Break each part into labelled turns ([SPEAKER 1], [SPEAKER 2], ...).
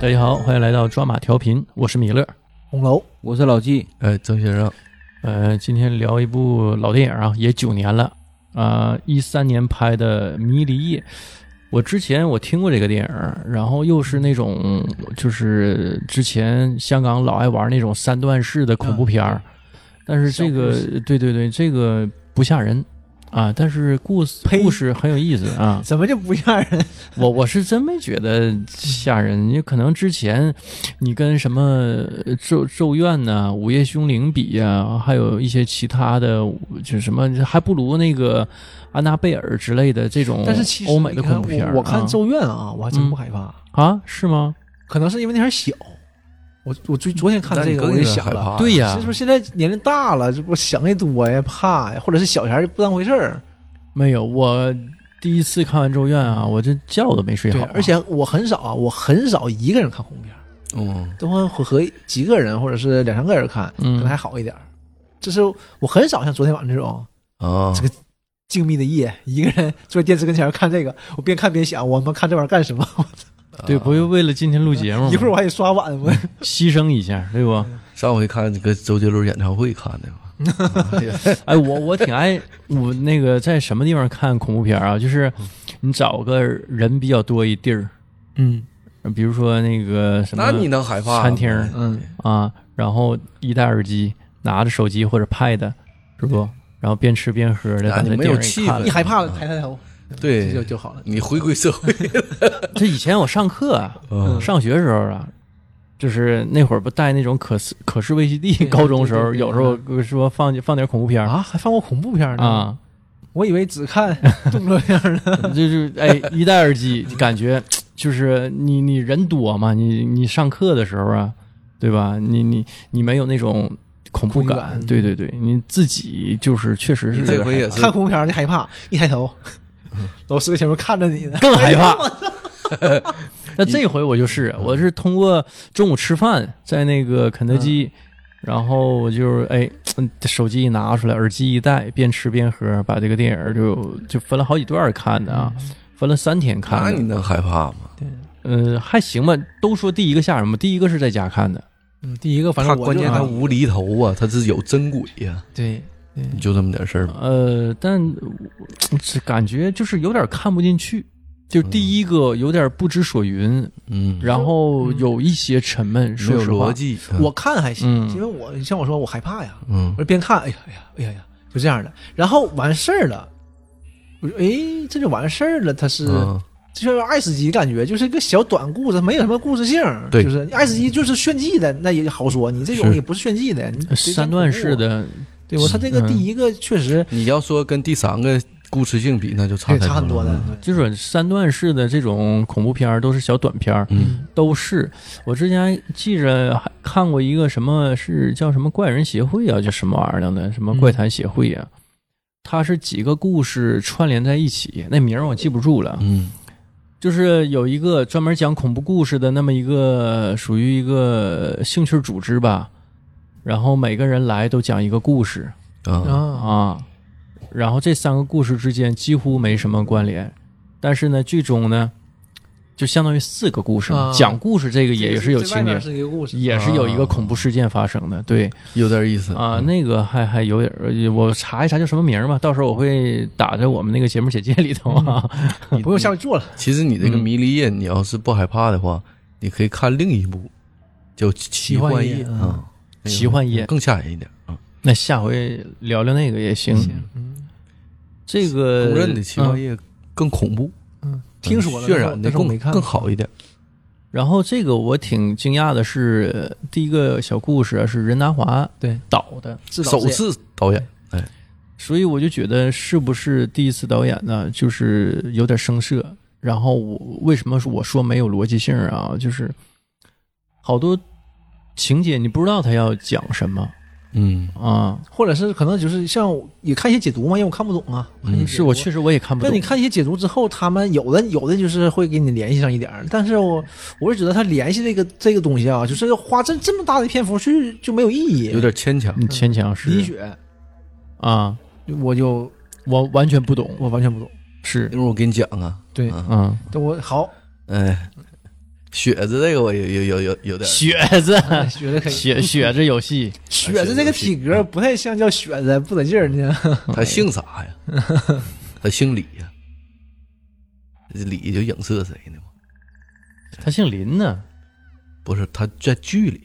[SPEAKER 1] 大家好，欢迎来到抓马调频，我是米勒。
[SPEAKER 2] 红楼
[SPEAKER 3] 我是老纪，
[SPEAKER 4] 哎，曾先生，
[SPEAKER 1] 呃，今天聊一部老电影啊，也九年了啊，一、三年拍的《迷离夜》。我之前我听过这个电影，然后又是那种就是之前香港老爱玩那种三段式的恐怖片儿，但是这
[SPEAKER 2] 嗯小
[SPEAKER 1] 个对对对，这个不吓人啊，但是故事
[SPEAKER 2] 呸
[SPEAKER 1] 故事很有意思啊。
[SPEAKER 2] 怎么就不吓人？
[SPEAKER 1] 我我是真没觉得吓人，也可能之前你跟什么呃咒咒怨呐、午夜凶铃比呀、还有一些其他的，就是什么还不如那个安娜贝尔之类的这种
[SPEAKER 2] 但是其实
[SPEAKER 1] 欧美
[SPEAKER 2] 你
[SPEAKER 1] 的
[SPEAKER 2] 看
[SPEAKER 1] 恐怖片儿
[SPEAKER 2] 我我看
[SPEAKER 1] 啊
[SPEAKER 2] 《咒怨》啊，我还真不害怕，
[SPEAKER 1] 啊，是吗？
[SPEAKER 2] 可能是因为那会儿小。我我最昨天看
[SPEAKER 4] 那
[SPEAKER 2] 这
[SPEAKER 4] 你
[SPEAKER 2] 个
[SPEAKER 4] 更
[SPEAKER 2] 我就
[SPEAKER 4] 应该
[SPEAKER 2] 想
[SPEAKER 4] 害
[SPEAKER 2] 了，
[SPEAKER 4] 怕
[SPEAKER 1] 对呀
[SPEAKER 2] 是不是现在年龄大了，这不想的多呀，怕呀，或者是小孩儿就不当回事儿。
[SPEAKER 1] 没有，我第一次看完《咒怨》啊，我这觉都没睡
[SPEAKER 2] 对
[SPEAKER 1] 好啊、，
[SPEAKER 2] 而且我很少啊，我很少一个人看恐怖片儿，
[SPEAKER 4] 嗯，
[SPEAKER 2] 都会和和几个人或者是两三个人看，可能
[SPEAKER 1] 嗯
[SPEAKER 2] 还好一点儿。这是我很少像昨天晚上这种
[SPEAKER 4] 啊，
[SPEAKER 2] 这个静谧的夜，一个人坐在电视跟前儿看这个，我边看边想，我们看这玩意儿干什么？
[SPEAKER 1] 对，不就为了今天录节目吗，
[SPEAKER 2] 一会儿我还得刷碗，我
[SPEAKER 1] 牺牲一下，对不？
[SPEAKER 4] 上回看那个周杰伦演唱会看的嘛，
[SPEAKER 1] 哎，我我挺爱我那个在什么地方看恐怖片啊？就是你找个人比较多一地儿，
[SPEAKER 2] 嗯
[SPEAKER 1] 比如说那个什么，
[SPEAKER 4] 那你能害怕吗？
[SPEAKER 1] 餐厅
[SPEAKER 2] 嗯，
[SPEAKER 1] 啊，然后一戴耳机，拿着手机或者 Pad，是不？然后边吃边喝
[SPEAKER 4] 那
[SPEAKER 1] 的，把
[SPEAKER 4] 你
[SPEAKER 1] 这
[SPEAKER 4] 没有
[SPEAKER 1] 电影
[SPEAKER 4] 气
[SPEAKER 1] 看
[SPEAKER 4] 氛
[SPEAKER 1] 了
[SPEAKER 2] 啊你害怕了，抬抬头，这就
[SPEAKER 4] 对，
[SPEAKER 2] 就好了。
[SPEAKER 4] 你回归社 会，
[SPEAKER 1] 这以前我上课啊，
[SPEAKER 4] 嗯
[SPEAKER 1] 上学时候啊，就是那会儿不带那种可视可视 VCD，
[SPEAKER 2] 对
[SPEAKER 1] 高中时候
[SPEAKER 2] 对对对
[SPEAKER 1] 有时候说放放点恐怖片儿
[SPEAKER 2] 啊，还放过恐怖片呢？
[SPEAKER 1] 啊，
[SPEAKER 2] 我以为 只看动作片呢。
[SPEAKER 1] 就是哎，一戴耳机，感觉就是你你人多嘛，你你上课的时候啊，对吧？你你你没有那种恐怖
[SPEAKER 2] 恐惧
[SPEAKER 1] 感，
[SPEAKER 2] 感
[SPEAKER 1] 对对对，你自己就是确实是
[SPEAKER 4] 你这回也是嗯
[SPEAKER 2] 看恐怖片就害怕，一抬头，老师在前面看着你呢。
[SPEAKER 1] 更害怕。
[SPEAKER 4] 哎
[SPEAKER 1] 那这回我就是，我是通过中午吃饭在那个肯德基，然后我就是哎，嗯手机一拿出来，耳机一戴，边吃边喝，把这个电影就就分了好几段看的啊，分了三天
[SPEAKER 2] 嗯
[SPEAKER 1] 看
[SPEAKER 4] 那
[SPEAKER 1] 的。啊
[SPEAKER 4] 你能害怕吗？
[SPEAKER 1] 嗯，还行吧。都说第一个吓人嘛，第一个是在家看的。
[SPEAKER 2] 嗯，第一个反
[SPEAKER 4] 他
[SPEAKER 2] 正我
[SPEAKER 4] 关键他
[SPEAKER 2] 他
[SPEAKER 4] 无厘头啊，他是有真鬼呀，
[SPEAKER 2] 对，
[SPEAKER 4] 你就这么点事儿吗？
[SPEAKER 1] 呃，但我这感觉就是有点看不进去，就第一个有点不知所云，
[SPEAKER 4] 嗯，
[SPEAKER 1] 然后有一些沉闷。
[SPEAKER 4] 没
[SPEAKER 1] 说
[SPEAKER 4] 有
[SPEAKER 1] 实
[SPEAKER 4] 逻
[SPEAKER 1] 话，
[SPEAKER 4] 辑，
[SPEAKER 2] 我看还行，
[SPEAKER 1] 嗯
[SPEAKER 2] 因为我像我说我害怕呀，
[SPEAKER 4] 嗯
[SPEAKER 2] 我就边看，哎呀哎呀哎呀呀，就这样的。然后完事儿了，我说哎，这就完事儿了，他是。
[SPEAKER 4] 嗯，
[SPEAKER 2] 就是爱死机感觉，就是一个小短故事，没有什么故事性。
[SPEAKER 4] 对
[SPEAKER 2] 就是爱死机就是炫技的，那也好说。你这种
[SPEAKER 4] 是
[SPEAKER 2] 也不是炫技的，你
[SPEAKER 1] 三段式。的，
[SPEAKER 2] 对我他这个
[SPEAKER 1] 嗯
[SPEAKER 2] 第一个确实
[SPEAKER 4] 你要说跟第三个故事性比，那就差
[SPEAKER 2] 对
[SPEAKER 4] 太
[SPEAKER 2] 差很多的
[SPEAKER 4] 了。，
[SPEAKER 1] 就是三段式的这种恐怖片儿都是小短片儿，
[SPEAKER 4] 嗯，
[SPEAKER 1] 都是我之前还记着还看过一个什么是叫什么怪人协会啊，叫什么玩意儿的，什么怪谈协会啊，它是几个故事串联在一起，那名儿我记不住了，
[SPEAKER 4] 嗯，
[SPEAKER 1] 就是有一个专门讲恐怖故事的那么一个属于一个兴趣组织吧，然后每个人来都讲一个故事
[SPEAKER 2] 对
[SPEAKER 4] 啊，
[SPEAKER 2] 啊，
[SPEAKER 1] 啊，然后这三个故事之间几乎没什么关联，但是呢，剧中呢就相当于四个故事嘛，
[SPEAKER 2] 啊
[SPEAKER 1] 讲故事这个也是有
[SPEAKER 2] 这
[SPEAKER 1] 情
[SPEAKER 2] 外
[SPEAKER 1] 节
[SPEAKER 2] 面，是一个故事，
[SPEAKER 1] 也是有一个恐怖事件发生的，对
[SPEAKER 4] 有点意思
[SPEAKER 1] 啊，那个还还有点儿，我查一查叫什么名儿吧，到时候我会打在我们那个节目简介里头啊。
[SPEAKER 4] 你
[SPEAKER 2] 不用下去做了。
[SPEAKER 4] 其实你这个
[SPEAKER 1] 嗯
[SPEAKER 4] 迷离夜，你要是不害怕的话，你可以看另一部，叫《奇
[SPEAKER 2] 幻夜
[SPEAKER 4] 夜》
[SPEAKER 2] 嗯
[SPEAKER 4] 啊，那个
[SPEAKER 1] 奇幻夜
[SPEAKER 4] 更吓人一点啊。
[SPEAKER 1] 那下回聊聊那个也行。
[SPEAKER 2] 嗯，
[SPEAKER 1] 这个
[SPEAKER 4] 公认的《奇幻夜》更恐怖，
[SPEAKER 2] 呃嗯
[SPEAKER 4] 嗯
[SPEAKER 2] 听说了，
[SPEAKER 4] 渲染的
[SPEAKER 2] 但是我
[SPEAKER 4] 更
[SPEAKER 2] 没看
[SPEAKER 4] 更。好一点。
[SPEAKER 1] 嗯然后这个我挺惊讶的是，呃第一个小故事啊是任达华
[SPEAKER 2] 对
[SPEAKER 1] 导的，
[SPEAKER 2] 自导
[SPEAKER 4] 首
[SPEAKER 2] 自演
[SPEAKER 4] 次导演，哎，
[SPEAKER 1] 所以我就觉得是不是第一次导演呢，就是有点生涩。然后我为什么我说没有逻辑性啊？就是好多情节你不知道他要讲什么
[SPEAKER 4] 嗯，
[SPEAKER 1] 啊。
[SPEAKER 2] 或者是可能就是像我也看一些解读嘛，因为我看不懂啊。
[SPEAKER 4] 嗯
[SPEAKER 2] 看一些解读
[SPEAKER 1] 是我确实我也看不
[SPEAKER 2] 但
[SPEAKER 1] 懂。
[SPEAKER 2] 你看一些解读之后，他们有的有的就是会给你联系上一点儿，但是我我是觉得他联系这个这个东西啊，就是花这这么大的篇幅去就没有意义，
[SPEAKER 4] 有点牵强。
[SPEAKER 1] 你牵强
[SPEAKER 2] 李
[SPEAKER 1] 是
[SPEAKER 2] 雪，
[SPEAKER 1] 啊，
[SPEAKER 2] 我就
[SPEAKER 1] 我完全不懂。
[SPEAKER 2] 我完全不懂。
[SPEAKER 1] 是
[SPEAKER 4] 一会儿我给你讲啊，
[SPEAKER 2] 对
[SPEAKER 4] 啊
[SPEAKER 1] 嗯，
[SPEAKER 2] 但我好，
[SPEAKER 4] 哎，雪子这个我有有有有有点儿
[SPEAKER 1] 雪 子，
[SPEAKER 2] 雪子可以，
[SPEAKER 1] 雪雪子有戏，
[SPEAKER 2] 雪子这个体
[SPEAKER 1] 嗯
[SPEAKER 2] 格不太像叫雪子，不得劲儿呢。
[SPEAKER 4] 他姓啥 呀？他姓李呀、这李就影射谁呢嘛？
[SPEAKER 1] 他姓林呢
[SPEAKER 4] 不是，他在剧里，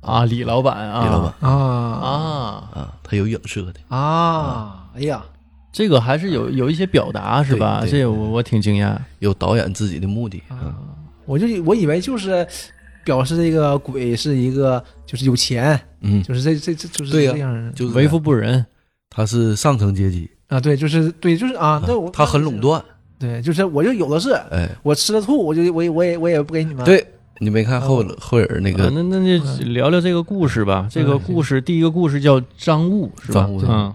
[SPEAKER 1] 啊，李老板啊，
[SPEAKER 4] 李老板
[SPEAKER 2] 啊
[SPEAKER 1] 啊，
[SPEAKER 4] 啊，他有影射的。
[SPEAKER 2] 啊！哎呀，
[SPEAKER 1] 这个还是有有一些表达是吧？
[SPEAKER 4] 对对
[SPEAKER 1] 这我我挺惊讶，
[SPEAKER 4] 有导演自己的目的啊。
[SPEAKER 2] 我就以我以为就是表示这个鬼是一个就是有钱，
[SPEAKER 4] 嗯，
[SPEAKER 2] 就是这这这就是
[SPEAKER 4] 对呀
[SPEAKER 2] 这样人
[SPEAKER 4] 就是
[SPEAKER 1] 为富不仁，
[SPEAKER 4] 他是上层阶级，
[SPEAKER 2] 啊，对，就是对，就是啊，那我
[SPEAKER 4] 他很垄，断。
[SPEAKER 2] 对，就是我就有的是，啊
[SPEAKER 4] 哎，
[SPEAKER 2] 我吃了吐，我就我也我也我也不给你们，
[SPEAKER 4] 对，你没看后后人那
[SPEAKER 1] 啊
[SPEAKER 2] 嗯
[SPEAKER 4] 个嗯
[SPEAKER 1] 那那就聊聊这个故事吧。这个故事第一个故事叫张悟是吧
[SPEAKER 4] 赃？物
[SPEAKER 1] 嗯
[SPEAKER 4] 的？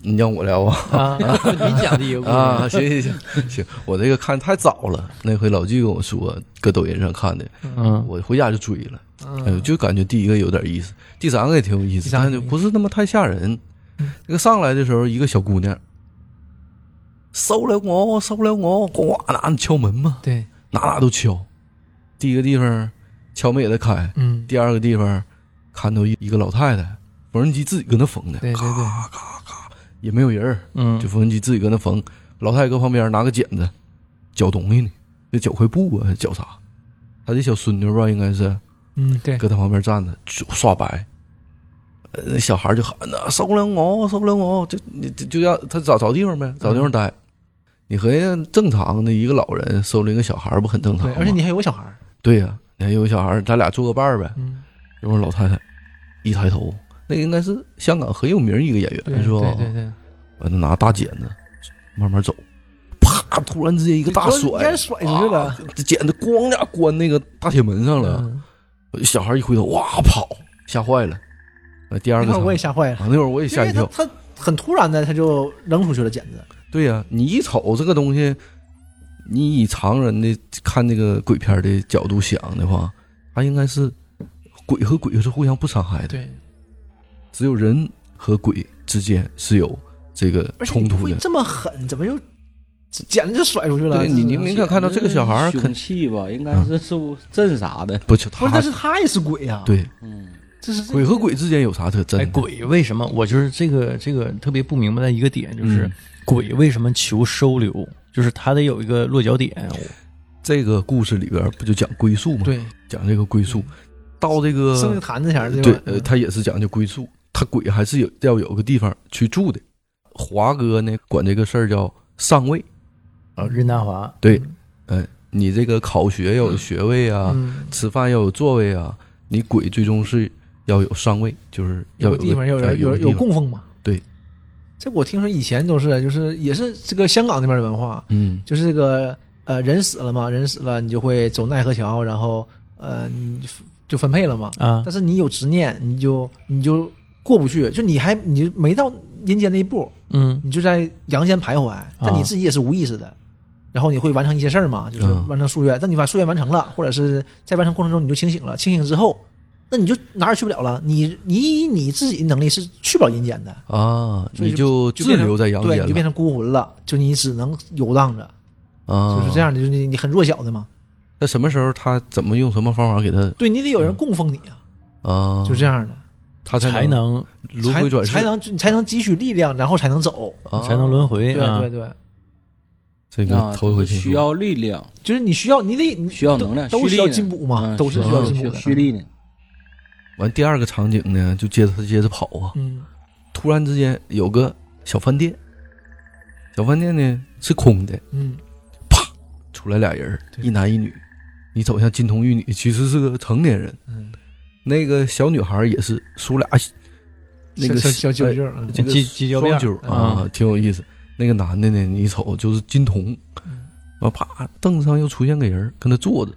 [SPEAKER 4] 你让我聊啊？
[SPEAKER 1] 啊，你讲的
[SPEAKER 2] 嗯
[SPEAKER 1] 一个
[SPEAKER 4] 啊，行行行 行，我这个看太早了。那回老纪跟我说，搁抖音上看的，
[SPEAKER 1] 嗯，
[SPEAKER 4] 我回家就追了。哎呦，
[SPEAKER 2] 嗯，
[SPEAKER 4] 就感觉第一个有点意思，第三个也挺有意
[SPEAKER 2] 第
[SPEAKER 4] 思，
[SPEAKER 2] 三个嗯
[SPEAKER 4] 但是不是那么太吓人。这个上来的时候，一个小姑娘，收了我，收了我，呱拿敲门嘛，
[SPEAKER 2] 对，
[SPEAKER 4] 哪哪都敲。第一个地方敲门也得开，
[SPEAKER 2] 嗯，
[SPEAKER 4] 第二个地方看到一一个老太太，缝纫机自己搁那缝的，
[SPEAKER 2] 对对对
[SPEAKER 4] 咔咔咔，也没有人儿，
[SPEAKER 1] 嗯
[SPEAKER 4] 就缝纫机自己搁那缝。老太太搁旁边拿个剪子绞东西呢，就绞块布啊，还是绞啥？她这小孙女吧，应该是。
[SPEAKER 2] 嗯，对，
[SPEAKER 4] 搁他旁边站着，就刷白。呃那小孩就喊呐：“收了我，收了我！”就你就就要他找找地方呗，找地方待。
[SPEAKER 2] 嗯
[SPEAKER 4] 你和人家正常的一个老人收留一个小孩，不很正常
[SPEAKER 2] 对
[SPEAKER 4] 吗，？
[SPEAKER 2] 而且你还有个小孩儿，
[SPEAKER 4] 对呀、你还有个小孩，咱俩做个伴儿呗。
[SPEAKER 2] 嗯，
[SPEAKER 4] 然后老太太一抬头，那个应该是香港很有名一个演
[SPEAKER 2] 对
[SPEAKER 4] 员，是吧？
[SPEAKER 2] 对对对，
[SPEAKER 4] 完了拿大剪子慢慢走，啪！突然之间一个大
[SPEAKER 2] 一下
[SPEAKER 4] 甩，
[SPEAKER 2] 甩出去了
[SPEAKER 4] 啊，这剪子咣一下关那个大铁门上了。
[SPEAKER 2] 嗯
[SPEAKER 4] 小孩一回头，哇，跑，吓坏了。那第二
[SPEAKER 2] 那
[SPEAKER 4] 个
[SPEAKER 2] 会
[SPEAKER 4] 场
[SPEAKER 2] 儿我也吓坏了，
[SPEAKER 4] 啊，那会儿我也
[SPEAKER 2] 因
[SPEAKER 4] 吓
[SPEAKER 2] 为
[SPEAKER 4] 一
[SPEAKER 2] 他
[SPEAKER 4] 跳。
[SPEAKER 2] 他很突然的他就扔出去了，剪子，
[SPEAKER 4] 对呀、你一瞅这个东西，你以常人的看这个鬼片的角度想的话，它应该是鬼和鬼是互相不伤害的，
[SPEAKER 2] 对，
[SPEAKER 4] 只有人和鬼之间是有这个
[SPEAKER 2] 而且
[SPEAKER 4] 冲
[SPEAKER 2] 你
[SPEAKER 4] 突
[SPEAKER 2] 会
[SPEAKER 4] 的。
[SPEAKER 2] 这么狠，怎么就剪子就甩出去了？
[SPEAKER 4] 对你，你
[SPEAKER 2] 这
[SPEAKER 4] 明显看到这个小孩儿
[SPEAKER 3] 凶
[SPEAKER 4] 肯嗯
[SPEAKER 3] 器吧，应该是是不镇啥的。
[SPEAKER 4] 不就他
[SPEAKER 2] 不是，但是他也是鬼呀、，
[SPEAKER 4] 对
[SPEAKER 3] 嗯，
[SPEAKER 2] 这是
[SPEAKER 4] 鬼和鬼之间有啥特征？
[SPEAKER 1] 哎，鬼为什么？我就是这个这个特别不明白的一个点，就是、
[SPEAKER 4] 嗯
[SPEAKER 1] 鬼为什么求收留？就是他得有一个落脚点。
[SPEAKER 4] 这个故事里边不就讲归宿吗？
[SPEAKER 2] 对，
[SPEAKER 4] 讲这个归宿，到这个
[SPEAKER 2] 生命坛子前儿
[SPEAKER 4] 对
[SPEAKER 2] 吧，？
[SPEAKER 4] 呃，他也是讲究归宿，他鬼还是有要有个地方去住的。华哥呢，管这个事儿叫上位。
[SPEAKER 1] 啊，任达华，
[SPEAKER 4] 对，嗯、你这个考学要有学位啊，
[SPEAKER 2] 嗯，
[SPEAKER 4] 吃饭要有座位啊，你鬼最终是要有上位，就是要
[SPEAKER 2] 有
[SPEAKER 4] 有
[SPEAKER 2] 地方有
[SPEAKER 4] 哎
[SPEAKER 2] 人有
[SPEAKER 4] 个
[SPEAKER 2] 有
[SPEAKER 4] 地方
[SPEAKER 2] 供奉嘛？
[SPEAKER 4] 对，
[SPEAKER 2] 这我听说以前都是，就是也是这个香港那边的文化，
[SPEAKER 4] 嗯，
[SPEAKER 2] 就是这个呃人死了嘛，人死了你就会走奈何桥，然后呃你就分配了嘛。
[SPEAKER 1] 啊
[SPEAKER 2] 但是你有执念，你就你就过不去，就你还你就没到阴间那一步，
[SPEAKER 1] 嗯
[SPEAKER 2] 你就在阳间徘
[SPEAKER 3] 啊
[SPEAKER 2] 徊，但你自己也是无意识的。然后你会完成一些事儿嘛，就是
[SPEAKER 4] 嗯
[SPEAKER 2] 完成夙愿。但你把夙愿完成了，或者是在完成过程中你就清醒了，清醒之后，那你就哪儿也去不了了。你你以你自己的能力是去不了阴间的，
[SPEAKER 4] 啊，
[SPEAKER 2] 所以
[SPEAKER 4] 你就
[SPEAKER 2] 就
[SPEAKER 4] 滞留在阳
[SPEAKER 2] 对，
[SPEAKER 4] 间
[SPEAKER 2] 你就变
[SPEAKER 4] 了
[SPEAKER 2] 成孤魂了，就你只能游荡着，
[SPEAKER 3] 嗯
[SPEAKER 4] 啊，
[SPEAKER 2] 就是这。样的，就是你你很弱小的嘛。
[SPEAKER 4] 那什么时候他怎么用什么方法给他
[SPEAKER 2] 对你得有人供奉你啊，
[SPEAKER 4] 啊？
[SPEAKER 3] 嗯
[SPEAKER 2] 就这样的，
[SPEAKER 4] 他
[SPEAKER 1] 才
[SPEAKER 4] 能
[SPEAKER 1] 能
[SPEAKER 4] 轮回转世
[SPEAKER 2] 才才能才能汲取力量，然后才能走。
[SPEAKER 4] 啊
[SPEAKER 1] 才能轮回
[SPEAKER 3] 哎
[SPEAKER 2] 对
[SPEAKER 1] 啊
[SPEAKER 2] 对。对，
[SPEAKER 4] 这个
[SPEAKER 3] 啊，
[SPEAKER 4] 头一回听说
[SPEAKER 3] 需要力量，
[SPEAKER 2] 就是你需要你得你
[SPEAKER 3] 需要能量，
[SPEAKER 2] 都都
[SPEAKER 3] 蓄
[SPEAKER 2] 需
[SPEAKER 3] 力呢
[SPEAKER 2] 要进步嘛，
[SPEAKER 3] 嗯
[SPEAKER 2] 都是需要进步的。
[SPEAKER 3] 蓄力呢。
[SPEAKER 4] 完第二个场景呢，就接着他接着跑啊，
[SPEAKER 2] 嗯，
[SPEAKER 4] 突然之间有个小饭店，小饭店呢是空的，
[SPEAKER 2] 嗯
[SPEAKER 4] 出来俩人儿，
[SPEAKER 2] 对
[SPEAKER 4] 一男一女。你走向金童玉女，其实是个成年人。
[SPEAKER 2] 嗯，
[SPEAKER 4] 那个小女孩儿也是梳俩那个
[SPEAKER 2] 小小小九
[SPEAKER 4] 哎
[SPEAKER 2] 九，嗯
[SPEAKER 4] 这个
[SPEAKER 1] 犄犄角辫
[SPEAKER 4] 双
[SPEAKER 1] 儿
[SPEAKER 4] 揪儿
[SPEAKER 1] 啊
[SPEAKER 4] 啊，挺有意思。那个男的呢，你一瞅就是金童，完啪凳子上又出现个人儿，跟他坐着。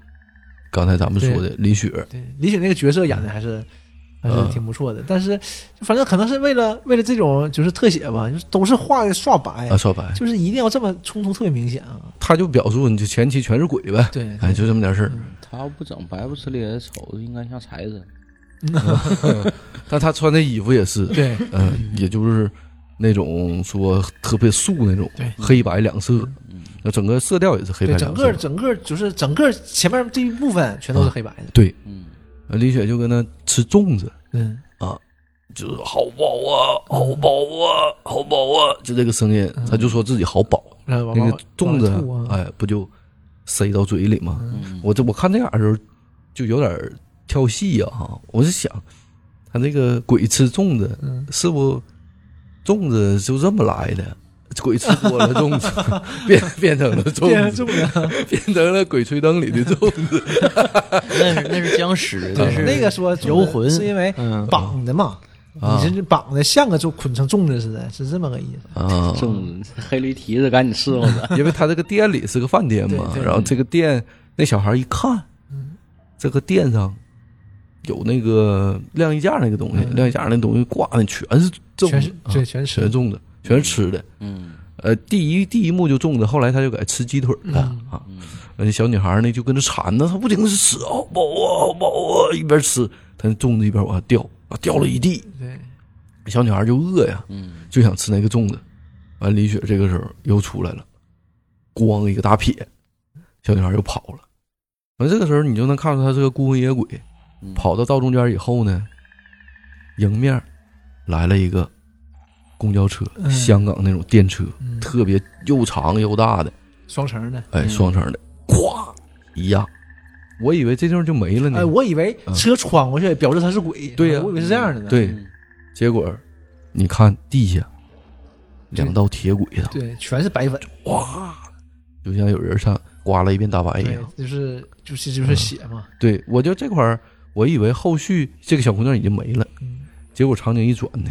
[SPEAKER 4] 刚才咱们说的李雪，
[SPEAKER 2] 对，李雪那个角色演的还是还是挺不错的，但是反正可能是为了为了这种就是特写吧，就是都是画的刷白
[SPEAKER 4] 啊，，少白，
[SPEAKER 2] 就是一定要这么冲突特别明显啊。
[SPEAKER 4] 他就表述你就前期全是鬼呗，
[SPEAKER 2] 对，
[SPEAKER 4] 哎，就这么点事儿。
[SPEAKER 3] 他不整白不呲咧，瞅着应该像财神。
[SPEAKER 4] 但他穿的衣服也是，
[SPEAKER 2] 对，
[SPEAKER 4] 嗯，也就是那种说特别素那种
[SPEAKER 2] 对，
[SPEAKER 4] 黑白两色，
[SPEAKER 3] 嗯，
[SPEAKER 4] 整个色调也是黑白
[SPEAKER 2] 对，
[SPEAKER 4] 两
[SPEAKER 2] 整
[SPEAKER 4] 色。
[SPEAKER 2] 个整个就是整个前面这一部分全都是黑白的。
[SPEAKER 4] 对，
[SPEAKER 3] 嗯，
[SPEAKER 4] 呃李雪就跟他吃粽子，
[SPEAKER 2] 嗯，
[SPEAKER 4] 就是好饱啊，好饱啊，好饱啊，就这个声音，他就说自己好嗯饱，
[SPEAKER 2] 那往
[SPEAKER 4] 那个粽子
[SPEAKER 2] 往往吐啊，
[SPEAKER 4] 哎，不就塞到嘴里吗？
[SPEAKER 3] 嗯
[SPEAKER 4] 我这我看这样的时候就有点儿跳戏呀、哈！我是想，他那个鬼吃粽子，
[SPEAKER 2] 嗯
[SPEAKER 4] 是不粽子就这么来的？ 鬼吃多了粽 子，变变成了粽
[SPEAKER 2] 变
[SPEAKER 4] 子
[SPEAKER 2] 成，粽子。
[SPEAKER 4] 变成了《鬼吹灯》里的粽子。
[SPEAKER 1] 那是那是僵尸，那是
[SPEAKER 2] 那个说
[SPEAKER 1] 游魂
[SPEAKER 2] 是因为
[SPEAKER 1] 嗯
[SPEAKER 2] 绑的嘛，
[SPEAKER 4] 啊
[SPEAKER 2] 你是绑的像个粽捆成粽子似的，是这么个意思。
[SPEAKER 4] 啊，
[SPEAKER 3] 粽子黑驴蹄子，赶紧伺候着。
[SPEAKER 4] 因为他这个店里是个饭店嘛，
[SPEAKER 2] 对对
[SPEAKER 4] 然后这个店那小孩一看，
[SPEAKER 3] 嗯
[SPEAKER 4] 这个店上有那个晾衣架那个东
[SPEAKER 3] 嗯
[SPEAKER 4] 西，晾衣架那东西挂的全是啊粽
[SPEAKER 2] 全是
[SPEAKER 4] 子，
[SPEAKER 2] 对，全是
[SPEAKER 4] 全是粽子，全是吃的。
[SPEAKER 3] 嗯
[SPEAKER 4] 呃，第一第一幕就粽子，后来他就改吃鸡腿了、啊。
[SPEAKER 3] 嗯
[SPEAKER 4] 那小女孩呢就跟着馋呢，她不停的吃，好饱啊，好饱啊，一边吃，她那粽子一边往下掉，啊掉了一地。
[SPEAKER 2] 对，
[SPEAKER 4] 小女孩就饿呀，
[SPEAKER 3] 嗯
[SPEAKER 4] 就想吃那个粽子。完，李雪这个时候又出来了，咣一个大撇，小女孩又跑了。完，这个时候你就能看出她是个孤魂野鬼。
[SPEAKER 3] 嗯，
[SPEAKER 4] 跑到道中间以后呢，迎面来了一个公交车，
[SPEAKER 2] 嗯
[SPEAKER 4] 香港那种电车，
[SPEAKER 2] 嗯
[SPEAKER 4] 特别又长又大的，
[SPEAKER 2] 双层的。
[SPEAKER 4] 哎，
[SPEAKER 3] 嗯
[SPEAKER 4] 双层的，咵一压，我以为这地方就没了呢。
[SPEAKER 2] 哎，我以为
[SPEAKER 4] 嗯
[SPEAKER 2] 车穿过去表示他是鬼，
[SPEAKER 4] 对呀
[SPEAKER 2] 我以为是这样的呢。
[SPEAKER 4] 对
[SPEAKER 3] 嗯
[SPEAKER 4] 结果你看地下两道铁轨上，
[SPEAKER 2] 对，全是白粉，
[SPEAKER 4] 哇，就像有人上刮了一遍大白嗯一
[SPEAKER 2] 对
[SPEAKER 4] 样。，
[SPEAKER 2] 就是就是就是血嘛。
[SPEAKER 4] 对我就这块儿，我以为后续这个小姑娘已经没了，
[SPEAKER 2] 嗯
[SPEAKER 4] 结果场景一转呢，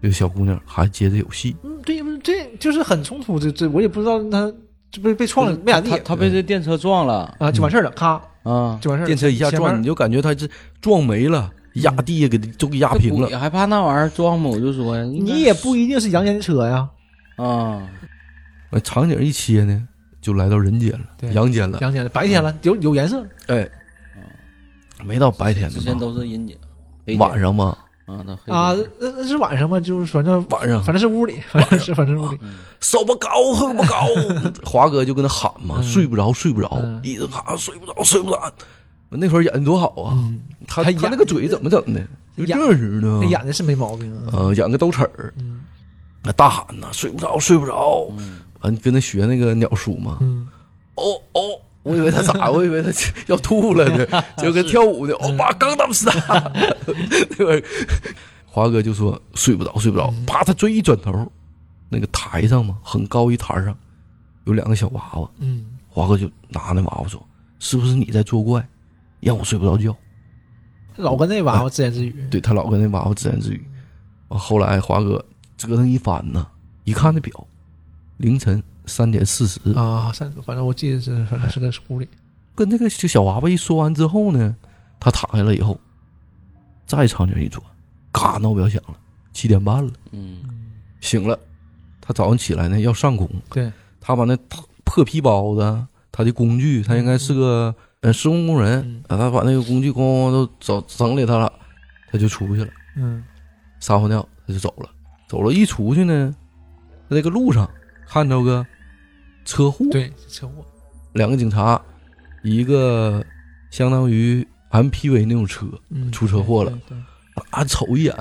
[SPEAKER 4] 这个小姑娘还接着有戏。
[SPEAKER 2] 嗯，对，不是这就是很冲突，这这我也不知道他这被被撞
[SPEAKER 4] 嗯
[SPEAKER 2] 了没咋地
[SPEAKER 3] 他他被这电车撞了
[SPEAKER 2] 啊，就完事儿了，咔
[SPEAKER 3] 啊，
[SPEAKER 2] 就完事儿了。
[SPEAKER 4] 电车一下撞，你
[SPEAKER 2] 你，
[SPEAKER 4] 就感觉他这撞没了，压地下给都给压平了。
[SPEAKER 3] 还怕那玩意儿撞吗？我就说呀，应该
[SPEAKER 2] 你也不一定是阳间的车呀，
[SPEAKER 3] 啊，
[SPEAKER 4] 完场景一切呢，就来到人间了，
[SPEAKER 2] 对
[SPEAKER 4] 阳间了。
[SPEAKER 2] 阳间的白天了，
[SPEAKER 4] 嗯
[SPEAKER 2] 有有颜色了，
[SPEAKER 4] 哎，没到白天
[SPEAKER 3] 之
[SPEAKER 4] 呢
[SPEAKER 3] 前
[SPEAKER 4] 吧？
[SPEAKER 3] 都是阴姐，黑姐
[SPEAKER 4] 晚上嘛，
[SPEAKER 3] 啊，那黑
[SPEAKER 2] 啊
[SPEAKER 3] 姐，
[SPEAKER 2] 那那是晚上吗？就是反正
[SPEAKER 4] 晚嗯上
[SPEAKER 2] 反正是屋里，反正是反正是屋里，
[SPEAKER 4] 烧不高，喝不高。 嗯华哥就跟他喊嘛，睡不着，睡不着
[SPEAKER 2] 嗯，
[SPEAKER 4] 一直喊睡不着，睡不着。那会儿演的多好啊！
[SPEAKER 2] 嗯，
[SPEAKER 4] 他
[SPEAKER 2] 他
[SPEAKER 4] 他
[SPEAKER 2] 演
[SPEAKER 4] 那个嘴怎么整的？就
[SPEAKER 2] 演
[SPEAKER 4] 这似的
[SPEAKER 2] 那，演的是没毛病啊，
[SPEAKER 4] 呃，演个兜齿儿，
[SPEAKER 2] 嗯
[SPEAKER 4] 那大喊呐，睡不着，睡不着。完，跟他学那个鸟叔嘛，
[SPEAKER 2] 嗯，
[SPEAKER 4] 哦哦，我以为他咋？我以为他要吐了 呢，就跟跳舞的。欧巴刚当时啊，那会儿华哥就说睡不着，睡不着。
[SPEAKER 2] 嗯
[SPEAKER 4] 啪，他追一转头，那个台上嘛，很高一台上，有两个小娃娃。
[SPEAKER 2] 嗯，
[SPEAKER 4] 华哥就拿那娃娃说：“是不是你在作怪，让我睡不着觉
[SPEAKER 2] 老跟那
[SPEAKER 4] 嗯
[SPEAKER 2] 娃娃自言自语？”，
[SPEAKER 4] 对他老跟那娃娃自言自语。完后来华哥折腾一番呢，一看那表，凌晨三点四十
[SPEAKER 2] 啊，三反正我记得是反正是在屋里，
[SPEAKER 4] 跟那个小小娃娃一说完之后呢，他躺下了以后，再场景一转，嘎闹表响了，七点半了，
[SPEAKER 3] 嗯
[SPEAKER 4] 醒了。他早上起来呢要上工，
[SPEAKER 2] 对，
[SPEAKER 4] 他把那破皮包子，他的工具，他应该是个呃施工工人
[SPEAKER 2] 嗯，
[SPEAKER 4] 啊，他把那个工具咣咣都整整理他了，他就出去了，
[SPEAKER 2] 嗯
[SPEAKER 4] 撒泡尿他就走了，走了一出去呢，在这个路上看到个车祸，
[SPEAKER 2] 对，车祸，
[SPEAKER 4] 两个警察，一个相当于 MPV 那种车
[SPEAKER 2] 嗯，
[SPEAKER 4] 出车祸了
[SPEAKER 2] 对，对对
[SPEAKER 4] 啊，瞅一眼，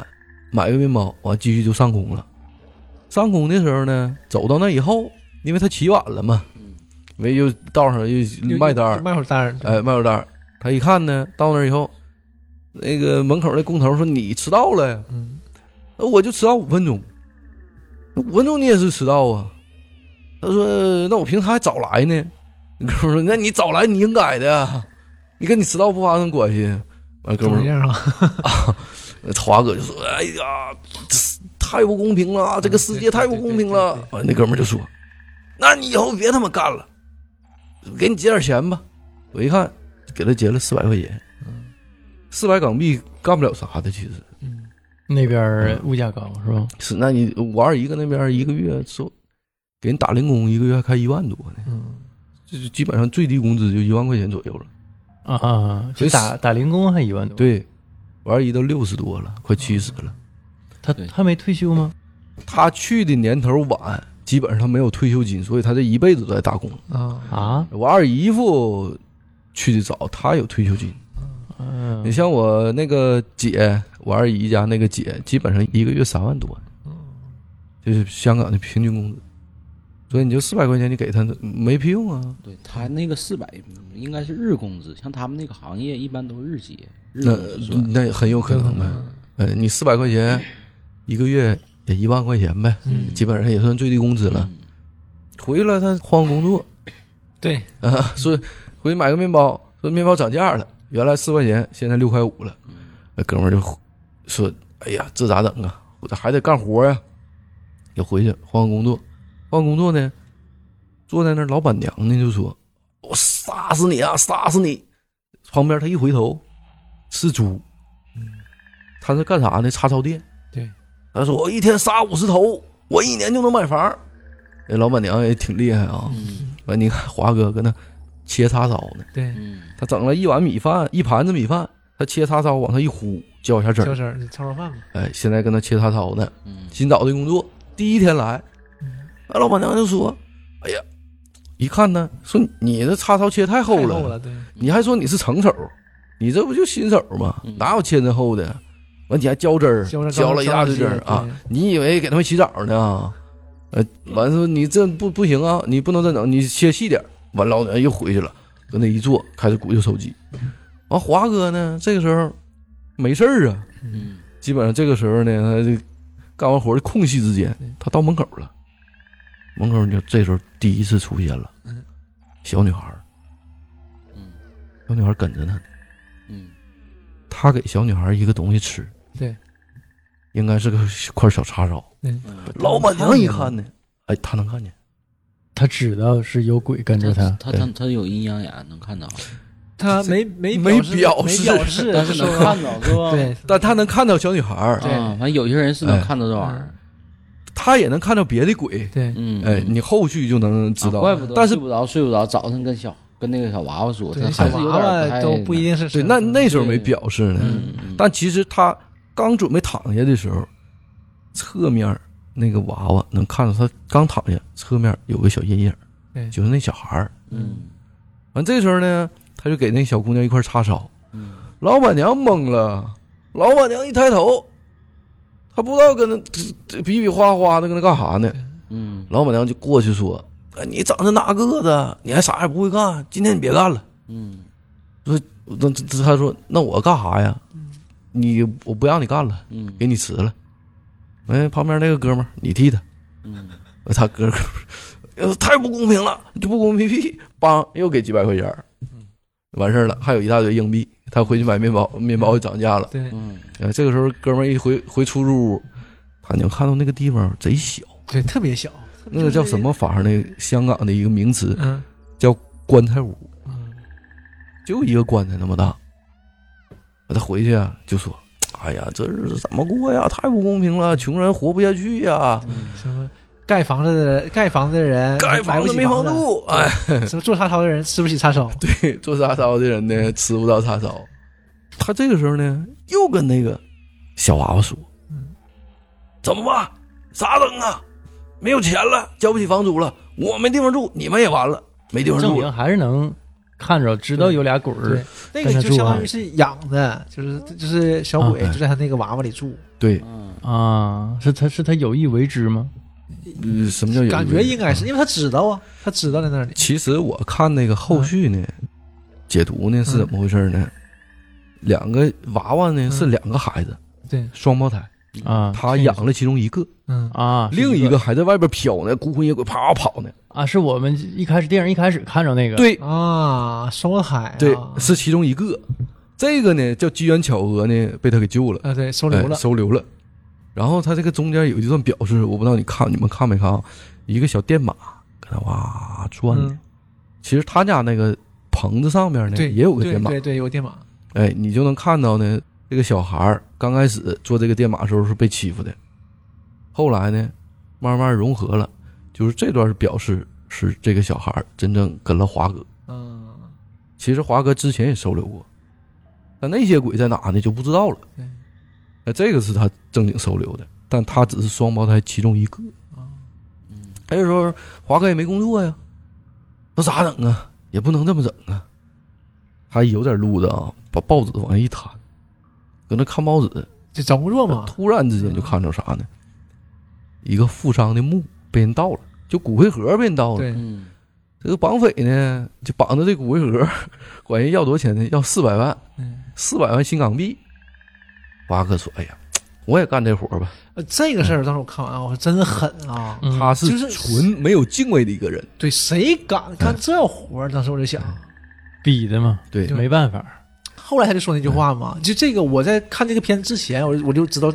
[SPEAKER 4] 买个面包，完、继续就上工了。上工的时候呢，走到那以后，因为他起晚了嘛，没又道上又
[SPEAKER 2] 又
[SPEAKER 4] 卖单儿，
[SPEAKER 2] 卖会儿单儿，对
[SPEAKER 4] 哎，卖会儿单儿。他一看呢，到那以后，那个门口那工头说：“你迟到了呀
[SPEAKER 2] 嗯，！”
[SPEAKER 4] 那我就迟到五分钟，那五分钟你也是迟到啊。他说：“那我平常还早来呢。”哥们儿说：“那你早来你应该的呀，你跟你迟到不发生关系。”完，哥
[SPEAKER 2] 怎
[SPEAKER 4] 们儿
[SPEAKER 2] 么样啊？
[SPEAKER 4] 华哥就说：“哎呀，这是太不公平了，这个世界太不公平了。”完，那哥们儿就说：“那你以后别他妈干了，给你结点钱吧。”我一看，给他结了四百块钱，四百港币干不了啥的，其实
[SPEAKER 1] 那边
[SPEAKER 4] 嗯
[SPEAKER 1] 儿物价高是吧？
[SPEAKER 4] 是。那你我二姨搁那边一个月说，给人打零工，一个月还开一万多呢，
[SPEAKER 2] 嗯，
[SPEAKER 4] 这就基本上最低工资就一万块钱左右了。
[SPEAKER 1] 啊啊，
[SPEAKER 4] 所以
[SPEAKER 1] 就打打零工啊还一万多，，
[SPEAKER 4] 对，我二姨都六十多了，快七十了。
[SPEAKER 1] 他
[SPEAKER 3] 对
[SPEAKER 1] 他没退休吗？
[SPEAKER 4] 他去的年头晚，基本上他没有退休金，所以他这一辈子都在打工。
[SPEAKER 2] 啊
[SPEAKER 1] 啊，
[SPEAKER 4] 我二姨夫去的早，他有退休金。
[SPEAKER 1] 嗯
[SPEAKER 4] 你像我那个姐，我二姨家那个姐，基本上一个月三万多，就是香港的平均工资。所以你就四百块钱，你给他没屁用啊。
[SPEAKER 3] 对他那个四百应该是日工资，像他们那个行业一般都日结，日
[SPEAKER 4] 那
[SPEAKER 3] 工资算。
[SPEAKER 4] 那很有可能呗。呃，你四百块钱一个月也一万块钱呗，
[SPEAKER 3] 嗯
[SPEAKER 4] 基本上也算最低工资了。
[SPEAKER 3] 嗯
[SPEAKER 4] 回来了他换工作
[SPEAKER 1] 对，
[SPEAKER 4] 啊，说回去买个面包，说面包涨价了，原来四块钱，现在六块五了。那哥们儿就说：“哎呀，这咋整啊？我这还得干活呀、也回去换工作，换工作呢，坐在那儿，老板娘呢就说：“我杀死你啊，杀死你！”旁边他一回头，是猪。他是干啥呢？叉烧店。
[SPEAKER 2] 对，
[SPEAKER 4] 他说：“我一天杀五十头，我一年就能买房。”那老板娘也挺厉害啊。完，你看华哥搁那切叉烧呢，
[SPEAKER 2] 对，
[SPEAKER 3] 嗯，
[SPEAKER 4] 他整了一碗米饭，一盘子米饭，他切叉烧往上一呼，浇一下汁
[SPEAKER 2] 小
[SPEAKER 4] 儿。
[SPEAKER 2] 婶儿，你炒炒饭吧。
[SPEAKER 4] 哎，现在跟他切叉烧呢。
[SPEAKER 3] 嗯
[SPEAKER 4] 新找的工作，第一天来，
[SPEAKER 2] 嗯
[SPEAKER 4] 那老板娘就说：“哎呀，一看呢，说你这叉烧切太厚
[SPEAKER 2] 太
[SPEAKER 4] 了，
[SPEAKER 2] 厚了，对，
[SPEAKER 4] 你还说你是成手，你这不就新手吗？
[SPEAKER 3] 嗯
[SPEAKER 4] 哪有切那厚的？完你还浇汁儿，
[SPEAKER 2] 浇汁儿
[SPEAKER 4] 浇了一大堆汁儿啊
[SPEAKER 2] 浇了一大堆！
[SPEAKER 4] 你以为给他们洗澡呢？呃，完说你这不不行啊，你不能这整，你切细点儿。完老娘又回去了，搁那一坐，开始鼓捣手机。完华哥呢，这个时候没事儿啊，
[SPEAKER 3] 嗯
[SPEAKER 4] 基本上这个时候呢，他就干完活的空隙之间，他到门口了。门口就这时候第一次出现了，小女孩儿，
[SPEAKER 3] 嗯
[SPEAKER 4] 小女孩儿跟着他呢。
[SPEAKER 3] 嗯
[SPEAKER 4] 他给小女孩儿一个东西吃，
[SPEAKER 2] 对，
[SPEAKER 4] 应该是个块小叉烧。
[SPEAKER 3] 嗯，
[SPEAKER 4] 老板娘一看呢，哎，她能看见，
[SPEAKER 1] 他知道是有鬼跟着
[SPEAKER 3] 他
[SPEAKER 1] 他，
[SPEAKER 3] 他他他有阴阳眼能看到，
[SPEAKER 2] 他没没
[SPEAKER 4] 没
[SPEAKER 2] 表
[SPEAKER 4] 表示
[SPEAKER 2] 没示，
[SPEAKER 3] 但是能
[SPEAKER 2] 说
[SPEAKER 3] 看到是 吧？
[SPEAKER 2] 对，
[SPEAKER 4] 但她能看到小女孩儿，
[SPEAKER 2] 对
[SPEAKER 3] 啊，反正有些人是能看到这
[SPEAKER 4] 哎
[SPEAKER 3] 玩意儿。
[SPEAKER 4] 她也能看到别的鬼。
[SPEAKER 2] 对，
[SPEAKER 3] 嗯，
[SPEAKER 4] 哎，你后续就能知
[SPEAKER 3] 啊
[SPEAKER 4] 道。
[SPEAKER 3] 怪不得，
[SPEAKER 4] 但
[SPEAKER 3] 睡
[SPEAKER 4] 是
[SPEAKER 3] 不着，睡不着，早上跟小跟那个小娃娃说，
[SPEAKER 4] 嗯
[SPEAKER 3] 他
[SPEAKER 2] 对，小
[SPEAKER 3] 还是有
[SPEAKER 2] 娃
[SPEAKER 3] 点不
[SPEAKER 2] 娃
[SPEAKER 3] 太
[SPEAKER 2] 都不一定是
[SPEAKER 4] 对，
[SPEAKER 2] 神
[SPEAKER 4] 那
[SPEAKER 2] 嗯
[SPEAKER 4] 那时候没表示呢。
[SPEAKER 3] 嗯嗯
[SPEAKER 4] 但其实他刚准备躺下的时候，侧面儿那个娃娃能看到他刚躺下，侧面有个小阴影
[SPEAKER 2] 对
[SPEAKER 4] 儿，就是那小孩儿。
[SPEAKER 3] 嗯
[SPEAKER 4] 完这时候呢，他就给那小姑娘一块叉烧，
[SPEAKER 3] 嗯
[SPEAKER 4] 老板娘懵了，老板娘一抬头，她不知道跟那这这比比划划的跟那干啥呢，
[SPEAKER 3] 嗯
[SPEAKER 4] 老板娘就过去说：“哎你长这那个的，你还啥也不会干，今天你别干了。”
[SPEAKER 3] 嗯
[SPEAKER 4] 那那他说：“那我干啥呀？你我不让你干了，
[SPEAKER 3] 嗯
[SPEAKER 4] 给你辞了。”哎，旁边那个哥们儿，你替他。哎
[SPEAKER 3] 嗯
[SPEAKER 4] 他哥哥，呃太不公平了，就不公平 屁！梆，又给几百块钱儿，完事儿了，还有一大堆硬币。他回去买面包，面包也涨价了。
[SPEAKER 2] 对
[SPEAKER 3] 嗯
[SPEAKER 4] 呃，这个时候哥们儿一回回出租屋，他能看到那个地方贼小，
[SPEAKER 2] 对特别小，
[SPEAKER 4] 嗯那个叫什么法儿呢？香港的一个名词
[SPEAKER 2] 嗯
[SPEAKER 4] 叫棺材屋。
[SPEAKER 2] 嗯，
[SPEAKER 4] 就一个棺材那么大。他回去啊，就说：“哎呀，这日子怎么过呀？太不公平了，穷人活不下去呀，
[SPEAKER 2] 什么盖房子的盖房子的人
[SPEAKER 4] 盖房子没
[SPEAKER 2] 房啊
[SPEAKER 4] 房住，哎，
[SPEAKER 2] 什么做叉烧的人吃不起叉烧，
[SPEAKER 4] 对，做叉烧的人呢吃不到叉烧。”他这个时候呢，又跟那个小娃娃说：“
[SPEAKER 2] 嗯
[SPEAKER 4] 怎么办？咋整啊？没有钱了，交不起房租了，我没地方住，你们也完了，没地方
[SPEAKER 1] 证
[SPEAKER 4] 住
[SPEAKER 1] 明
[SPEAKER 4] 了。
[SPEAKER 1] 还是能看着，知道有俩鬼
[SPEAKER 2] 对
[SPEAKER 1] 儿，，
[SPEAKER 2] 那个就相
[SPEAKER 4] 啊
[SPEAKER 2] 当于是养的，就是就是小鬼
[SPEAKER 4] 啊哎
[SPEAKER 2] 就在他那个娃娃里住，
[SPEAKER 4] 对，
[SPEAKER 3] 嗯
[SPEAKER 1] 啊，是他是他有意为之吗？
[SPEAKER 4] 呃什么叫有
[SPEAKER 2] 感
[SPEAKER 4] 一个
[SPEAKER 2] 觉应该是因为他知道啊，他知道在那里，
[SPEAKER 4] 其实我看那个
[SPEAKER 2] 嗯
[SPEAKER 4] 后续呢，解读呢是怎么回事呢？两个娃娃呢是两个孩子，
[SPEAKER 2] 嗯对，
[SPEAKER 4] 双胞胎，
[SPEAKER 1] 啊
[SPEAKER 4] 他养了其中一个，
[SPEAKER 2] 嗯
[SPEAKER 1] 啊，
[SPEAKER 4] 另
[SPEAKER 1] 一
[SPEAKER 4] 一个还在外边飘呢，孤魂野鬼啪跑呢。
[SPEAKER 1] 啊，是我们一开始电影一开始看着那个，
[SPEAKER 4] 对
[SPEAKER 2] 啊，双胞胎啊，
[SPEAKER 4] 对，是其中一个。这个呢叫机缘巧合呢，被他给救了，
[SPEAKER 2] 啊对，收留
[SPEAKER 4] 哎
[SPEAKER 2] 了，
[SPEAKER 4] 收留了。然后他这个中间有一段表示，我不知道你看你们看没看啊？一个小电马搁那哇转呢。
[SPEAKER 2] 嗯
[SPEAKER 4] 其实他家那个棚子上面呢
[SPEAKER 2] 对，
[SPEAKER 4] 也有个电马
[SPEAKER 2] 对，对对，有个电马，
[SPEAKER 4] 哎，你就能看到呢，这个小孩儿刚开始坐这个电马的时候是被欺负的，后来呢，慢慢融合了，就是这段表示是这个小孩儿真正跟了华哥。
[SPEAKER 2] 嗯，
[SPEAKER 4] 其实华哥之前也收留过，但那些鬼在哪呢就不知道了。
[SPEAKER 2] 对，
[SPEAKER 4] 那这个是他正经收留的，但他只是双胞胎其中一个。
[SPEAKER 2] 啊
[SPEAKER 4] 还有时候华哥也没工作呀，那咋整啊？也不能这么整啊。他有点路子啊，把报纸往下一摊，搁那看报纸，
[SPEAKER 2] 就找工作嘛，
[SPEAKER 4] 突然之间就看着啥呢？一个富商的墓被人盗了，就骨灰盒被人盗了。
[SPEAKER 2] 对，
[SPEAKER 3] 嗯，
[SPEAKER 4] 这个绑匪呢，就绑着这骨灰盒，管人要多少钱呢？要四百万，四百万新港币。华哥说：“哎呀，我也干这活吧。
[SPEAKER 2] 呃这个事儿当时我看完啊，我说真的狠啊，
[SPEAKER 1] 嗯
[SPEAKER 4] 他是
[SPEAKER 2] 就是
[SPEAKER 4] 纯没有敬畏的一个人，
[SPEAKER 2] 对，谁
[SPEAKER 4] 哎
[SPEAKER 2] 敢干这活儿？当时我就想，
[SPEAKER 1] 逼的嘛，
[SPEAKER 4] 对
[SPEAKER 1] 没办法，
[SPEAKER 2] 后来他就说那句话
[SPEAKER 4] 嗯
[SPEAKER 2] 嘛，就这个我在看这个片之前，我我就知道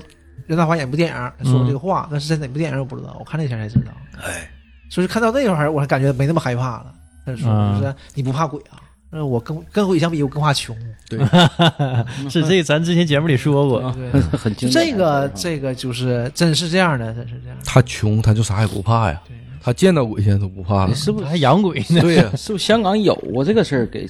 [SPEAKER 2] 任达华演部电影儿他说过这个话，但是在哪部电影儿我不知道，我看那前才知道。
[SPEAKER 4] 嗯哎，
[SPEAKER 2] 所以看到那会儿，我还感觉没那么害怕了。他就说：“
[SPEAKER 1] 嗯
[SPEAKER 2] 就是你不怕鬼啊？那我跟跟鬼相比，我更怕穷。啊
[SPEAKER 4] 对，
[SPEAKER 1] 是这咱之前节目里说过，
[SPEAKER 4] 啊
[SPEAKER 2] 对，
[SPEAKER 3] 很
[SPEAKER 2] 就
[SPEAKER 3] 精彩
[SPEAKER 2] 这个
[SPEAKER 3] 嗯
[SPEAKER 2] 这个就是真是这样的，真是这样的。
[SPEAKER 4] 他穷，他就啥也不怕呀。他见到鬼现在都不怕了。
[SPEAKER 3] 是不是
[SPEAKER 1] 还养鬼呢？
[SPEAKER 4] 对呀，
[SPEAKER 3] 是不是香港有过这个事儿？给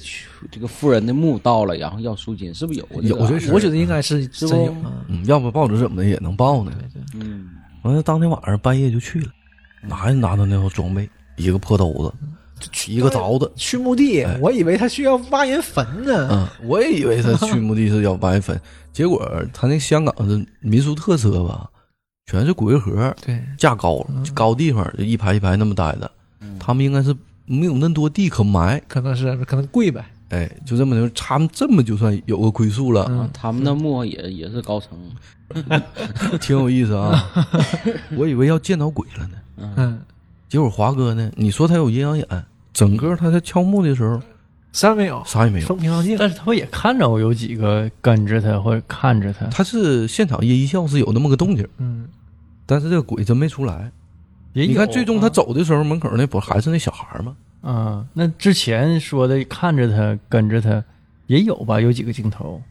[SPEAKER 3] 这个富人的墓盗了，然后要赎金，是不是有过这个啊
[SPEAKER 4] 有这事
[SPEAKER 2] 我觉得应该是真有
[SPEAKER 3] 是不
[SPEAKER 2] 啊，
[SPEAKER 4] 嗯，要不报纸怎么的也能报呢。
[SPEAKER 3] 嗯，
[SPEAKER 4] 完了，当天晚上半夜就去了，拿也拿到那套装备，一个破兜子，一个凿子。
[SPEAKER 2] 去墓地，我以为他需要挖人坟呢。
[SPEAKER 4] 哎嗯，我也以为他去墓地是要挖坟，结果他那香港的民俗特色吧，全是骨灰盒，
[SPEAKER 2] 对，
[SPEAKER 4] 架高了高地方就一排一排那么待着，他们应该是没有那么多地可埋，
[SPEAKER 2] 可能是可能贵呗。
[SPEAKER 4] 哎，就这么的，他们这么就算有个归宿了，
[SPEAKER 3] 啊他们的墓也也是高层，
[SPEAKER 4] 挺有意思啊。我以为要见到鬼了呢，
[SPEAKER 2] 嗯，
[SPEAKER 4] 结果华哥呢，你说他有阴阳眼，整个他在敲墓的时候
[SPEAKER 2] 啥也没有，
[SPEAKER 4] 啥也没有，
[SPEAKER 2] 风平浪静。
[SPEAKER 1] 但是他们也看着我有几个跟着他或者看着他，
[SPEAKER 4] 他是现场夜一笑是有那么个动静，
[SPEAKER 2] 嗯，
[SPEAKER 4] 但是这个鬼真没出来。
[SPEAKER 1] 也有啊
[SPEAKER 4] 你看最终他走的时候，门口那不还是那小孩吗？
[SPEAKER 1] 嗯，那之前说的看着他跟着他也有吧，有几个镜头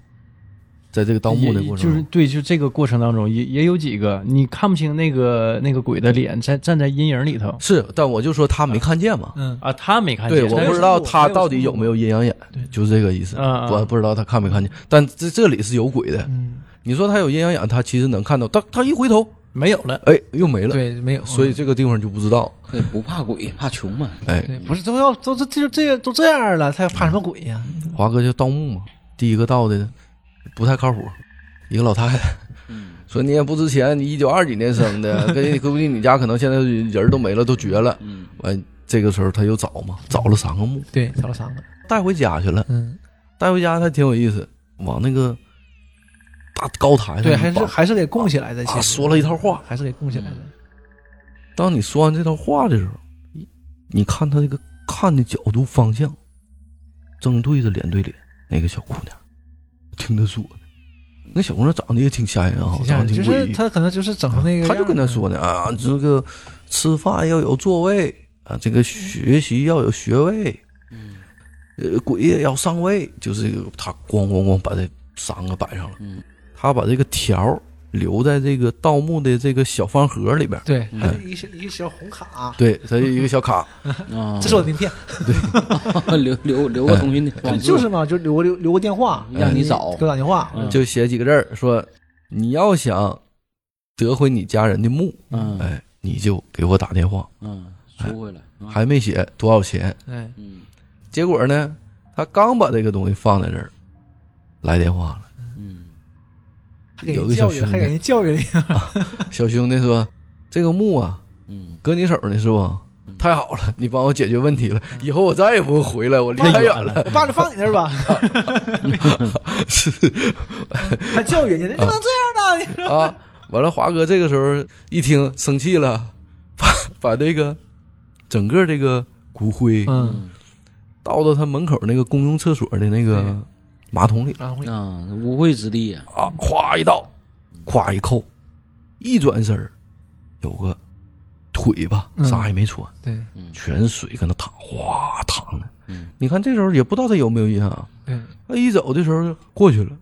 [SPEAKER 4] 在这个盗墓的过程中，
[SPEAKER 1] 就是对，就这个过程当中也也有几个你看不清那个那个鬼的脸，在站在阴影里头
[SPEAKER 4] 是，但我就说他没看见嘛。
[SPEAKER 2] 嗯，
[SPEAKER 1] 啊，他没看见，
[SPEAKER 4] 对，我
[SPEAKER 1] 但
[SPEAKER 4] 不
[SPEAKER 1] 是
[SPEAKER 4] 知道他到底有没有阴阳眼，就是这个意思。
[SPEAKER 1] 嗯嗯
[SPEAKER 4] 我不知道他看没看见，但这这里是有鬼
[SPEAKER 1] 嗯
[SPEAKER 4] 的。
[SPEAKER 2] 嗯
[SPEAKER 4] 你说他有阴阳眼，他其实能看到，但他一回头，
[SPEAKER 1] 没有了，
[SPEAKER 4] 哎，又没了。
[SPEAKER 2] 对，没有。嗯
[SPEAKER 4] 所以这个地方就不知道，
[SPEAKER 3] 对，不怕鬼，怕穷嘛。
[SPEAKER 1] 嗯
[SPEAKER 4] 哎，
[SPEAKER 2] 对，不是都要都这这这都这样了，他怕什么鬼呀？
[SPEAKER 4] 华哥就盗墓嘛，第一个盗的不太靠谱，一个老太 太。说你也不值钱，你一九二几年生的，跟估计你家可能现在人都没了，都绝了。
[SPEAKER 3] 嗯，
[SPEAKER 4] 完，哎这个时候他又找嘛，找了三个墓，
[SPEAKER 2] 对，找了三个。
[SPEAKER 4] 带回家去了。
[SPEAKER 2] 嗯，
[SPEAKER 4] 带回家他挺有意思，往那个大高台上
[SPEAKER 2] 对，
[SPEAKER 4] 一
[SPEAKER 2] 还是
[SPEAKER 4] 绑
[SPEAKER 2] 还是得供起来的。其
[SPEAKER 4] 嗯啊
[SPEAKER 2] 实
[SPEAKER 4] 说了一嗯套话，
[SPEAKER 2] 还是得供起来的。
[SPEAKER 4] 当你说完这套话的时候，你看他这个看的角度方向，正对着脸对脸那个小姑娘，听他说呢，那小姑娘长得也挺吓人啊，
[SPEAKER 2] 挺吓
[SPEAKER 4] 长得
[SPEAKER 2] 人就
[SPEAKER 4] 挺
[SPEAKER 2] 是
[SPEAKER 4] 诡异。
[SPEAKER 2] 他可能就是整成那个样儿，
[SPEAKER 4] 他就跟他说呢啊，这个吃饭要有座位啊，这个学习要有学位，
[SPEAKER 3] 嗯
[SPEAKER 4] 呃，鬼也要上位，就是这个他咣咣咣把这三个摆上了，
[SPEAKER 3] 嗯
[SPEAKER 4] 他把这个条儿留在这个盗墓的这个小方盒里边儿，
[SPEAKER 2] 对，他就一个小一个小红卡，啊
[SPEAKER 4] 对，他一个小卡，嗯
[SPEAKER 3] 啊
[SPEAKER 2] 这，是我的名片，
[SPEAKER 3] 留留留个通讯的网址，
[SPEAKER 2] 嗯就是嘛，就留留留个电话，
[SPEAKER 4] 嗯
[SPEAKER 3] 让你找
[SPEAKER 2] 给我打电话，
[SPEAKER 3] 嗯
[SPEAKER 4] 就写几个字儿说，你要想得回你家人的墓，
[SPEAKER 3] 嗯
[SPEAKER 4] 哎，你就给我打电话，
[SPEAKER 3] 嗯，赎回来，啊
[SPEAKER 4] 还没写多少钱。
[SPEAKER 2] 哎，
[SPEAKER 3] 嗯
[SPEAKER 4] 结果呢，他刚把这个东西放在这儿，来电话了。
[SPEAKER 3] 嗯
[SPEAKER 2] 还给
[SPEAKER 4] 有
[SPEAKER 2] 人
[SPEAKER 4] 个小
[SPEAKER 2] 教育，
[SPEAKER 4] 兄弟
[SPEAKER 2] 还给人 教育了一下，
[SPEAKER 4] 小兄弟说：“这个墓啊，
[SPEAKER 3] 嗯，
[SPEAKER 4] 搁你手呢是不？太好了，你帮我解决问题了，以后我再也不会回来，我离太远了。
[SPEAKER 2] 我爸就放你那儿吧，
[SPEAKER 4] 是
[SPEAKER 2] 还教
[SPEAKER 4] 嗯
[SPEAKER 2] 育人家，你不能这样的，你说
[SPEAKER 4] 啊，完了，华哥这个时候一听生气了，把把这个整个这个骨灰
[SPEAKER 2] 嗯，
[SPEAKER 4] 倒到他门口那个公用厕所的那个马桶里
[SPEAKER 2] 然后
[SPEAKER 3] 啊，无秽之地呀，
[SPEAKER 4] 啊，咵一倒，咵一扣，一转身儿有个腿吧，
[SPEAKER 2] 嗯
[SPEAKER 4] 啥也没穿，
[SPEAKER 2] 对
[SPEAKER 4] 全水搁那淌，哗淌的
[SPEAKER 3] 嗯。
[SPEAKER 4] 你看这时候也不知道他有没有印象啊，
[SPEAKER 2] 对，
[SPEAKER 4] 他一走的时候就过去了，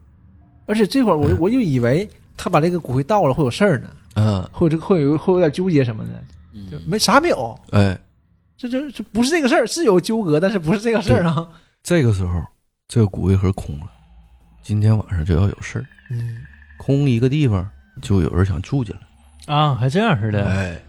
[SPEAKER 2] 而且这会儿我我就以为他把这个骨灰倒了会有事儿呢，
[SPEAKER 4] 嗯，
[SPEAKER 2] 会有这会有会有点纠结什么的，
[SPEAKER 3] 嗯
[SPEAKER 2] 就没啥没有，
[SPEAKER 4] 哎，
[SPEAKER 2] 这这这不是这个事儿，是有纠葛，但是不是这个事儿啊，
[SPEAKER 4] 这个时候这个骨灰盒空了，今天晚上就要有事儿，
[SPEAKER 2] 嗯，
[SPEAKER 4] 空一个地方就有人想住进来，
[SPEAKER 1] 啊，还这样似的，
[SPEAKER 4] 哎，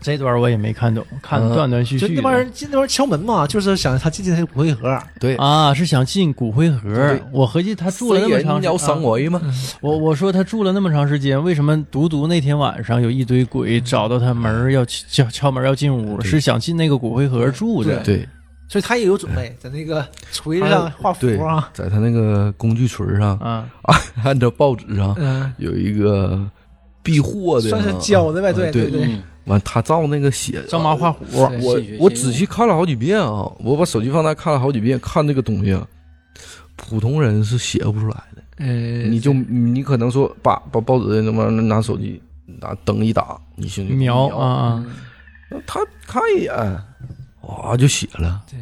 [SPEAKER 1] 这段我也没看懂，看
[SPEAKER 4] 嗯
[SPEAKER 1] 断断续
[SPEAKER 2] 就
[SPEAKER 1] 续的。
[SPEAKER 2] 那帮人进那帮人敲门嘛，就是想他进进他的骨灰盒，
[SPEAKER 4] 对，
[SPEAKER 1] 啊，是想进骨灰盒
[SPEAKER 4] 对。
[SPEAKER 1] 我合计他住了那么长时
[SPEAKER 4] 要
[SPEAKER 1] 间啊
[SPEAKER 4] 伤，我嘛，
[SPEAKER 1] 我我说他住了那么长时间，为什么独独那天晚上有一堆鬼找到他门儿要敲敲门儿要进屋，是想进那个骨灰盒住的。
[SPEAKER 4] 对
[SPEAKER 2] 所以他也有准备，在那个锤
[SPEAKER 4] 他
[SPEAKER 2] 上画符
[SPEAKER 4] 对
[SPEAKER 2] 啊，，
[SPEAKER 4] 在他那个工具锤上，
[SPEAKER 1] 啊，
[SPEAKER 4] 按照报纸上
[SPEAKER 2] 嗯，
[SPEAKER 4] 有一个避祸的，
[SPEAKER 2] 呃算是教的呗，
[SPEAKER 4] 啊
[SPEAKER 2] 对
[SPEAKER 4] 对
[SPEAKER 2] 对，
[SPEAKER 3] 嗯
[SPEAKER 4] 完他照那个啊写
[SPEAKER 1] 张麻画虎，
[SPEAKER 3] 对
[SPEAKER 4] 我
[SPEAKER 3] 戏剧
[SPEAKER 4] 我
[SPEAKER 3] 性
[SPEAKER 4] 仔细看了好几遍啊，我把手机放大看了好几遍，看这个东西啊，普通人是写不出来的。
[SPEAKER 2] 嗯，
[SPEAKER 4] 你就你可能说把把报纸那玩意儿拿手机拿灯一打，你兄弟
[SPEAKER 1] 苗啊，啊，
[SPEAKER 4] 他看一眼，哇就写了。
[SPEAKER 2] 对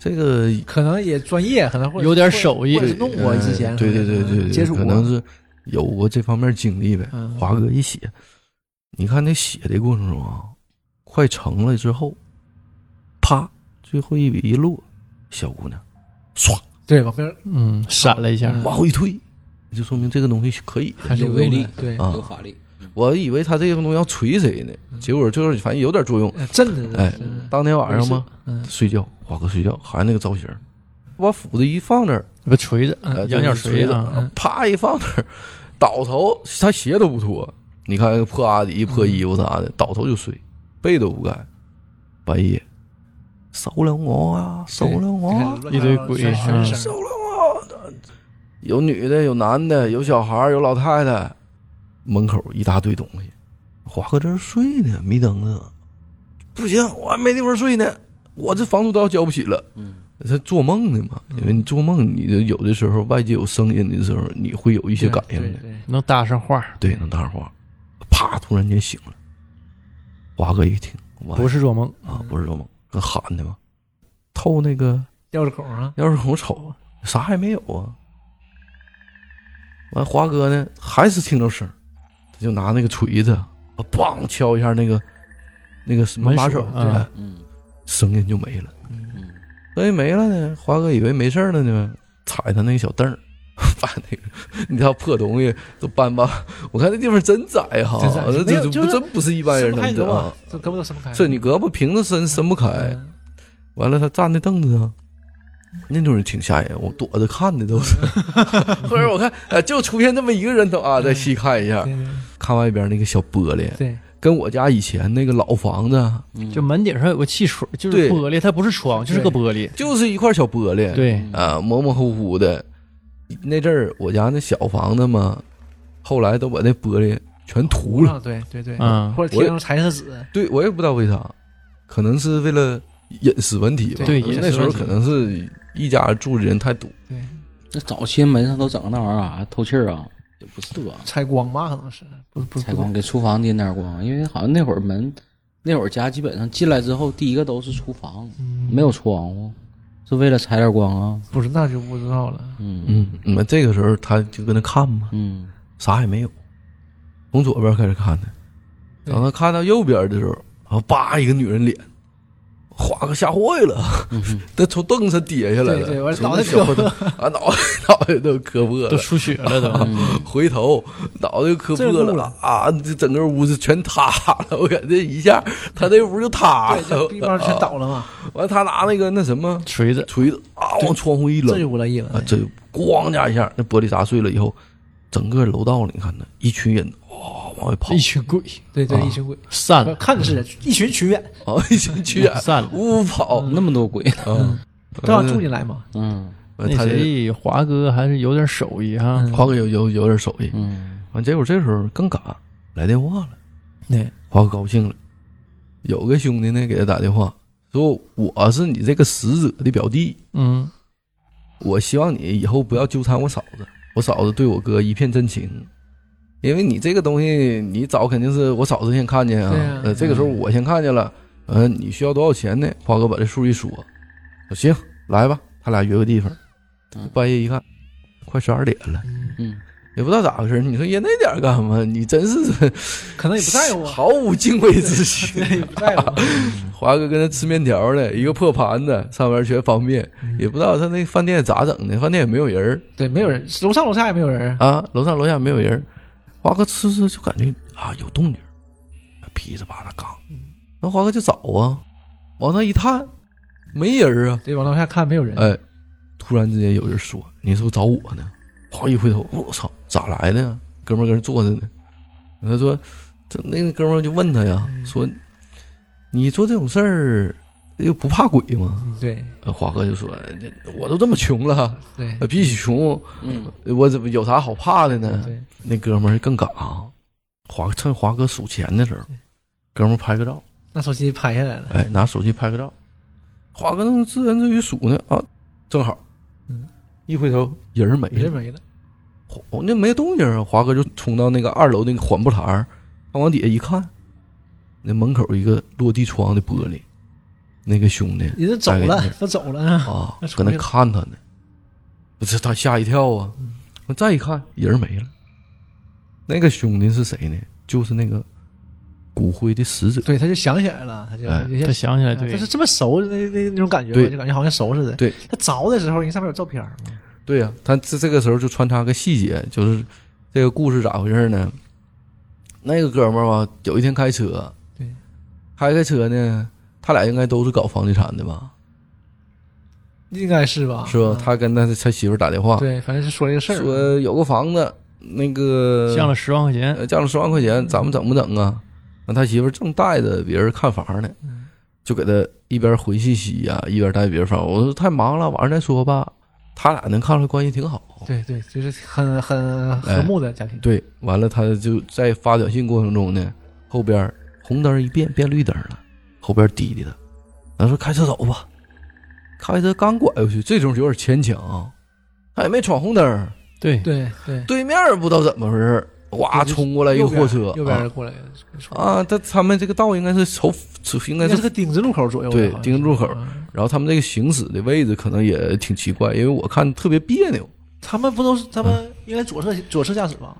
[SPEAKER 4] 这个
[SPEAKER 2] 可能也专业，可能会
[SPEAKER 1] 有点手艺
[SPEAKER 2] 或者是弄过之前，
[SPEAKER 4] 呃对对对对，对
[SPEAKER 2] 接触
[SPEAKER 4] 可
[SPEAKER 2] 过，
[SPEAKER 4] 能是有过这方面经历呗。
[SPEAKER 2] 嗯
[SPEAKER 4] 华哥一写，你看那写的过程中啊，快成了之后，啪，最后一笔一落，小姑娘唰
[SPEAKER 2] 对往边儿
[SPEAKER 1] 嗯，闪了一下。
[SPEAKER 4] 往后一推，就说明这个东西可以
[SPEAKER 2] 还是有
[SPEAKER 3] 有威
[SPEAKER 2] 用的
[SPEAKER 3] 力
[SPEAKER 2] 对，
[SPEAKER 4] 啊
[SPEAKER 3] 有。法力，
[SPEAKER 4] 我以为他这个东西要锤谁呢，结果就是反正有点作用。
[SPEAKER 2] 呃震着的，
[SPEAKER 4] 哎
[SPEAKER 2] 嗯，
[SPEAKER 4] 当天晚上嘛，
[SPEAKER 2] 嗯
[SPEAKER 4] 睡觉，华哥睡觉还那个造型，把斧子一放那儿，
[SPEAKER 1] 不锤子，
[SPEAKER 4] 呃
[SPEAKER 1] 羊角锤
[SPEAKER 4] 子
[SPEAKER 1] 啊，
[SPEAKER 4] 啊啪一放那儿，倒头，他鞋都不脱，你看破阿迪、破衣服啥的，倒头就睡，被都不盖，半夜，收了我啊，收了我啊、
[SPEAKER 1] 一堆啊鬼
[SPEAKER 2] 全是
[SPEAKER 4] 收
[SPEAKER 2] 声儿，
[SPEAKER 4] 了我，啊有女的，有男的，有小孩儿，有老太太，门口一大堆东西。华哥这儿睡呢，迷瞪呢，不行，我还没地方睡呢，我这房租都要交不起了。
[SPEAKER 3] 嗯，
[SPEAKER 4] 他做梦呢嘛，因为你做梦，你就有的时候外界有声音的时候，你会有一些感应的，
[SPEAKER 2] 对
[SPEAKER 1] 能搭上画，
[SPEAKER 4] 对，能搭话，啪，突然间醒了。华哥一听，完
[SPEAKER 1] 不是做梦。
[SPEAKER 4] 啊，不是做梦，这喊的嘛，透那个
[SPEAKER 2] 吊着孔啊，
[SPEAKER 4] 要是我瞅，啥也没有啊。完，华哥呢还是听着声儿，他就拿那个锤子，啊梆敲一下那个那个门把手，
[SPEAKER 1] 门锁啊
[SPEAKER 4] 哎
[SPEAKER 3] 嗯
[SPEAKER 4] 声音就没了。
[SPEAKER 3] 嗯，
[SPEAKER 4] 声音没了呢，华哥以为没事儿了呢，踩他那个小凳儿，把那个你知道破东西都搬吧。我看那地方真窄哈，
[SPEAKER 2] 真窄
[SPEAKER 4] 这
[SPEAKER 2] 没有
[SPEAKER 4] 这
[SPEAKER 2] 就
[SPEAKER 4] 不
[SPEAKER 2] 是
[SPEAKER 4] 真不是一般人
[SPEAKER 2] 伸不开
[SPEAKER 4] 能整
[SPEAKER 2] 胳
[SPEAKER 4] 啊
[SPEAKER 2] 膊。，这胳膊都伸不开，
[SPEAKER 4] 这你胳膊平着伸伸不开，
[SPEAKER 2] 嗯
[SPEAKER 4] 完了，他站那凳子上，那种人挺吓人，我躲着看的都 是。后来我看，呃，就出现那么一个人头啊，再细看一下，
[SPEAKER 2] 对
[SPEAKER 4] 看外边那个小玻璃，
[SPEAKER 2] 嗯对
[SPEAKER 4] 跟我家以前那个老房子啊
[SPEAKER 3] 嗯
[SPEAKER 1] 就门顶上有个汽水，就是
[SPEAKER 4] 对
[SPEAKER 1] 玻璃，它不是窗，就是个玻璃。
[SPEAKER 4] 就是一块小玻璃，，
[SPEAKER 1] 对，
[SPEAKER 2] 嗯
[SPEAKER 3] 嗯
[SPEAKER 4] 啊，模模糊糊的。那阵儿我家那小房子嘛，后来都把那玻璃全涂
[SPEAKER 2] 对，
[SPEAKER 4] 了。
[SPEAKER 2] 啊对对对，
[SPEAKER 1] 嗯
[SPEAKER 2] 或者贴上彩色纸，
[SPEAKER 4] 对我也不知道为啥，可能是为了隐私问题吧。
[SPEAKER 1] 对隐私
[SPEAKER 4] 那时候
[SPEAKER 1] 问题
[SPEAKER 4] 可能是一家住的人太多，
[SPEAKER 2] 对，
[SPEAKER 3] 那早期门上都整个那玩意儿啊，还透气儿啊，也不是吧？
[SPEAKER 2] 采光吧，可能是不不
[SPEAKER 3] 采
[SPEAKER 2] 不
[SPEAKER 3] 光给厨房添点光，因为好像那会儿门，那会儿家基本上进来之后，第一个都是厨房，没有窗户，是为了采点光啊。
[SPEAKER 2] 嗯不是那就不知道了，
[SPEAKER 3] 嗯
[SPEAKER 4] 嗯，那这个时候他就搁那看嘛，
[SPEAKER 3] 嗯
[SPEAKER 4] 啥也没有，从左边开始看的，
[SPEAKER 2] 对
[SPEAKER 4] 等他看到右边的时候，然后叭一个女人脸，哗个吓坏了，
[SPEAKER 3] 嗯
[SPEAKER 4] 那从凳子上跌下来了，
[SPEAKER 2] 对对完了
[SPEAKER 4] 从
[SPEAKER 2] 脑袋
[SPEAKER 4] 小
[SPEAKER 2] 磕破
[SPEAKER 4] 啊脑袋 脑袋都磕破了。
[SPEAKER 1] 都出血了
[SPEAKER 4] 嗯
[SPEAKER 1] 都。
[SPEAKER 3] 嗯
[SPEAKER 4] 回头脑袋就磕破
[SPEAKER 2] 这路
[SPEAKER 4] 了
[SPEAKER 2] 了
[SPEAKER 4] 啊！这整个屋子全塌了， 我感觉一下他那屋就塌
[SPEAKER 2] 对，就
[SPEAKER 4] 了。
[SPEAKER 2] 地方全倒了嘛，
[SPEAKER 4] 完了，他拿那个那什么
[SPEAKER 1] 锤子，
[SPEAKER 4] 锤子啊，往窗户一
[SPEAKER 2] 这就
[SPEAKER 4] 扔，
[SPEAKER 2] 不乐意了
[SPEAKER 4] 啊，，这就咣家一下，那玻璃砸碎了以后，整个楼道里你看那一群人哇往外跑
[SPEAKER 1] 一，群鬼
[SPEAKER 2] 对对
[SPEAKER 4] 啊，嗯
[SPEAKER 2] 一群鬼，
[SPEAKER 1] 散
[SPEAKER 2] 不
[SPEAKER 1] 了，
[SPEAKER 2] 看着是一群群员，
[SPEAKER 4] 啊，一群群 演
[SPEAKER 1] 散了。
[SPEAKER 4] 呜呜跑
[SPEAKER 3] 嗯，，那么多鬼，
[SPEAKER 4] 啊，
[SPEAKER 2] 都想住进来嘛，
[SPEAKER 3] 嗯
[SPEAKER 4] 完
[SPEAKER 1] 那
[SPEAKER 4] 哎他这
[SPEAKER 1] 谁，华哥还是有点手艺哈。
[SPEAKER 4] 华哥有有有点手艺，
[SPEAKER 3] 嗯
[SPEAKER 4] 完结果这时候更赶，来电话了，
[SPEAKER 2] 对，
[SPEAKER 4] 华哥高兴了，有个兄弟呢给他打电话说我是你这个死者的表弟，
[SPEAKER 1] 嗯，
[SPEAKER 4] 我希望你以后不要纠缠我嫂子，我嫂子对我哥一片真情，因为你这个东西，你找肯定是我嫂子先看见啊，
[SPEAKER 2] 对啊
[SPEAKER 4] 呃，这个时候我先看见了，呃，你需要多少钱呢？花哥把这数一说，说行，来吧，他俩约个地方
[SPEAKER 3] 嗯，
[SPEAKER 4] 半夜一看，快十二点了，
[SPEAKER 3] 嗯，
[SPEAKER 4] 也不知道咋回事，你说约那点儿干嘛？你真是
[SPEAKER 2] 可能也不在乎啊，
[SPEAKER 4] 毫无敬畏之心。
[SPEAKER 2] 也不在乎啊，
[SPEAKER 4] 华哥跟他吃面条呢，一个破盘子，上面全方便，也不知道他那饭店咋整的，饭店也没有人儿。
[SPEAKER 2] 对，没有人，楼上楼下也没有人，
[SPEAKER 4] 啊，楼上楼下没有人儿，华哥吃吃就感觉啊有动静儿，噼里啪啦刚，那华哥就找啊，往那一探，没人啊，
[SPEAKER 2] 得往楼下看，没有人。
[SPEAKER 4] 哎，突然之间有人说：“你是不是找我呢？”哗一回头，我操，咋来的呀？哥们儿搁那坐着呢。他说：“这那个哥们儿就问他呀，说你做这种事儿又不怕鬼吗
[SPEAKER 2] 嗯对？”
[SPEAKER 4] 呃华哥就说：“这我都这么穷了，
[SPEAKER 2] 对
[SPEAKER 4] 比起穷，
[SPEAKER 3] 嗯，
[SPEAKER 4] 我怎么有啥好怕的呢？”
[SPEAKER 2] 对，
[SPEAKER 4] 那哥们儿更敢啊，华趁华哥数钱的时候，哥们儿拍个照，
[SPEAKER 2] 那手机拍下来了，
[SPEAKER 4] 哎，拿手机拍个照。华哥正自言自语数呢啊，正好，
[SPEAKER 2] 嗯
[SPEAKER 4] 一回头人儿没
[SPEAKER 2] 人
[SPEAKER 4] 了，
[SPEAKER 2] 没了。
[SPEAKER 4] 哦那没动静啊。华哥就冲到那个二楼那个缓步台儿，他往底下一看，那门口一个落地窗的玻璃，那个兄弟
[SPEAKER 2] 人都走
[SPEAKER 4] 大概
[SPEAKER 2] 了
[SPEAKER 4] 是，
[SPEAKER 2] 都走了啊！
[SPEAKER 4] 啊
[SPEAKER 2] 那出
[SPEAKER 4] 搁那
[SPEAKER 2] 去了
[SPEAKER 4] 看他呢，不是他吓一跳啊。
[SPEAKER 2] 嗯
[SPEAKER 4] 我再一看人儿没了，那个兄弟是谁呢？就是那个骨灰的使者。
[SPEAKER 2] 对，他就想起来了，他就
[SPEAKER 4] 哎
[SPEAKER 2] 有些
[SPEAKER 1] 他想起来，对
[SPEAKER 2] 就，呃是这么熟，那那那种感觉吧，
[SPEAKER 4] 对
[SPEAKER 2] 就感觉好像熟似的。
[SPEAKER 4] 对，
[SPEAKER 2] 他凿的时候，人上面有照片吗？
[SPEAKER 4] 对呀、他这这个时候就穿插个细节，就是这个故事咋回事呢？那个哥们儿吧，有一天开车，
[SPEAKER 2] 对，
[SPEAKER 4] 开开车呢，他俩应该都是搞房地产的吧？
[SPEAKER 2] 应该是吧？
[SPEAKER 4] 是吧？
[SPEAKER 2] 嗯
[SPEAKER 4] 他跟他他媳妇儿打电话，
[SPEAKER 2] 对，反正是说这个事儿。啊
[SPEAKER 4] 说有个房子，那个
[SPEAKER 1] 降了十万块钱，
[SPEAKER 4] 呃降了十万块钱，咱们整不整啊？那他媳妇儿正带着别人看房呢，
[SPEAKER 2] 嗯
[SPEAKER 4] 就给他一边回信息呀、一边带别人房。我说太忙了，晚上再说吧。他俩能看出来关系挺好。
[SPEAKER 2] 对对，就是很很和睦的家庭。
[SPEAKER 4] 哎对，完了，他就在发短信过程中呢，后边儿红灯一变变绿灯了，后边儿滴滴他，他说开车走吧，开车刚拐过去，这种有点牵强啊，他也没闯红灯儿，
[SPEAKER 1] 对，
[SPEAKER 2] 对对，
[SPEAKER 4] 对面儿不知道怎么回事儿，哇，
[SPEAKER 2] 对
[SPEAKER 4] 冲过来一个
[SPEAKER 2] 右边
[SPEAKER 4] 货车，啊
[SPEAKER 2] 右边过来的说
[SPEAKER 4] 啊，啊他他们这个道应该是从应该
[SPEAKER 2] 应该
[SPEAKER 4] 是
[SPEAKER 2] 是个丁字路口左右吧。
[SPEAKER 4] 对
[SPEAKER 2] 好像
[SPEAKER 4] 丁字路口
[SPEAKER 2] 嗯
[SPEAKER 4] 然后他们这个行驶的位置可能也挺奇怪，因为我看特别别扭，
[SPEAKER 2] 他们不都是他
[SPEAKER 4] 嗯
[SPEAKER 2] 们应该左侧左侧驾驶吧？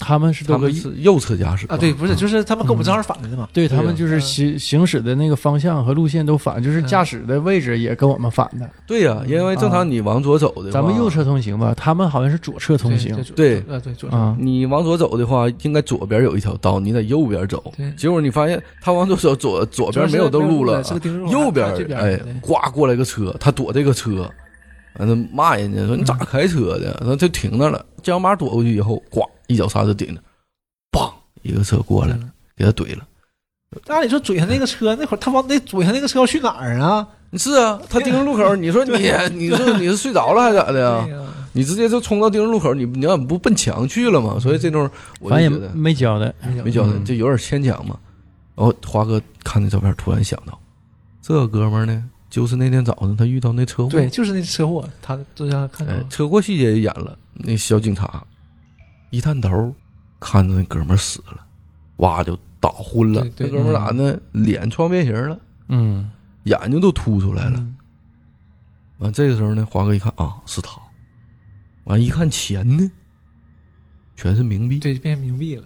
[SPEAKER 1] 他们是
[SPEAKER 4] 他
[SPEAKER 1] 都个
[SPEAKER 4] 们是嗯右侧驾驶
[SPEAKER 2] 啊，对，不是，就是他们跟我们正好反着的嘛。
[SPEAKER 1] 对他
[SPEAKER 4] 对
[SPEAKER 1] 们
[SPEAKER 4] 啊嗯
[SPEAKER 1] 就是行行驶的那个方向和路线都反，就是驾驶的位置也跟我们反的。
[SPEAKER 4] 对呀、因为正
[SPEAKER 1] 啊
[SPEAKER 4] 常你往左走的话，
[SPEAKER 1] 咱们右侧通行吧，他们好像是左侧通行
[SPEAKER 4] 对
[SPEAKER 2] 啊对左侧。
[SPEAKER 1] 啊。
[SPEAKER 4] 你往左走的话，应该左边有一条道，你在右边走
[SPEAKER 2] 对。
[SPEAKER 4] 结果你发现他往左走，左左边没
[SPEAKER 2] 边
[SPEAKER 4] 有道路了
[SPEAKER 2] 是个丁字路，口
[SPEAKER 4] 右边
[SPEAKER 2] 啊这边
[SPEAKER 4] 哎
[SPEAKER 2] 对，
[SPEAKER 4] 呱过来个车，他躲这个车，完了骂人家说你咋开车的？然后就停那了，将马躲过去以后，呱一脚刹车顶着，梆一个车过来
[SPEAKER 2] 嗯
[SPEAKER 4] 了，给他怼了。
[SPEAKER 2] 按理说嘴上那个车，那会儿他往那嘴上那个车要去哪儿啊？
[SPEAKER 4] 是啊，他盯着路口，你说你你是你是睡着了还是咋的呀
[SPEAKER 2] 对？啊呀，
[SPEAKER 4] 你直接就冲到盯着路口，你你要不奔墙去了吗？所以这种我
[SPEAKER 1] 反
[SPEAKER 4] 就
[SPEAKER 1] 正
[SPEAKER 4] 觉
[SPEAKER 1] 也
[SPEAKER 4] 得
[SPEAKER 1] 没交代，
[SPEAKER 4] 没交代，
[SPEAKER 1] 嗯
[SPEAKER 4] 就有点牵强嘛。然后华哥看那照片，突然想到，这哥们儿呢，就是那天早上他遇到那车祸，
[SPEAKER 2] 对，就是那车祸，他就像看到
[SPEAKER 4] 哎，车祸细节也演了。那小警察一探头，看着那哥们儿死了，哇就打昏了。
[SPEAKER 2] 对
[SPEAKER 4] 那
[SPEAKER 2] 对
[SPEAKER 4] 哥们儿咋呢？脸撞变形了，
[SPEAKER 1] 嗯，
[SPEAKER 4] 眼睛都凸出来了。
[SPEAKER 2] 嗯
[SPEAKER 4] 完这个时候呢，华哥一看啊，是他。完一看钱呢，全是冥币。
[SPEAKER 2] 对变成冥币了。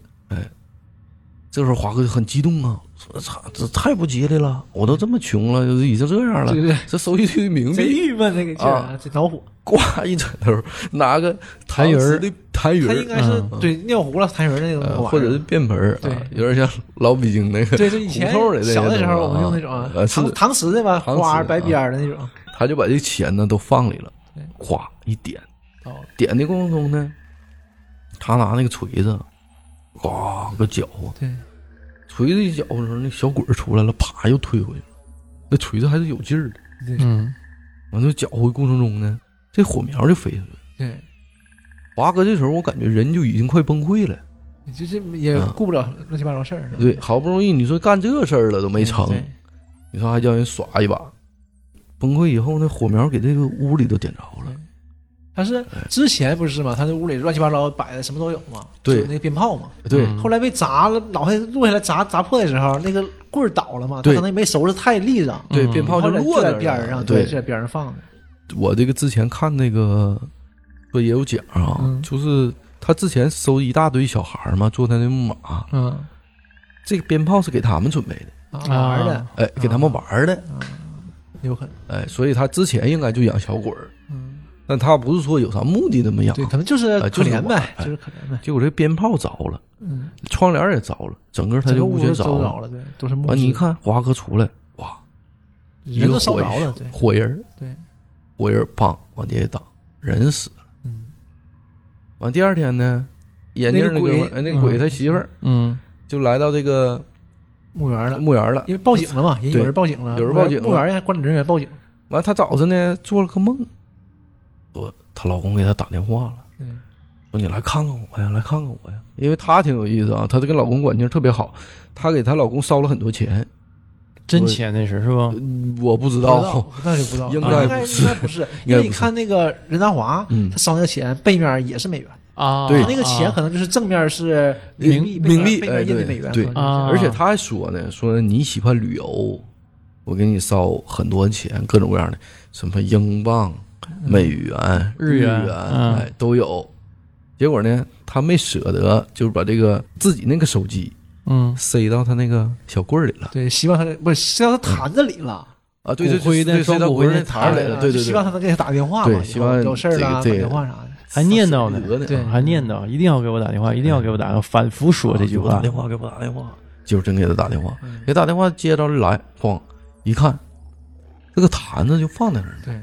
[SPEAKER 4] 这时候华哥就很激动啊，说：“操，这太不吉利了！我都这么穷了，就已经这样了
[SPEAKER 2] 对，对，
[SPEAKER 4] 这收一堆冥
[SPEAKER 2] 贼
[SPEAKER 4] 币，哦
[SPEAKER 2] 郁闷那个劲儿，这恼火。
[SPEAKER 4] 呱一转头拿个搪瓷的痰盂
[SPEAKER 2] 他应
[SPEAKER 4] 儿，啊
[SPEAKER 2] 该是
[SPEAKER 1] 嗯
[SPEAKER 2] 对尿壶了，痰盂那
[SPEAKER 4] 呃
[SPEAKER 2] 个玩意儿
[SPEAKER 4] 或者是便盆儿，
[SPEAKER 2] 对
[SPEAKER 4] 啊有点像老北京那个
[SPEAKER 2] 对，就以前
[SPEAKER 4] 胡同儿里那
[SPEAKER 2] 小的时候，
[SPEAKER 4] 种啊
[SPEAKER 2] 我们用那种
[SPEAKER 4] 呃
[SPEAKER 2] 啊
[SPEAKER 4] 是
[SPEAKER 2] 搪搪瓷的吧，
[SPEAKER 4] 搪瓷
[SPEAKER 2] 花儿
[SPEAKER 4] 啊
[SPEAKER 2] 白边儿的那种，
[SPEAKER 4] 他就把这钱呢都放里了
[SPEAKER 2] 对，
[SPEAKER 4] 咵一点
[SPEAKER 2] 哦，
[SPEAKER 4] 点的过程中呢，他拿那个锤子，呱个搅和，
[SPEAKER 2] 对，
[SPEAKER 4] 锤子一搅和的时候，那小鬼儿出来了，啪又推回去了，那锤子还是有劲儿的。”
[SPEAKER 1] 嗯，
[SPEAKER 4] 完就搅和过程中呢，这火苗就飞出去了。
[SPEAKER 2] 对，
[SPEAKER 4] 华哥这时候我感觉人就已经快崩溃了。
[SPEAKER 2] 你就是也
[SPEAKER 4] 啊
[SPEAKER 2] 顾不了乱七八糟事儿，是吧
[SPEAKER 4] 对，好不容易你说干这事儿了都没成，
[SPEAKER 2] 对
[SPEAKER 4] 你说还叫人耍一把，崩溃以后那火苗给这个屋里都点着了。
[SPEAKER 2] 他是
[SPEAKER 4] 哎
[SPEAKER 2] 之前不是嘛，他这屋里乱七八糟摆的什么都有嘛，
[SPEAKER 4] 对
[SPEAKER 2] 就有那个鞭炮嘛。
[SPEAKER 4] 对，
[SPEAKER 1] 嗯
[SPEAKER 2] 后来被砸了，脑袋落下来砸砸破的时候，那个棍儿倒了嘛，他
[SPEAKER 4] 对
[SPEAKER 2] 可能也没收拾太利索，
[SPEAKER 4] 对，
[SPEAKER 1] 嗯
[SPEAKER 4] 鞭炮
[SPEAKER 2] 然
[SPEAKER 4] 就
[SPEAKER 2] 后在
[SPEAKER 4] 落那
[SPEAKER 2] 就在
[SPEAKER 4] 儿
[SPEAKER 2] 边儿
[SPEAKER 4] 了
[SPEAKER 2] 上，
[SPEAKER 4] 对
[SPEAKER 2] 就，在边儿上放的，
[SPEAKER 4] 我这个之前看那个说也有讲啊，
[SPEAKER 2] 嗯
[SPEAKER 4] 就是他之前收一大堆小孩儿嘛，坐他那木马，
[SPEAKER 2] 嗯，
[SPEAKER 4] 这个鞭炮是给他们准备的，
[SPEAKER 2] 啊玩儿的
[SPEAKER 1] 啊
[SPEAKER 4] 哎，给他们玩儿的，
[SPEAKER 2] 有可能，
[SPEAKER 4] 哎，所以他之前应该就养小鬼儿。
[SPEAKER 2] 嗯，
[SPEAKER 4] 那但他不是说有啥目的那么样
[SPEAKER 2] 对，，可能就是
[SPEAKER 4] 呃
[SPEAKER 2] 可
[SPEAKER 4] 就是
[SPEAKER 2] 怜
[SPEAKER 4] 我
[SPEAKER 2] 呗，
[SPEAKER 4] 哎
[SPEAKER 2] 就是可怜呗。
[SPEAKER 4] 结果这鞭炮着了，
[SPEAKER 2] 嗯，
[SPEAKER 4] 窗帘也着了，整个他
[SPEAKER 2] 整
[SPEAKER 4] 就
[SPEAKER 2] 个
[SPEAKER 4] 屋
[SPEAKER 2] 屋
[SPEAKER 4] 全
[SPEAKER 2] 子都着
[SPEAKER 4] 了。
[SPEAKER 2] 了，对，都是木
[SPEAKER 4] 完，
[SPEAKER 2] 质
[SPEAKER 4] 啊你一看华哥出来，哇，
[SPEAKER 2] 人
[SPEAKER 4] 一
[SPEAKER 2] 都
[SPEAKER 4] 个
[SPEAKER 2] 烧
[SPEAKER 4] 火
[SPEAKER 2] 着
[SPEAKER 4] 焰
[SPEAKER 2] 了，对，
[SPEAKER 4] 火人儿
[SPEAKER 2] 对，
[SPEAKER 4] 火人儿砰往底下挡，人死了。
[SPEAKER 2] 嗯，
[SPEAKER 4] 完第二天呢，眼镜儿
[SPEAKER 2] 那个
[SPEAKER 4] 哥们
[SPEAKER 2] 鬼
[SPEAKER 4] 儿，哎那个鬼
[SPEAKER 1] 嗯
[SPEAKER 4] 他媳妇儿
[SPEAKER 1] 嗯
[SPEAKER 4] 就来到这个
[SPEAKER 2] 墓园了，
[SPEAKER 4] 墓园了。
[SPEAKER 2] 因为报警了嘛，也
[SPEAKER 4] 对
[SPEAKER 2] 有人报警了，
[SPEAKER 4] 有人报警了
[SPEAKER 2] 墓园儿管理人员报警，
[SPEAKER 4] 完，她早晨呢做了个梦，说她老公给她打电话了，
[SPEAKER 2] 嗯
[SPEAKER 4] 说你来看看我呀，来看看我呀。因为她挺有意思啊，她这跟老公感情特别好，她给她老公烧了很多钱，
[SPEAKER 1] 真钱那是是吧？
[SPEAKER 4] 嗯我不知
[SPEAKER 2] 不知
[SPEAKER 4] 道
[SPEAKER 2] 道，，那就不知道了，
[SPEAKER 4] 应该
[SPEAKER 2] 该
[SPEAKER 4] 不
[SPEAKER 2] 应该不是，
[SPEAKER 4] 应该
[SPEAKER 2] 因为
[SPEAKER 4] 不
[SPEAKER 2] 你
[SPEAKER 4] 是
[SPEAKER 2] 看那个任达华
[SPEAKER 4] 嗯，
[SPEAKER 2] 他烧那个钱背面也是美元，
[SPEAKER 1] 啊，
[SPEAKER 4] 对
[SPEAKER 2] 他那个钱可能就是正面是
[SPEAKER 4] 冥
[SPEAKER 2] 币，
[SPEAKER 4] 冥
[SPEAKER 2] 冥
[SPEAKER 4] 币
[SPEAKER 2] 背
[SPEAKER 4] 哎
[SPEAKER 2] 面印
[SPEAKER 4] 对
[SPEAKER 2] 的美元，
[SPEAKER 4] 对
[SPEAKER 2] 可能
[SPEAKER 1] 啊
[SPEAKER 4] 而且她还说呢，说你喜欢旅游，我给你烧很多钱，各种各样的，什么英镑、美元、
[SPEAKER 1] 日元
[SPEAKER 4] 嗯元，
[SPEAKER 1] 嗯
[SPEAKER 4] 哎，都有。结果呢，她没舍得，就是把这个自己那个手机
[SPEAKER 1] 嗯
[SPEAKER 4] 塞到她那个小柜儿里了。
[SPEAKER 2] 对，希望他不是希望他坛子里了。
[SPEAKER 4] 啊，对对，
[SPEAKER 1] 骨
[SPEAKER 4] 对
[SPEAKER 1] 灰的
[SPEAKER 4] 对，
[SPEAKER 1] 装
[SPEAKER 4] 塞到
[SPEAKER 1] 骨
[SPEAKER 4] 骨
[SPEAKER 1] 灰
[SPEAKER 4] 灰啊那
[SPEAKER 1] 那
[SPEAKER 4] 坛儿
[SPEAKER 1] 坛
[SPEAKER 4] 里
[SPEAKER 1] 儿
[SPEAKER 4] 了，
[SPEAKER 1] 里
[SPEAKER 4] 对对
[SPEAKER 2] 希望
[SPEAKER 4] 对，
[SPEAKER 2] 他能给他打电话嘛，
[SPEAKER 4] 对
[SPEAKER 2] 以后
[SPEAKER 4] 希望
[SPEAKER 2] 有事儿啦打
[SPEAKER 4] 这个
[SPEAKER 2] 电话啥的。
[SPEAKER 1] 还念叨呢
[SPEAKER 4] 得呢啊
[SPEAKER 2] 对
[SPEAKER 1] 还念叨，一定要给我打电话，一定要给我打电话，反复说这句
[SPEAKER 4] 啊给我打
[SPEAKER 1] 话
[SPEAKER 4] 电话，给我打电话，结果真给他打电话，给打电话接着来，哐一看，这个坛子就放在那儿呢。
[SPEAKER 2] 对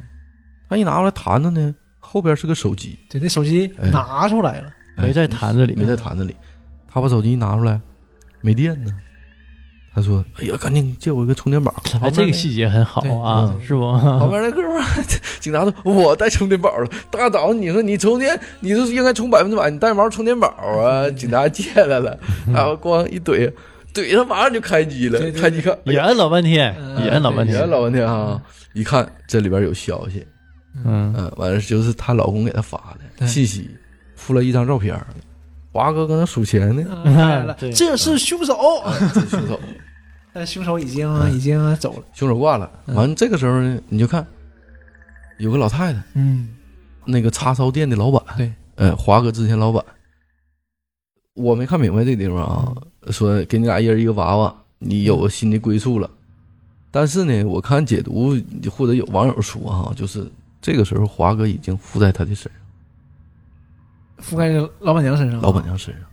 [SPEAKER 4] 他一拿过来坛子呢，后边是个手机，
[SPEAKER 2] 对，那手机
[SPEAKER 4] 哎
[SPEAKER 2] 拿出来了，
[SPEAKER 1] 没在坛子里
[SPEAKER 4] 没
[SPEAKER 1] 面
[SPEAKER 4] 在坛子里。他把手机一拿出来，没电呢。他说：“哎呀，赶紧借我一个充电宝。”
[SPEAKER 1] 哎，
[SPEAKER 4] 旁边
[SPEAKER 1] 这个
[SPEAKER 4] 那
[SPEAKER 1] 细节很好啊，是不？
[SPEAKER 4] 旁边那哥们儿， 警察说：“我带充电宝了。”大早上你说你充电，你是应该充百分之百，你带毛充电宝啊？警察借来 了，然后咣一怼，怼他马上就开机了
[SPEAKER 2] 对，对
[SPEAKER 4] 开机看，哎
[SPEAKER 1] 也
[SPEAKER 4] 呀
[SPEAKER 1] 摁老半天，也摁老半
[SPEAKER 4] 也
[SPEAKER 1] 天，
[SPEAKER 4] 嗯老半天啊！一看这里边有消息，
[SPEAKER 1] 嗯，
[SPEAKER 4] 嗯，完了就是她老公给她发的
[SPEAKER 2] 对
[SPEAKER 4] 信息，附了一张照片儿，华哥搁那数钱 呢，
[SPEAKER 2] 拿出来了
[SPEAKER 1] 对，
[SPEAKER 2] 这是凶手，
[SPEAKER 4] 这凶手
[SPEAKER 2] 但是凶手已经已经走了。
[SPEAKER 4] 凶手挂了。完这个时候呢，你就看有个老太太，
[SPEAKER 2] 嗯，
[SPEAKER 4] 那个叉烧店的老板，
[SPEAKER 2] 对，
[SPEAKER 4] 呃，华哥之前老板，我没看明白这地方啊，说给你俩一人一个娃娃，你有个新的归宿了。但是呢，我看解读或者有网友说哈、就是这个时候华哥已经附在他的身上，
[SPEAKER 2] 覆盖在老板娘身上。
[SPEAKER 4] 老板，娘身上。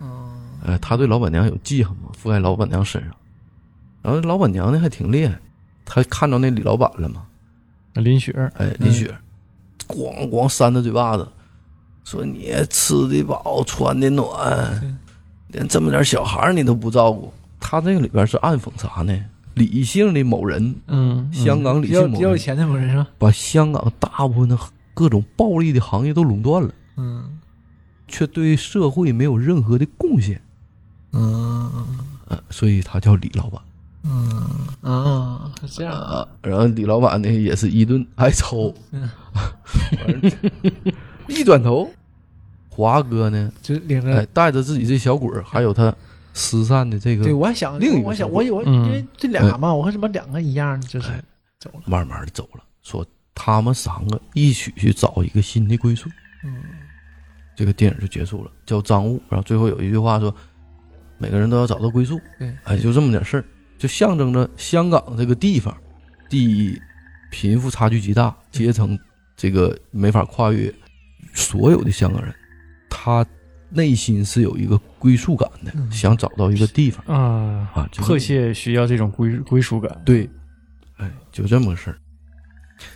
[SPEAKER 2] 嗯，
[SPEAKER 4] 哎，他对老板娘有记恨嘛，附在老板娘身上。然后老板娘呢还挺厉害，她看着那李老板了嘛，
[SPEAKER 1] 林雪儿
[SPEAKER 4] 哎，李雪，咣咣扇他嘴巴子，说你吃的饱，穿的暖，连这么点小孩儿你都不照顾。他这个里边是暗讽啥呢？理性的某人，
[SPEAKER 1] 嗯，
[SPEAKER 4] 香港理
[SPEAKER 2] 比较
[SPEAKER 4] 性
[SPEAKER 2] 比
[SPEAKER 4] 某
[SPEAKER 2] 较有
[SPEAKER 4] 人，
[SPEAKER 2] 钱的不是是吧？
[SPEAKER 4] 把香港大部分的各种暴利的行业都垄断了，
[SPEAKER 2] 嗯
[SPEAKER 4] 却对社会没有任何的贡献，
[SPEAKER 2] 嗯
[SPEAKER 4] 呃，所以他叫李老板。
[SPEAKER 2] 嗯啊，是这样。
[SPEAKER 4] 啊，然后李老板呢也是一顿挨抽，
[SPEAKER 2] 嗯，
[SPEAKER 4] 完了一转头，华哥呢，
[SPEAKER 2] 就领
[SPEAKER 4] 哎
[SPEAKER 2] 着。，
[SPEAKER 4] 带着自己这小鬼儿，还有他失散的这
[SPEAKER 2] 对，
[SPEAKER 4] 个，
[SPEAKER 2] 我还想
[SPEAKER 4] 另一个
[SPEAKER 2] 我
[SPEAKER 4] 小
[SPEAKER 2] 想我有，
[SPEAKER 1] 嗯
[SPEAKER 2] 因为这俩嘛，我说怎么两个一样，就是
[SPEAKER 4] 哎
[SPEAKER 2] 走了。
[SPEAKER 4] 慢慢的走了，说他们三个一起去找一个新的归宿。
[SPEAKER 2] 嗯，
[SPEAKER 4] 这个电影就结束了，叫赃物。然后最后有一句话说，每个人都要找到归宿
[SPEAKER 2] 对。
[SPEAKER 4] 哎，就这么点事儿，就象征着香港这个地方，第一，贫富差距极大，阶层这个没法跨越，所有的香港人，他内心是有一个归属感的，
[SPEAKER 2] 嗯
[SPEAKER 4] 想找到一个地方
[SPEAKER 1] 啊，
[SPEAKER 4] 啊，就这么
[SPEAKER 1] 迫。切需要这种归归属感。
[SPEAKER 4] 对，哎，就这么个事儿。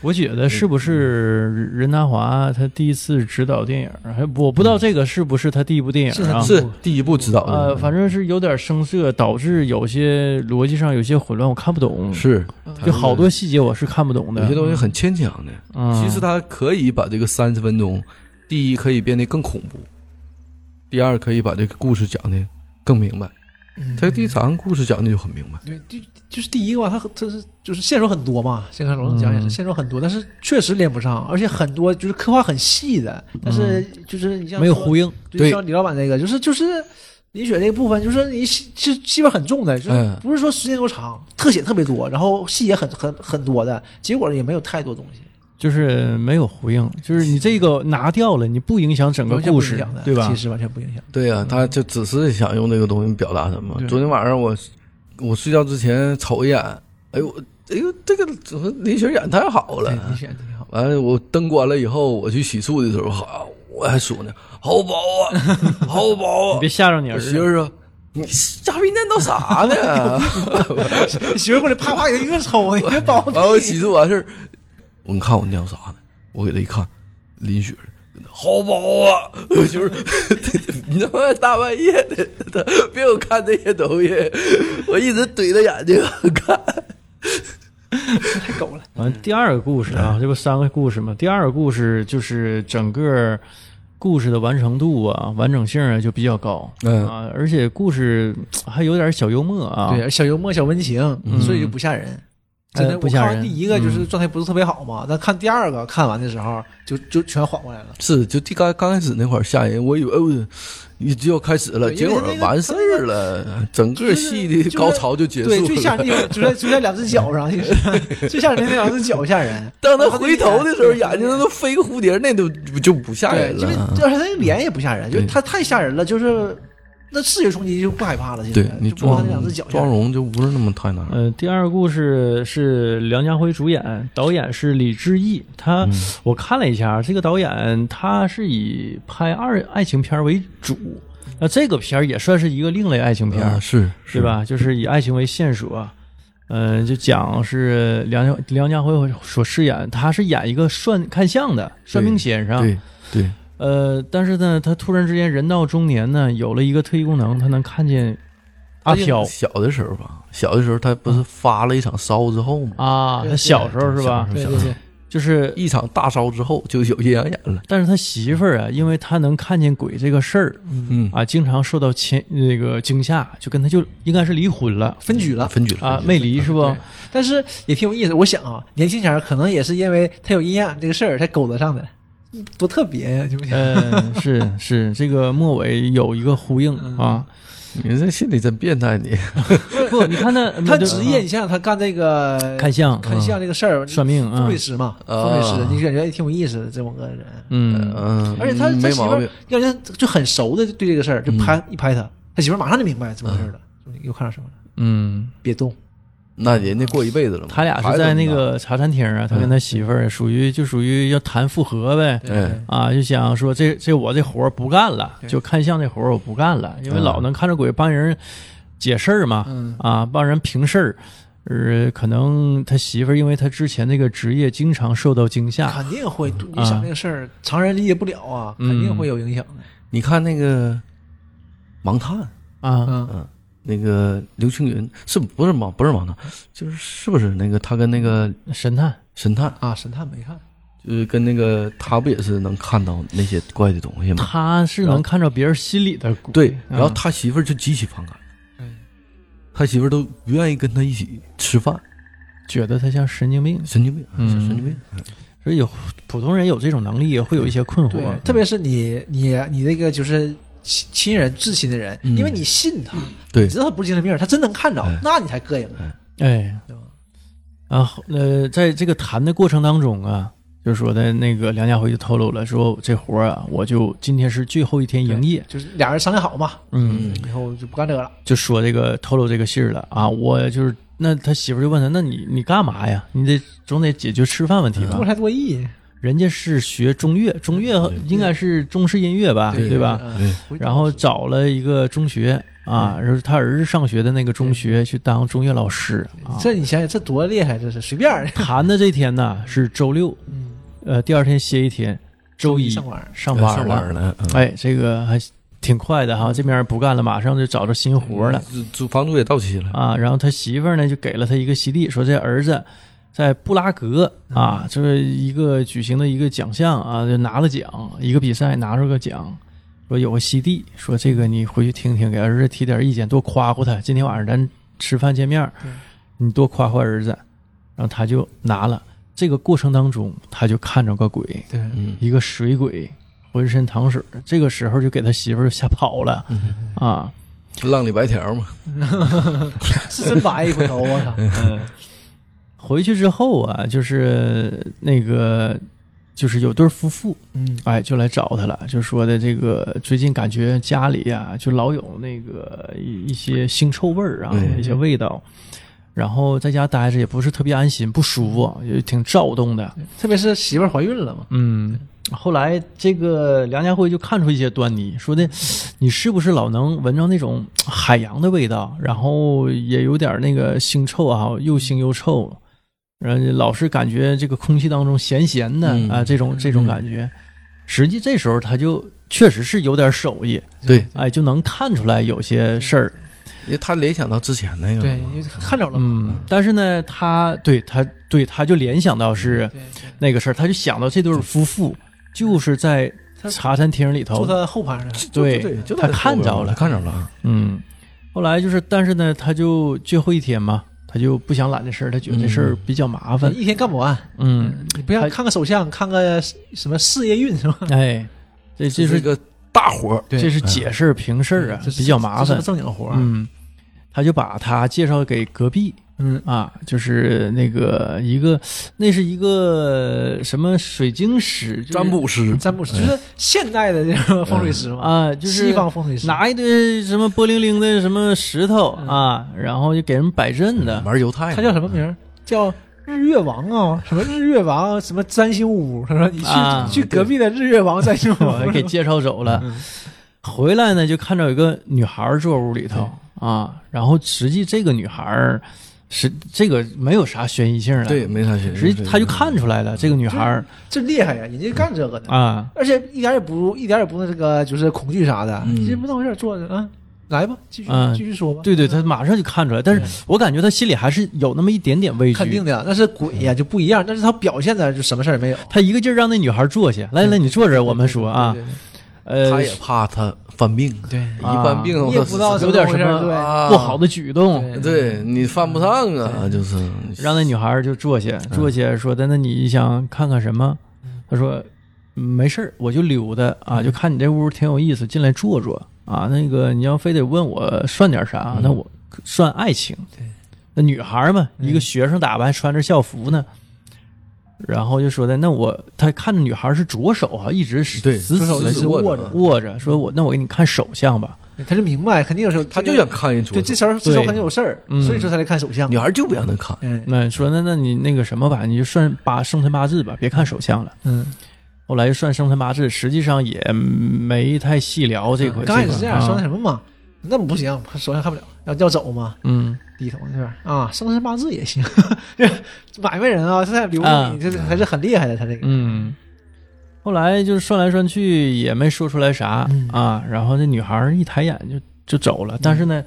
[SPEAKER 1] 我觉得是不是任达华他第一次执导电影？还我不知道这个是不是他第一部电影啊？
[SPEAKER 2] 嗯
[SPEAKER 4] 是第一部指导的，
[SPEAKER 1] 呃，反正是有点生涩，导致有些逻辑上有些混乱，我看不懂。
[SPEAKER 4] 是
[SPEAKER 1] 就好多细节我是看不懂的。
[SPEAKER 4] 有些东西很牵强的。
[SPEAKER 1] 嗯，
[SPEAKER 4] 其实它可以把这个三十分钟，第一可以变得更恐怖，第二可以把这个故事讲的更明白。
[SPEAKER 2] 嗯
[SPEAKER 4] 它第三个故事讲的就很明白，
[SPEAKER 2] 对，就就是第一个吧，他他是就是线索很多嘛，像刚才龙讲也是
[SPEAKER 1] 嗯
[SPEAKER 2] 线索很多，但是确实连不上，而且很多就是刻画很细的，但是就是你像
[SPEAKER 1] 嗯没有
[SPEAKER 2] 说
[SPEAKER 1] 呼应。
[SPEAKER 2] 就
[SPEAKER 4] 对
[SPEAKER 2] 像李老板那个，就是就是李雪那个部分，就是你戏是戏份很重的，就是
[SPEAKER 1] 哎
[SPEAKER 4] 嗯
[SPEAKER 2] 不是说时间多长，特写特别多，然后戏也很很很多的，结果也没有太多东西，
[SPEAKER 1] 就是没有呼应，就是你这个拿掉了，你不影响整个
[SPEAKER 2] 完全
[SPEAKER 1] 故
[SPEAKER 2] 不影
[SPEAKER 1] 事
[SPEAKER 2] 响的，
[SPEAKER 1] 对吧
[SPEAKER 2] 其？实完全不影响。
[SPEAKER 4] 对呀、他就只是想用这个东西表达什么。
[SPEAKER 2] 对
[SPEAKER 4] 昨天晚上我我睡觉之前瞅一眼，哎呦，哎呦，这个怎么李雪演太好
[SPEAKER 2] 对
[SPEAKER 4] 了，
[SPEAKER 1] 啊
[SPEAKER 2] 李雪挺好，
[SPEAKER 4] 完、了我灯关了以后，我去洗漱的时候，哈，我还说呢，好饱啊， 好饱啊
[SPEAKER 1] 你别。吓着你
[SPEAKER 4] 我
[SPEAKER 1] 儿
[SPEAKER 4] 媳妇
[SPEAKER 1] 子。
[SPEAKER 4] 儿说，你瞎逼念叨啥呢？
[SPEAKER 2] 媳妇儿过来啪啪给他一顿抽，你别包
[SPEAKER 4] 完我洗漱完事儿，我你看我尿啥呢？我给他一看，淋血了，好包啊！ 我媳妇儿， 你他妈大半夜的，他别给我看这些东西，我一直怼着眼睛看。
[SPEAKER 2] 太狗了。
[SPEAKER 1] 完，第二个故事啊，
[SPEAKER 4] 嗯
[SPEAKER 1] 这不三个故事嘛？第二个故事就是整个故事的完成度啊、完整性啊就比较高，
[SPEAKER 4] 嗯
[SPEAKER 1] 啊，而且故事还有点小幽默啊，
[SPEAKER 2] 对，小幽默、小温情，所以就不吓人。真的，
[SPEAKER 1] 呃
[SPEAKER 2] 我
[SPEAKER 1] 不吓
[SPEAKER 2] 看完
[SPEAKER 1] 人
[SPEAKER 2] 第一个就是状态不是特别好嘛，但看第二个看完的时候，就就全缓过来了。
[SPEAKER 4] 是，就第刚刚开始那会儿吓人，我以为哦，你就要开始了，
[SPEAKER 2] 对
[SPEAKER 4] 结果
[SPEAKER 2] 因为那个
[SPEAKER 4] 完事儿了，整个戏
[SPEAKER 2] 就是
[SPEAKER 4] 的高潮就结束了。
[SPEAKER 2] 对，最吓人的地方就在就在两只脚 上，就是最吓人的两只脚吓人。
[SPEAKER 4] 当他回头的时候，眼睛都飞个蝴蝶，那都就不吓
[SPEAKER 2] 对，
[SPEAKER 4] 人
[SPEAKER 2] 就是
[SPEAKER 4] 了。嗯
[SPEAKER 2] 而且他那脸也不吓人，就
[SPEAKER 4] 对
[SPEAKER 2] 是他太吓人了，就是那视觉冲击就不害怕了。现在
[SPEAKER 4] 对你
[SPEAKER 2] 就光
[SPEAKER 4] 妆
[SPEAKER 2] 那两只脚吓哎
[SPEAKER 4] 妆
[SPEAKER 2] 人，
[SPEAKER 4] 容就不是那么太难了。
[SPEAKER 1] 呃，第二个故事是梁家辉主演，导演是李志毅。他、我看了一下，这个导演他是以拍二爱情片为主，那这个片儿也算是一个另类爱情片儿，
[SPEAKER 4] 啊，是
[SPEAKER 1] 对？吧？就是以爱情为线索，嗯、就讲是梁家梁家辉所饰演，他是演一个算看相的算命先生，
[SPEAKER 4] 对对，
[SPEAKER 1] 呃，但是呢，他突然之间人到中年呢，有了一个特异功能，他能看见阿飘
[SPEAKER 4] 小的时候吧，小的时候他不
[SPEAKER 2] 嗯
[SPEAKER 4] 是发了一场烧之后吗？
[SPEAKER 1] 啊，他小时候是吧？
[SPEAKER 2] 对对对，
[SPEAKER 1] 就是
[SPEAKER 4] 一场大烧之后就有阴阳眼了。
[SPEAKER 1] 但是他媳妇儿啊，因为他能看见鬼这个事儿
[SPEAKER 4] 嗯，
[SPEAKER 1] 啊，经常受到前那个惊吓，就跟他就应该是离婚了
[SPEAKER 2] 分居了。
[SPEAKER 4] 分居了
[SPEAKER 1] 啊，没离是不
[SPEAKER 2] 对？但是也挺有意思。我想啊，年轻前儿可能也是因为他有阴阳眼这个事儿才勾搭上的，多特别呀、就不想？
[SPEAKER 1] 嗯，是是，这个末尾有一个呼应啊。
[SPEAKER 4] 你这心里真变态，你
[SPEAKER 1] 不，你看 他
[SPEAKER 2] 他职业，你想想他干这个
[SPEAKER 1] 嗯看相
[SPEAKER 2] 看相这个事儿，
[SPEAKER 1] 算命啊
[SPEAKER 2] 风水师嘛，
[SPEAKER 4] 啊
[SPEAKER 2] 风水师，你感觉也挺有意思的这么个人。
[SPEAKER 1] 嗯，
[SPEAKER 4] 嗯，
[SPEAKER 2] 而且他他
[SPEAKER 4] 没
[SPEAKER 2] 媳妇
[SPEAKER 4] 毛
[SPEAKER 2] 儿
[SPEAKER 4] 病。
[SPEAKER 2] 感觉就很熟的对这个事儿，就拍一拍他，他媳妇儿马上就明白怎么回事儿了。又看到什么了？
[SPEAKER 1] 嗯，
[SPEAKER 2] 别动，
[SPEAKER 4] 那人家过一辈子了嘛，
[SPEAKER 1] 他俩是在那个茶餐厅啊，他跟他媳妇儿属于就属于要谈复合呗，
[SPEAKER 4] 孩子呢，
[SPEAKER 1] 啊，就想说这这我这活儿不干了，就看相这活儿我不干了，因为
[SPEAKER 4] 嗯
[SPEAKER 1] 老能看着鬼帮人解事儿嘛，
[SPEAKER 2] 嗯
[SPEAKER 1] 啊，帮人平事儿。呃，可能他媳妇儿因为他之前那个职业经常受到惊吓，
[SPEAKER 2] 肯定会。你想这个事儿，常人理解不了啊，肯
[SPEAKER 1] 嗯
[SPEAKER 2] 定会有影响的。
[SPEAKER 4] 哎，你看那个盲探，
[SPEAKER 1] 啊，
[SPEAKER 2] 嗯，
[SPEAKER 4] 那个刘青云是不是盲不是盲探，就是是不是那个他跟那个
[SPEAKER 1] 神探，
[SPEAKER 4] 神探，
[SPEAKER 2] 啊，神探没看，
[SPEAKER 4] 就是跟那个他不也是能看到那些怪的东西吗？
[SPEAKER 1] 他是能看着别人心里的鬼，啊
[SPEAKER 4] 对，然后他媳妇儿就极其反感，他媳妇儿都不愿意跟他一起吃饭，
[SPEAKER 1] 觉得他像神经病，
[SPEAKER 4] 神经病，
[SPEAKER 1] 嗯
[SPEAKER 4] 小神经病。
[SPEAKER 1] 所以有普通人有这种能力，也会有一些困惑
[SPEAKER 2] 对，，特别是你你你那个就是亲亲人至亲的人，
[SPEAKER 4] 嗯
[SPEAKER 2] 因为你信他，
[SPEAKER 4] 对
[SPEAKER 2] 你知道他不是精神病，他真能看着
[SPEAKER 4] 哎，
[SPEAKER 2] 那你才膈应。
[SPEAKER 1] 哎
[SPEAKER 2] 对吧，
[SPEAKER 1] 啊，后呃，在这个谈的过程当中啊，就说的那个梁家辉就透露了，说这活儿啊，我就今天是最后一天营业，
[SPEAKER 2] 就是俩人商量好嘛，
[SPEAKER 1] 嗯，
[SPEAKER 2] 以后就不干这个了。
[SPEAKER 1] 就说这个透露这个信儿了啊，我就是那他媳妇儿就问他，那你你干嘛呀？你得总得解决吃饭问题吧
[SPEAKER 2] 多？才多艺，
[SPEAKER 1] 人家是学中乐，中乐应该是中式音乐吧，对吧？
[SPEAKER 2] 嗯？
[SPEAKER 4] 对，
[SPEAKER 2] 回
[SPEAKER 1] 然后找了一个中学啊，然后他儿子上学的那个中学去当中乐老师啊。
[SPEAKER 2] 这你想想，这多厉害，这是随便儿的。
[SPEAKER 1] 谈的这天呢是周六，呃，第二天歇一天，周一
[SPEAKER 2] 嗯上班儿
[SPEAKER 1] 上班
[SPEAKER 4] 上
[SPEAKER 1] 了。
[SPEAKER 4] 班了，嗯
[SPEAKER 1] 哎，这个还挺快的哈，这边不干了，马上就找着新活了，
[SPEAKER 4] 这租房租也到期了，
[SPEAKER 1] 啊。然后他媳妇儿呢就给了他一个 CD，说这儿子。在布拉格
[SPEAKER 2] 嗯
[SPEAKER 1] 啊，就是一个举行的一个奖项啊，就拿了奖，一个比赛拿着个奖，说有个 CD，说这个你回去听听，给儿子提点意见，多夸夸他。今天晚上咱吃饭见面儿
[SPEAKER 2] 对，
[SPEAKER 1] 你多夸夸儿子。然后他就拿了，这个过程当中他就看着个鬼，
[SPEAKER 2] 对，
[SPEAKER 4] 嗯，
[SPEAKER 1] 一个水鬼，浑身淌水儿。这个时候就给他媳妇儿吓跑了
[SPEAKER 2] 嗯
[SPEAKER 1] 啊。
[SPEAKER 4] 浪里白条嘛，
[SPEAKER 2] 是真白一回头， 我操！
[SPEAKER 1] 嗯回去之后啊，就是那个就是有对儿夫妇，
[SPEAKER 2] 嗯，
[SPEAKER 1] 哎，就来找他了，就说的这个最近感觉家里啊，就老有那个一一些腥臭味儿啊，
[SPEAKER 4] 嗯
[SPEAKER 1] 一些味道。然后在家待着也不是特别安心，不舒服，也挺躁动的。
[SPEAKER 2] 特别是媳妇儿怀孕了嘛，
[SPEAKER 1] 嗯，后来这个梁家辉就看出一些端倪，说的你是不是老能闻着那种海洋的味道，然后也有点那个腥臭啊，又腥又臭，然后老是感觉这个空气当中咸咸的、
[SPEAKER 4] 嗯
[SPEAKER 1] 啊，这种这种感觉。实际这时候他就确实是有点手艺，
[SPEAKER 4] 对，
[SPEAKER 1] 哎，就能看出来有些事儿。
[SPEAKER 4] 因为他联想到之前那个，
[SPEAKER 2] 对，因为看着了嘛，
[SPEAKER 1] 嗯，但是呢，他对他对他就联想到是
[SPEAKER 2] 对，
[SPEAKER 1] 那个事儿，他就想到这对夫妇就是在茶餐厅里
[SPEAKER 2] 坐
[SPEAKER 1] 头，
[SPEAKER 2] 他后排上，
[SPEAKER 4] 就
[SPEAKER 1] 对
[SPEAKER 4] 就
[SPEAKER 1] 他看着了
[SPEAKER 4] 他看着了，
[SPEAKER 1] 嗯，后来就是，但是呢，他就最后一天嘛，他就不想揽这事儿，他觉得这事儿比较麻烦，
[SPEAKER 2] 一天干不完，
[SPEAKER 1] 嗯，
[SPEAKER 2] 你不像
[SPEAKER 1] 他
[SPEAKER 2] 看个手相，看个什么事业运是吧？
[SPEAKER 1] 哎，这
[SPEAKER 4] 是
[SPEAKER 1] 这是
[SPEAKER 4] 个大活儿，
[SPEAKER 1] 这是解事儿平事 儿啊，
[SPEAKER 2] 这是
[SPEAKER 1] 比较麻
[SPEAKER 2] 这是
[SPEAKER 1] 烦
[SPEAKER 2] 个，正经活儿，
[SPEAKER 1] 嗯，他就把他介绍给隔壁
[SPEAKER 2] 嗯，
[SPEAKER 1] 啊，就是那个一个，那是一个什么水晶石就是
[SPEAKER 4] 占卜师，哎
[SPEAKER 2] 占卜师就是现代的这种风水师嘛，
[SPEAKER 1] 啊，就是
[SPEAKER 2] 西方风水师，
[SPEAKER 1] 拿一堆什么波灵灵的什么石头
[SPEAKER 2] 嗯
[SPEAKER 1] 啊，然后就给人摆阵的，
[SPEAKER 4] 玩犹太，
[SPEAKER 2] 他叫什么名？儿？叫日月王啊，什么日月王，什么占星屋？他说你去、
[SPEAKER 1] 啊
[SPEAKER 2] 去隔壁的日月王 占星屋，
[SPEAKER 1] 给介绍走了。
[SPEAKER 4] 嗯
[SPEAKER 1] 回来呢，就看着有个女孩儿坐屋里头啊，然后实际这个女孩儿是这个没有啥悬疑性了，
[SPEAKER 4] 对，，没啥学，
[SPEAKER 1] 实际他就看出来了，这个女孩儿
[SPEAKER 2] 这厉害呀，人家干这个的，
[SPEAKER 1] 啊，
[SPEAKER 2] 而且一点也不一点也不那这个就是恐惧啥的，
[SPEAKER 4] 嗯
[SPEAKER 2] 这不当回事儿坐着啊，来吧，继续、
[SPEAKER 1] 嗯
[SPEAKER 2] 继续说吧。
[SPEAKER 1] 对对，他马上就看出来，但是我感觉他心里还是有那么一点点畏惧，
[SPEAKER 2] 肯定的呀，那是鬼呀，就不一样。但是他表现的就什么事儿没有。
[SPEAKER 1] 他一个劲儿让那女孩儿坐下，来来，你坐着，我们说啊，呃
[SPEAKER 4] 他，也怕他犯病，
[SPEAKER 2] 对对
[SPEAKER 4] 一犯病
[SPEAKER 2] 对，你也不知道
[SPEAKER 1] 有点
[SPEAKER 2] 怎
[SPEAKER 1] 什
[SPEAKER 2] 么回事
[SPEAKER 1] 么
[SPEAKER 2] 儿
[SPEAKER 4] 啊
[SPEAKER 1] 不好的举动，
[SPEAKER 4] 对你犯不上啊，就是
[SPEAKER 1] 让那女孩儿就坐下，
[SPEAKER 4] 嗯
[SPEAKER 1] 坐下说的，那你想看看什么？她说嗯没事儿，我就溜达啊，就看你这屋挺有意思，进来坐坐啊。那个你要非得问我算点啥，那我算爱情。那女孩儿嘛，一个学生打扮，穿着校服呢。然后就说的，那我他看着女孩儿是左手啊，一直死
[SPEAKER 4] 对
[SPEAKER 1] 死
[SPEAKER 2] 左手
[SPEAKER 1] 死
[SPEAKER 2] 一直
[SPEAKER 1] 地
[SPEAKER 2] 握
[SPEAKER 4] 着
[SPEAKER 1] 握着，说我那我给你看手相吧。
[SPEAKER 2] 对他就明白，肯定有时候
[SPEAKER 4] 他就想看人出
[SPEAKER 2] 对这时候这时候
[SPEAKER 1] 对
[SPEAKER 2] 肯定有事儿，
[SPEAKER 1] 嗯
[SPEAKER 2] 所以说他才看手相
[SPEAKER 4] 女。孩就不让他看，
[SPEAKER 2] 嗯
[SPEAKER 1] 那说那那你那个什么吧，你就算八生辰八字吧，别看手相了。
[SPEAKER 2] 嗯，
[SPEAKER 1] 后来算生辰八字，实际上也没太细聊这个。
[SPEAKER 2] 嗯刚开始是这样
[SPEAKER 1] 个
[SPEAKER 2] 说
[SPEAKER 1] 啊
[SPEAKER 2] 那什么嘛，那不行，首先看不了，要要走嘛，
[SPEAKER 1] 嗯，
[SPEAKER 2] 低头那边儿啊，生辰八字也行，买卖人啊，现在留
[SPEAKER 1] 啊
[SPEAKER 2] 你，这还是很厉害的，他这个，
[SPEAKER 1] 嗯，后来就是算来算去也没说出来啥、
[SPEAKER 2] 嗯
[SPEAKER 1] 啊，然后这女孩儿一抬眼就就走了，但是呢，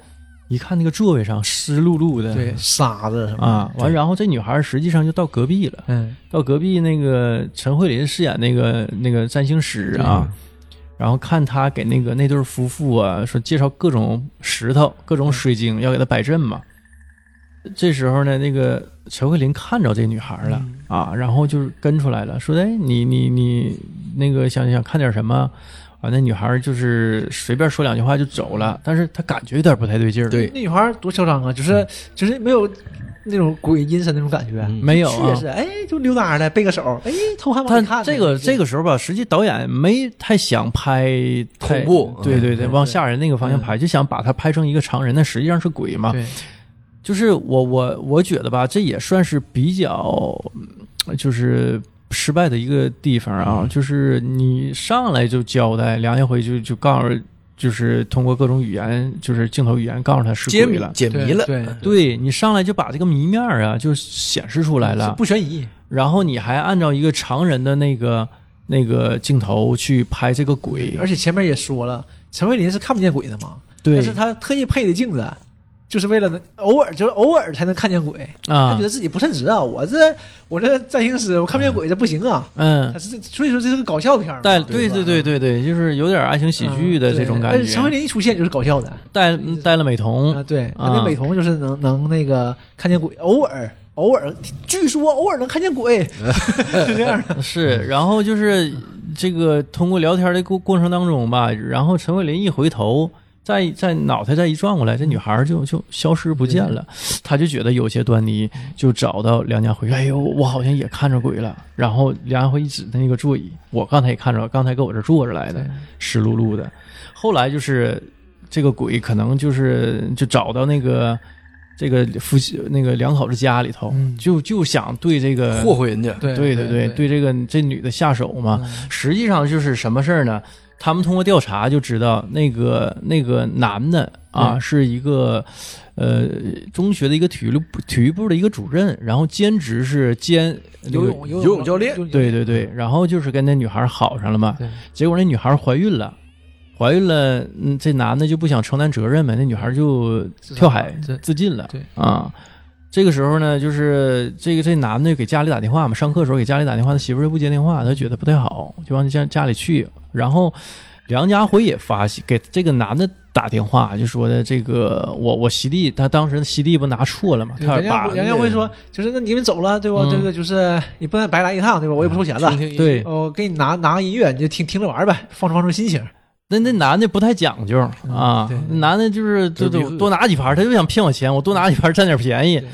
[SPEAKER 1] 一看那个座位上湿漉漉的，
[SPEAKER 2] 对，沙子什么，
[SPEAKER 1] 啊，完然后这女孩儿实际上就到隔壁了，
[SPEAKER 2] 嗯，
[SPEAKER 1] 到隔壁那个陈慧琳饰演那个那个占星师啊。然后看她给那个那对夫妇啊，说介绍各种石头、各
[SPEAKER 2] 嗯
[SPEAKER 1] 种水晶，要给她摆阵嘛。这时候呢，那个陈慧琳看着这女孩了、
[SPEAKER 2] 嗯
[SPEAKER 1] 啊，然后就是跟出来了，说：“哎，你你你那个想想看点什么？”啊，那女孩就是随便说两句话就走了，但是她感觉有点不太对劲儿，
[SPEAKER 4] 对
[SPEAKER 2] 那女孩多嚣张啊，
[SPEAKER 1] 嗯
[SPEAKER 2] 就是就是没有那种鬼阴森那种感觉，
[SPEAKER 1] 没有、
[SPEAKER 2] 确
[SPEAKER 1] 啊，
[SPEAKER 2] 实，哎，就溜达的背个手，哎， 偷看往里
[SPEAKER 1] 但
[SPEAKER 2] 看，
[SPEAKER 1] 这个这个时候吧，实际导演没太想拍太
[SPEAKER 4] 恐怖
[SPEAKER 1] 对对对，
[SPEAKER 2] 嗯
[SPEAKER 1] 往吓人那个方向拍，就想把它拍成一个常人，但实际上是鬼嘛。
[SPEAKER 2] 对，
[SPEAKER 1] 就是我我我觉得吧，这也算是比较嗯就是失败的一个地方啊，就是你上来就交代梁家辉就就告诉，就是通过各种语言，就是镜头语言告诉他是
[SPEAKER 4] 解
[SPEAKER 1] 鬼
[SPEAKER 4] 谜
[SPEAKER 1] 了。
[SPEAKER 4] 解谜了，
[SPEAKER 2] 对，
[SPEAKER 1] 对你上来就把这个谜面儿啊，就显示出来了，
[SPEAKER 2] 不悬疑，
[SPEAKER 1] 然后你还按照一个常人的那个那个镜头去拍这个鬼，
[SPEAKER 2] 而且前面也说了，陈慧琳是看不见鬼的嘛，
[SPEAKER 1] 对
[SPEAKER 2] 但是他特意配的镜子，就是为了能偶尔就是偶尔才能看见鬼，他
[SPEAKER 1] 啊
[SPEAKER 2] 觉，得自己不称职啊！我这我这占星师，我看不见鬼，这不行啊！
[SPEAKER 1] 嗯
[SPEAKER 2] 他，是所以说这是个搞笑片儿嘛，
[SPEAKER 1] 带对
[SPEAKER 2] 吧
[SPEAKER 1] 对对对对，就是有点爱情喜剧的
[SPEAKER 2] 嗯
[SPEAKER 1] 这种感
[SPEAKER 2] 对但是陈慧
[SPEAKER 1] 觉，
[SPEAKER 2] 琳一出现就是搞笑的
[SPEAKER 1] 带带了美
[SPEAKER 2] 啊，
[SPEAKER 1] 瞳，
[SPEAKER 2] 对，
[SPEAKER 1] 啊
[SPEAKER 2] 那美瞳就是能能那个看见鬼，偶尔偶尔，据说偶尔能看见 鬼，是这样的。
[SPEAKER 1] 是，然后就是这个通过聊天的过过程当中吧，然后陈慧琳一回头。再再脑袋再一转过来，这女孩儿就就消失不见了，他就觉得有些端倪，就找到梁家辉。哎呦，我好像也看着鬼了。然后梁家辉一指那个座椅，我刚才也看着，刚才搁我这坐着来的，湿漉漉的。后来就是这个鬼可能就是就找到那个这个夫妻那个两口子家里头，
[SPEAKER 2] 嗯
[SPEAKER 1] 就就想对这个
[SPEAKER 4] 霍霍人家，
[SPEAKER 2] 对
[SPEAKER 1] 对
[SPEAKER 2] 对嗯
[SPEAKER 1] 对，对这个这女的下手嘛。实际上就是什么事儿呢？他们通过调查就知道，那个那个男的
[SPEAKER 2] 嗯
[SPEAKER 1] 啊，是一个呃中学的一个体育部体育部的一个主任，然后兼职是兼
[SPEAKER 2] 游泳嗯
[SPEAKER 4] 游
[SPEAKER 2] 泳
[SPEAKER 4] 泳教练，
[SPEAKER 1] 对对对，然后就是跟那女孩好上了嘛
[SPEAKER 2] 对。
[SPEAKER 1] 结果那女孩怀孕了，怀孕了，嗯，这男的就不想承担责任呗，那女孩就跳海
[SPEAKER 2] 自杀对
[SPEAKER 1] 自尽了。
[SPEAKER 2] 对
[SPEAKER 1] 啊，这个时候呢，就是这个这男的给家里打电话嘛，上课的时候给家里打电话，他媳妇儿又不接电话，他觉得不太好，就往家家里去。然后梁家辉也发信给这个男的打电话，就说的这个我我席地，他当时席地不拿错了嘛，
[SPEAKER 2] 对
[SPEAKER 1] 他
[SPEAKER 2] 人家
[SPEAKER 1] 把
[SPEAKER 2] 人家会说，就是那你们走了对吧？
[SPEAKER 1] 嗯
[SPEAKER 2] 这个就是你不能白来一趟对吧？我也不收钱了，
[SPEAKER 1] 对
[SPEAKER 2] 我给你哦拿拿个音乐，你就听听着玩儿呗，放松放松心情。
[SPEAKER 1] 那那男的不太讲究啊，
[SPEAKER 2] 对
[SPEAKER 1] 那男的就是就
[SPEAKER 4] 就是比如
[SPEAKER 1] 多拿几盘，他就想骗我钱，我多拿几盘占点便宜
[SPEAKER 2] 对。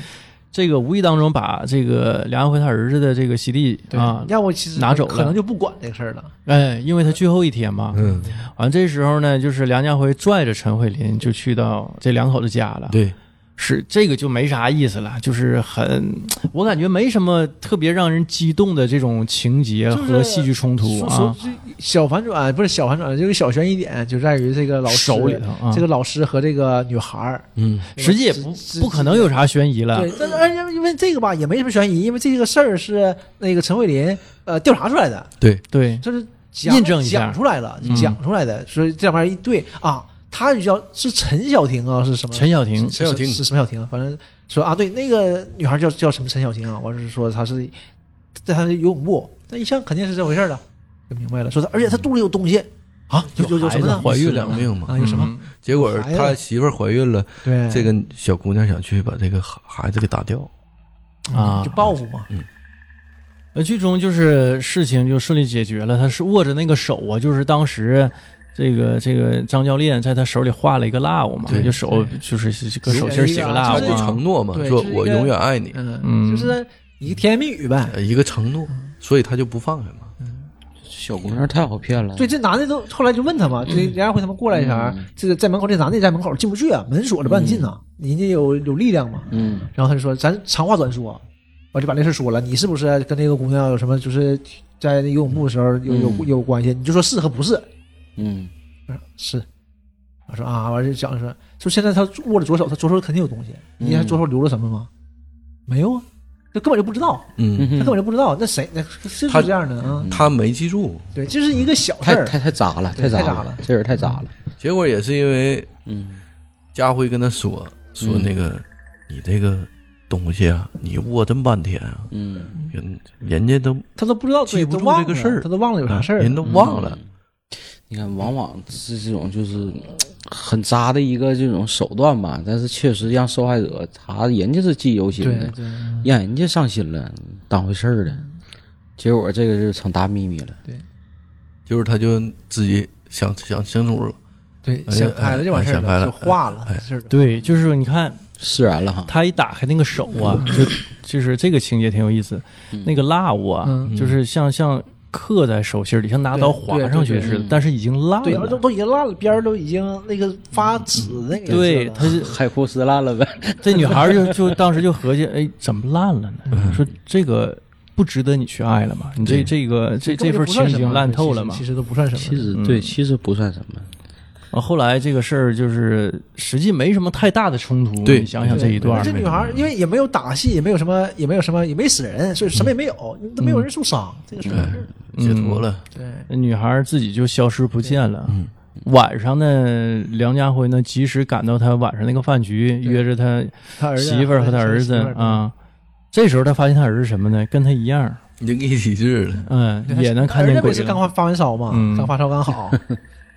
[SPEAKER 1] 这个无意当中把这个梁安辉他儿子的这个席地
[SPEAKER 2] 对
[SPEAKER 1] 啊，
[SPEAKER 2] 要不其实
[SPEAKER 1] 拿走了
[SPEAKER 2] 可能就不管这个事儿了。
[SPEAKER 1] 哎，因为他最后一天嘛，
[SPEAKER 4] 嗯，
[SPEAKER 1] 完、这时候呢，就是梁家辉拽着陈慧琳就去到这两口子家了。
[SPEAKER 4] 对，
[SPEAKER 1] 是这个就没啥意思了，就是很，我感觉没什么特别让人激动的这种情节
[SPEAKER 2] 就是
[SPEAKER 1] 和戏剧冲突
[SPEAKER 2] 说
[SPEAKER 1] 啊
[SPEAKER 2] 说，小反转不是小反转，这个小悬疑点就在于这个老师
[SPEAKER 1] 手里头啊，
[SPEAKER 2] 这个老师和这个女孩儿。
[SPEAKER 4] 嗯，
[SPEAKER 1] 实际也
[SPEAKER 2] 这
[SPEAKER 1] 不
[SPEAKER 2] 这
[SPEAKER 1] 不可能有啥悬疑了。
[SPEAKER 2] 对，但是而且因为这个吧，也没什么悬疑，因为这个事儿是那个陈慧琳呃调查出来的，
[SPEAKER 1] 对
[SPEAKER 2] 就是讲
[SPEAKER 1] 印证一下
[SPEAKER 2] 讲出来了
[SPEAKER 1] 嗯，
[SPEAKER 2] 讲出来的，所以这两边一对啊，他叫是陈小婷啊，是什么？
[SPEAKER 1] 陈小婷
[SPEAKER 4] 陈小婷
[SPEAKER 2] 是是什么小婷啊？反正说啊，对，那个女孩叫叫什么陈小婷啊？我是说她是在她的游泳部，那一想肯定是这回事儿了，就明白了。说她，而且她肚里有东西啊，有有有什么
[SPEAKER 1] 有孩
[SPEAKER 2] 呢
[SPEAKER 1] 子？怀孕了
[SPEAKER 4] 两命嘛
[SPEAKER 2] 啊，，有什么？
[SPEAKER 1] 嗯
[SPEAKER 4] 结果
[SPEAKER 2] 有孩子
[SPEAKER 4] 他媳妇儿怀孕了，
[SPEAKER 2] 对，
[SPEAKER 4] 这个小姑娘想去把这个孩子给打掉，
[SPEAKER 1] 啊
[SPEAKER 2] 嗯就报复嘛。
[SPEAKER 1] 呃，剧中就是事情就顺利解决了，他是握着那个手啊，就是当时这个这个张教练在他手里画了一个 love 嘛，
[SPEAKER 4] 对
[SPEAKER 1] 就手就是是搁手心儿写个
[SPEAKER 2] 啊
[SPEAKER 4] 他
[SPEAKER 1] love
[SPEAKER 4] 就承
[SPEAKER 1] 嘛，
[SPEAKER 4] 诺嘛，
[SPEAKER 2] 对
[SPEAKER 4] 说
[SPEAKER 2] 就是一
[SPEAKER 4] 我
[SPEAKER 2] 个
[SPEAKER 4] 永远爱你，
[SPEAKER 2] 嗯，
[SPEAKER 1] 嗯
[SPEAKER 2] 就是一个甜言蜜语呗。
[SPEAKER 4] 呃一个承诺，
[SPEAKER 2] 嗯
[SPEAKER 4] 所以他就不放下嘛，
[SPEAKER 3] 小姑娘太好骗了。
[SPEAKER 2] 对，这男的都后来就问他嘛，这梁家辉他们过来一下，这个在门口，这男的也在门口进不去啊，门锁着不让你进呐，人家有有力量嘛。
[SPEAKER 3] 嗯，
[SPEAKER 2] 然后他就说，咱长话短说，啊我就把这事儿说了，你是不是跟这个姑娘有什么，就是在那游泳部的时候有有
[SPEAKER 3] 嗯
[SPEAKER 2] 有关系？你就说是和不是。
[SPEAKER 3] 嗯
[SPEAKER 2] 我说是，我说啊，完了就讲说，说现在他握着左手，他左手肯定有东西，
[SPEAKER 4] 嗯
[SPEAKER 2] 你看他左手留了什么吗？没有啊，就根本就不知道，
[SPEAKER 4] 嗯，
[SPEAKER 2] 他根
[SPEAKER 3] 嗯，
[SPEAKER 2] 本就不知道，那谁那是不
[SPEAKER 4] 他嗯
[SPEAKER 2] 是这样的啊？
[SPEAKER 4] 他没记住，
[SPEAKER 2] 对，这是一个小事
[SPEAKER 3] 太
[SPEAKER 2] 儿，
[SPEAKER 3] 太太渣了，
[SPEAKER 2] 对
[SPEAKER 3] 渣
[SPEAKER 2] 太渣了
[SPEAKER 3] 了，这人太渣了。
[SPEAKER 4] 结果也是因为
[SPEAKER 3] 嗯
[SPEAKER 4] 家辉跟他说说那个、
[SPEAKER 2] 嗯
[SPEAKER 4] 你这个东西啊，你握这么半天啊，
[SPEAKER 3] 嗯，
[SPEAKER 4] 人人家都
[SPEAKER 2] 他都不知道，
[SPEAKER 4] 记
[SPEAKER 2] 对，
[SPEAKER 4] 不
[SPEAKER 2] 都
[SPEAKER 4] 住
[SPEAKER 2] 忘
[SPEAKER 4] 这个
[SPEAKER 2] 了
[SPEAKER 4] 事儿
[SPEAKER 2] 他都忘了有啥事儿啊嗯
[SPEAKER 4] 人
[SPEAKER 2] 了。
[SPEAKER 4] 都嗯忘了，
[SPEAKER 3] 你看，往往是这种就是很渣的一个这种手段吧，但是确实让受害者他人家是记忆犹新
[SPEAKER 2] 对
[SPEAKER 3] 的，
[SPEAKER 2] 对
[SPEAKER 3] 让人家上心了，当回事儿了。结果这个就成大秘密了。
[SPEAKER 4] 就是他就自己想想清楚了，
[SPEAKER 2] 对，
[SPEAKER 4] 哎
[SPEAKER 2] 想开了就完事儿
[SPEAKER 4] 哎想开了
[SPEAKER 2] 就化了
[SPEAKER 4] 哎，
[SPEAKER 2] 是的。
[SPEAKER 1] 对，就是说你看
[SPEAKER 3] 释然了哈，
[SPEAKER 1] 他一打开那个手
[SPEAKER 2] 嗯
[SPEAKER 1] 啊，就就是这个情节挺有意思，那个 love 啊，
[SPEAKER 2] 嗯
[SPEAKER 1] 就是像像刻在手心里，像拿刀划
[SPEAKER 2] 对对
[SPEAKER 1] 上去
[SPEAKER 2] 对
[SPEAKER 1] 似的
[SPEAKER 3] 嗯，
[SPEAKER 1] 但是已经烂
[SPEAKER 2] 对，然后都
[SPEAKER 1] 了。
[SPEAKER 2] 都已经烂了，边儿都已经那个发紫那个
[SPEAKER 1] 对，
[SPEAKER 2] 颜色
[SPEAKER 1] 他
[SPEAKER 2] 了
[SPEAKER 1] 就
[SPEAKER 3] 海枯石烂了呗。
[SPEAKER 1] 这女孩儿就就当时就合计，哎，怎么烂了呢？说这个不值得你去爱了嘛？你这
[SPEAKER 4] 对
[SPEAKER 1] 这个这这
[SPEAKER 2] 根
[SPEAKER 1] 份
[SPEAKER 2] 本就不
[SPEAKER 1] 情
[SPEAKER 2] 算
[SPEAKER 1] 已
[SPEAKER 2] 什
[SPEAKER 1] 经
[SPEAKER 2] 么
[SPEAKER 1] 烂透了嘛
[SPEAKER 2] 其？实其实都不算什么。
[SPEAKER 3] 其实对，其实不算什么。
[SPEAKER 1] 啊，后来这个事儿就是实际没什么太大的冲突。
[SPEAKER 4] 对
[SPEAKER 1] 你想想这一段
[SPEAKER 2] 而
[SPEAKER 1] 儿
[SPEAKER 2] 且，女孩儿因为也没有打戏，也没有什么，也没有什么，也没死人，所以什么也没有，
[SPEAKER 1] 嗯
[SPEAKER 2] 都没有人受伤，这个事儿。
[SPEAKER 4] 解脱了，
[SPEAKER 2] 对，嗯
[SPEAKER 1] 女孩儿自己就消失不见了。晚上呢，梁家辉呢及时赶到他晚上那个饭局，约着他
[SPEAKER 2] 他儿子
[SPEAKER 1] 媳妇儿和他儿子，啊。这时候他发现他儿子什么呢？跟他一样儿，
[SPEAKER 4] 已经一体质了，
[SPEAKER 1] 嗯，
[SPEAKER 2] 对
[SPEAKER 1] 也能看
[SPEAKER 2] 儿
[SPEAKER 1] 见
[SPEAKER 2] 子
[SPEAKER 1] 鬼
[SPEAKER 2] 不是刚
[SPEAKER 1] 了。
[SPEAKER 2] 发发完烧嘛
[SPEAKER 1] 嗯，
[SPEAKER 2] 刚发烧刚 好，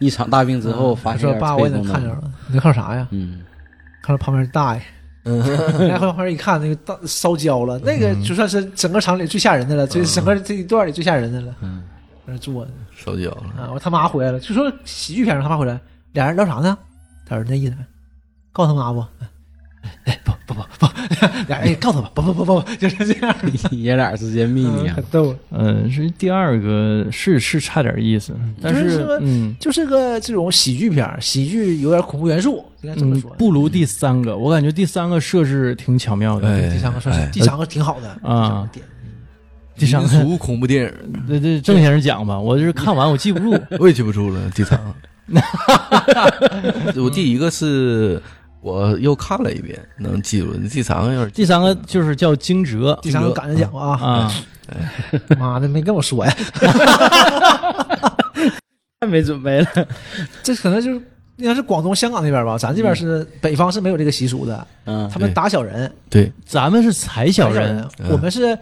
[SPEAKER 3] 一场大病之后，发
[SPEAKER 2] 我
[SPEAKER 3] 现
[SPEAKER 2] 说
[SPEAKER 3] 有点
[SPEAKER 2] 爸，
[SPEAKER 3] 脆
[SPEAKER 2] 我也能
[SPEAKER 3] 生
[SPEAKER 2] 看
[SPEAKER 3] 了
[SPEAKER 2] 着了，你看啥呀？
[SPEAKER 3] 嗯，
[SPEAKER 2] 看到旁边大爷，
[SPEAKER 1] 嗯
[SPEAKER 2] 然后旁边一看，那个大烧焦了，那个就算是整个厂里最吓人的了，
[SPEAKER 1] 嗯
[SPEAKER 2] 这整个这一段里最吓人的了。嗯，在那坐着
[SPEAKER 4] 烧焦了，
[SPEAKER 2] 啊，我他妈回来了，就说喜剧片儿他妈回来， 俩人聊啥呢？他儿子那意思，告诉他妈不？哎，不不不不， 俩人哎告诉他吧，不不不不不，就是这样，
[SPEAKER 3] 爷俩之间秘密啊
[SPEAKER 2] 很，逗。
[SPEAKER 1] 嗯，是第二个是是差点意思，但
[SPEAKER 2] 就是是说
[SPEAKER 1] 嗯
[SPEAKER 2] 就是个这种喜剧片儿，喜剧有点恐怖元素，应该这么
[SPEAKER 1] 嗯
[SPEAKER 2] 说。，
[SPEAKER 1] 不如第三个，我感觉第三个设置挺巧妙的。
[SPEAKER 4] 哎
[SPEAKER 2] 嗯第三个算是
[SPEAKER 4] 哎
[SPEAKER 2] 第三个挺好的
[SPEAKER 1] 啊
[SPEAKER 2] 第三个点
[SPEAKER 1] 第三
[SPEAKER 4] 民
[SPEAKER 1] 个，
[SPEAKER 4] 俗恐怖电影，
[SPEAKER 1] 对对，郑先生讲吧，我就是看完我记不 住。
[SPEAKER 4] 我也记不住了，第三 个。我第一个是我又看了一遍，能记住。第三个有点
[SPEAKER 1] 第三个就是叫惊蛰
[SPEAKER 2] 第三个赶着讲啊，
[SPEAKER 1] 啊，
[SPEAKER 2] 妈的没跟我说 呀，
[SPEAKER 3] 太没准备了。
[SPEAKER 2] 这可能就是应该是广东、香港那边吧，咱这边是北方是没有这个习俗的，
[SPEAKER 3] 嗯
[SPEAKER 2] 他们打小人，
[SPEAKER 4] 对，
[SPEAKER 1] 咱们是踩小
[SPEAKER 2] 打
[SPEAKER 1] 人，
[SPEAKER 4] 嗯
[SPEAKER 2] 我们是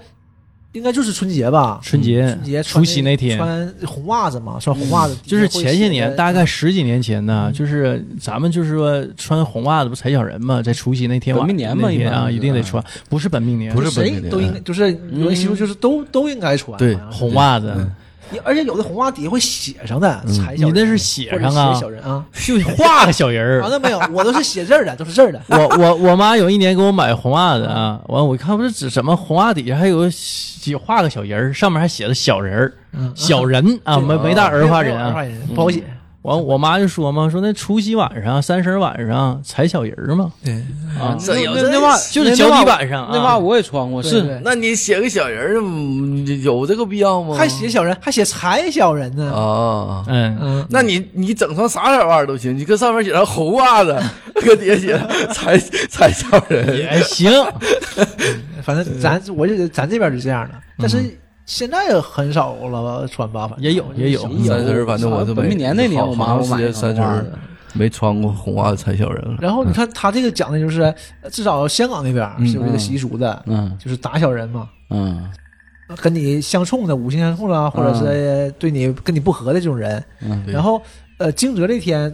[SPEAKER 2] 应该就是春节吧，
[SPEAKER 1] 春节
[SPEAKER 2] 春节
[SPEAKER 1] 除
[SPEAKER 2] 穿
[SPEAKER 1] 夕那天，
[SPEAKER 2] 穿红袜子嘛，穿红袜子，
[SPEAKER 1] 嗯就是前些年，大
[SPEAKER 2] 家
[SPEAKER 1] 概十几年前呢，
[SPEAKER 2] 嗯
[SPEAKER 1] 就是咱们就是说穿红袜子不踩小人嘛，在除夕那天晚
[SPEAKER 3] 本命年嘛
[SPEAKER 1] 那天
[SPEAKER 3] 一般
[SPEAKER 1] 啊，
[SPEAKER 3] 是
[SPEAKER 1] 一定得穿，不是本命年，
[SPEAKER 4] 不是本
[SPEAKER 2] 谁
[SPEAKER 4] 地的嗯
[SPEAKER 2] 都应该就是有的习俗就是
[SPEAKER 1] 嗯
[SPEAKER 2] 都都应该穿，
[SPEAKER 4] 对
[SPEAKER 2] 好像是
[SPEAKER 1] 红袜子，
[SPEAKER 4] 嗯
[SPEAKER 2] 你而且有的红袜底下会写上的，踩小
[SPEAKER 1] 你
[SPEAKER 2] 人
[SPEAKER 1] 那是写
[SPEAKER 2] 或者
[SPEAKER 1] 上啊
[SPEAKER 2] 写，小人啊，
[SPEAKER 1] 就画个小人
[SPEAKER 2] 啊
[SPEAKER 1] 儿。
[SPEAKER 2] 那没有，我都是写字儿的，都是字儿的。
[SPEAKER 1] 我我我妈有一年给我买红袜子啊，完我一看不是指什么红袜底下还有个写画个小人儿，上面还写着小人儿、
[SPEAKER 2] 嗯
[SPEAKER 1] 小人啊，没没大儿化人
[SPEAKER 2] 没有儿
[SPEAKER 1] 啊
[SPEAKER 2] 化。人不好写。
[SPEAKER 1] 完我妈就说嘛，说那除夕晚上、三十晚上踩小人儿嘛，啊，
[SPEAKER 4] 这有
[SPEAKER 3] 那那袜
[SPEAKER 1] 就是脚底板上啊
[SPEAKER 3] 那袜我也穿过，
[SPEAKER 2] 对
[SPEAKER 3] 是
[SPEAKER 2] 对
[SPEAKER 4] 那你写个小人儿，嗯有这个必要吗？
[SPEAKER 2] 还写小人，还写踩小人呢。
[SPEAKER 4] 啊？
[SPEAKER 1] 嗯，
[SPEAKER 2] 嗯，
[SPEAKER 4] 那你你整成啥色袜儿都行，你搁上面写上红袜子，搁底下写上踩踩小人，
[SPEAKER 1] 也哎行，
[SPEAKER 2] 反正咱我就咱这边是这样的，但是现在很少了穿吧，反正
[SPEAKER 1] 嗯也有也有
[SPEAKER 3] 嗯
[SPEAKER 4] 三十儿反正我都没。
[SPEAKER 3] 本命年那年我妈
[SPEAKER 4] 好
[SPEAKER 3] 我
[SPEAKER 4] 长
[SPEAKER 3] 买
[SPEAKER 4] 时间
[SPEAKER 3] 的
[SPEAKER 4] 三十
[SPEAKER 3] 红袜
[SPEAKER 4] 儿
[SPEAKER 3] 子
[SPEAKER 4] 没穿过红袜子踩小人了。
[SPEAKER 2] 然
[SPEAKER 1] 嗯
[SPEAKER 2] 后你看他这个讲的就是，呃至少香港那边儿是有这个习俗的，
[SPEAKER 3] 嗯
[SPEAKER 2] 就是打小人嘛，
[SPEAKER 3] 嗯
[SPEAKER 2] 跟你相冲的，五行相冲啦，或者是哎对你跟你不和的这种人。
[SPEAKER 3] 嗯
[SPEAKER 4] 嗯对
[SPEAKER 2] 然后呃，惊蛰这天，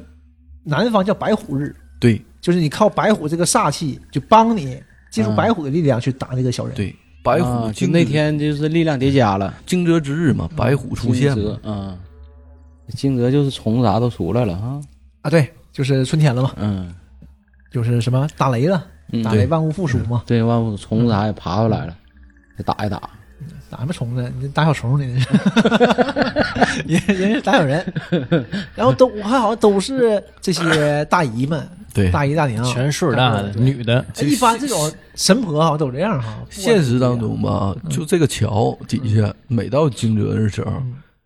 [SPEAKER 2] 南方叫白虎日，
[SPEAKER 4] 对
[SPEAKER 2] 就是你靠白虎这个煞气，就帮你借助白虎的力量去打这个小人。
[SPEAKER 4] 嗯对，白
[SPEAKER 3] 啊
[SPEAKER 4] 虎
[SPEAKER 3] 就
[SPEAKER 4] 惊蛰
[SPEAKER 3] 那天就是力量叠加了，
[SPEAKER 4] 惊蛰之日嘛，白虎出现
[SPEAKER 3] 惊
[SPEAKER 4] 嘛
[SPEAKER 3] 蛰，嗯，惊蛰就是虫啥都出来了哈，
[SPEAKER 2] 啊，对，就是春天了嘛，
[SPEAKER 3] 嗯，
[SPEAKER 2] 就是什么打雷了，
[SPEAKER 3] 嗯
[SPEAKER 2] 打雷万物复苏嘛，
[SPEAKER 3] 对，万物虫啥也爬出来了，
[SPEAKER 2] 嗯
[SPEAKER 3] 再打一打，
[SPEAKER 4] 嗯
[SPEAKER 2] 打什么虫子？ 你打小虫呢？人人是打 小人，然后都我看好像都是这些大姨们，
[SPEAKER 4] 对
[SPEAKER 2] 大姨大娘，
[SPEAKER 1] 全岁数嗯大的女的，
[SPEAKER 2] 哎一般这种神婆好像都这样哈。不管
[SPEAKER 4] 现实当中吧，
[SPEAKER 2] 嗯
[SPEAKER 4] 就这个桥底下，每到惊蛰的时候，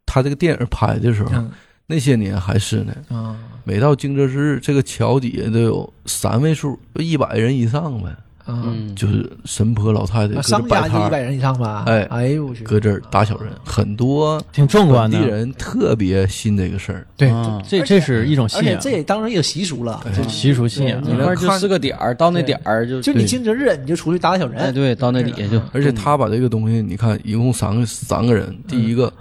[SPEAKER 4] 他这个电影拍的时候
[SPEAKER 2] 嗯，
[SPEAKER 4] 那些年还是呢。
[SPEAKER 2] 啊，
[SPEAKER 4] 每到惊蛰之日，这个桥底下都有三位数，一百人以上呗，
[SPEAKER 2] 啊，
[SPEAKER 3] 嗯，
[SPEAKER 4] 就是神婆老太太
[SPEAKER 2] 那
[SPEAKER 4] 搁这
[SPEAKER 2] 商家
[SPEAKER 4] 摆
[SPEAKER 2] 就一
[SPEAKER 4] 摊
[SPEAKER 2] 百
[SPEAKER 4] 儿，
[SPEAKER 2] 人以啊嗯上吧？
[SPEAKER 4] 哎
[SPEAKER 2] 哎呦我去，
[SPEAKER 4] 搁这儿打小人，很多
[SPEAKER 1] 挺壮观
[SPEAKER 4] 本
[SPEAKER 1] 的
[SPEAKER 4] 地。人特别信这个事儿。
[SPEAKER 2] 对，
[SPEAKER 3] 啊
[SPEAKER 1] 这这是一种
[SPEAKER 2] 而
[SPEAKER 1] 信
[SPEAKER 2] 且
[SPEAKER 1] 仰，
[SPEAKER 2] 这也当然也有习俗了，
[SPEAKER 4] 哎
[SPEAKER 2] 就
[SPEAKER 1] 习俗信仰
[SPEAKER 3] 你。那块儿就是个点儿，到那点儿就
[SPEAKER 2] 就你惊蛰日你就出去打打小
[SPEAKER 3] 哎
[SPEAKER 2] 人，啊
[SPEAKER 3] 对，到那底 下就，
[SPEAKER 4] 而且他把这个东西，你看，一共三个三个人，
[SPEAKER 2] 嗯
[SPEAKER 4] 第一个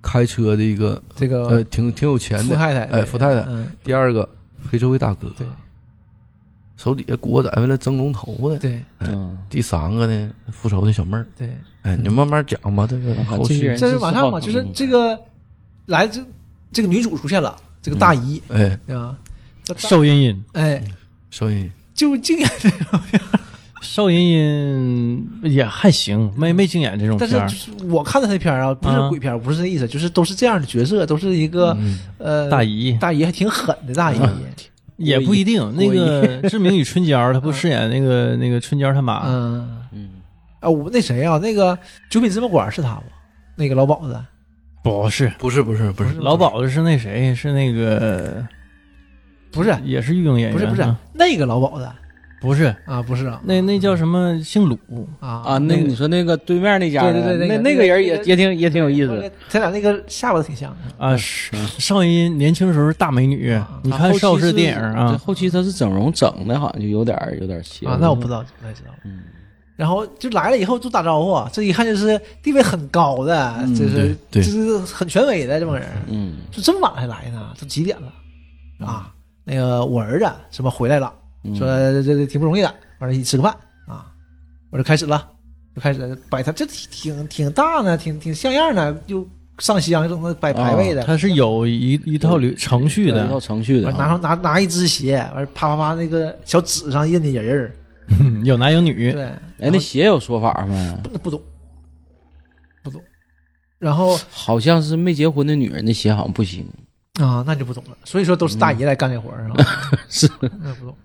[SPEAKER 4] 开车的一个，
[SPEAKER 2] 这
[SPEAKER 4] 呃，
[SPEAKER 2] 个
[SPEAKER 4] 挺挺有钱
[SPEAKER 2] 富
[SPEAKER 4] 的，
[SPEAKER 2] 太太，
[SPEAKER 4] 哎，富太太，
[SPEAKER 2] 嗯，
[SPEAKER 4] 第二个黑社会大哥，
[SPEAKER 2] 对，
[SPEAKER 4] 手底下裹仔为了争龙头的。
[SPEAKER 2] 对
[SPEAKER 3] 嗯，
[SPEAKER 4] 第三个呢，复仇的小妹儿，
[SPEAKER 2] 对。
[SPEAKER 4] 哎，你慢慢讲吧，这个后
[SPEAKER 3] 这些
[SPEAKER 4] 续，
[SPEAKER 3] 人
[SPEAKER 2] 这是马上嘛，就是这个来这这个女主出现了，这个大姨，
[SPEAKER 4] 哎，
[SPEAKER 2] 对吧？这大
[SPEAKER 1] 邵音音，
[SPEAKER 2] 哎，
[SPEAKER 4] 所以
[SPEAKER 2] 就竟然，
[SPEAKER 1] 邵音音也还行，没没经演这种
[SPEAKER 2] 但
[SPEAKER 1] 片儿
[SPEAKER 2] 是。就是我看的那片儿啊，不是
[SPEAKER 1] 啊
[SPEAKER 2] 鬼片儿，不是这意思，就是都是这样的角色，都是一个
[SPEAKER 4] 嗯
[SPEAKER 2] 呃
[SPEAKER 1] 嗯大姨
[SPEAKER 2] 大姨还挺狠的大姨，
[SPEAKER 1] 也不一定，那 个《志明与春娇》，她不饰演那个那个春娇他妈，
[SPEAKER 2] 嗯
[SPEAKER 3] 嗯
[SPEAKER 2] 啊，我那谁啊，那个九品芝麻官是他吗？那个老鸨子，
[SPEAKER 1] 不是
[SPEAKER 4] 不是不是不是，
[SPEAKER 1] 老鸨子是那谁，是那个
[SPEAKER 2] 不
[SPEAKER 3] 嗯
[SPEAKER 2] 是
[SPEAKER 1] 也是御用演员，
[SPEAKER 2] 不是不是
[SPEAKER 1] 啊
[SPEAKER 2] 那个老鸨子
[SPEAKER 1] 不是，
[SPEAKER 2] 啊，不是啊
[SPEAKER 1] 那那叫什么姓鲁，
[SPEAKER 2] 啊
[SPEAKER 3] 啊，那你说那个对面那家的，
[SPEAKER 2] 对对对那
[SPEAKER 3] 那
[SPEAKER 2] 个
[SPEAKER 3] 个人也
[SPEAKER 2] 那个
[SPEAKER 3] 也挺也挺有意思的，
[SPEAKER 2] 他俩那个下巴都挺像的，
[SPEAKER 1] 啊，是邵音音年轻时候大美女，你看邵氏电影
[SPEAKER 3] 这
[SPEAKER 1] 啊，
[SPEAKER 3] 后期他是整容整的，好像就有点儿有点儿邪
[SPEAKER 2] 啊，那我不知道，不太知道。
[SPEAKER 3] 嗯，
[SPEAKER 2] 然后就来了以后就打招呼，啊这一看就是地位很高的，这是
[SPEAKER 4] 对对
[SPEAKER 2] 就是很权威的这帮人，
[SPEAKER 3] 嗯
[SPEAKER 2] 就这么晚还来呢？都几点了啊？那个我儿子什么回来了，
[SPEAKER 3] 嗯
[SPEAKER 2] 说这这挺不容易的，完了一起吃个饭啊，我就开始了，就开始摆摊，这挺挺挺大呢，挺挺像样的，又上香什么摆牌
[SPEAKER 3] 哦
[SPEAKER 2] 位的，
[SPEAKER 1] 她是有一一套流程序
[SPEAKER 3] 一套
[SPEAKER 1] 的，
[SPEAKER 3] 程序的
[SPEAKER 2] 完拿
[SPEAKER 3] 啊，
[SPEAKER 2] 上拿拿一只鞋，完啪啪啪那个小纸上印的人儿，
[SPEAKER 1] 嗯，有男有女，
[SPEAKER 2] 对，
[SPEAKER 3] 哎，那鞋有说法吗？
[SPEAKER 2] 不不懂，不懂。然后
[SPEAKER 3] 好像是没结婚的女人的鞋好像不行。
[SPEAKER 2] 啊，那就不懂了。所以说都是
[SPEAKER 3] 嗯
[SPEAKER 2] 大爷来干这活儿，是吧？
[SPEAKER 3] 是，
[SPEAKER 2] 那不懂。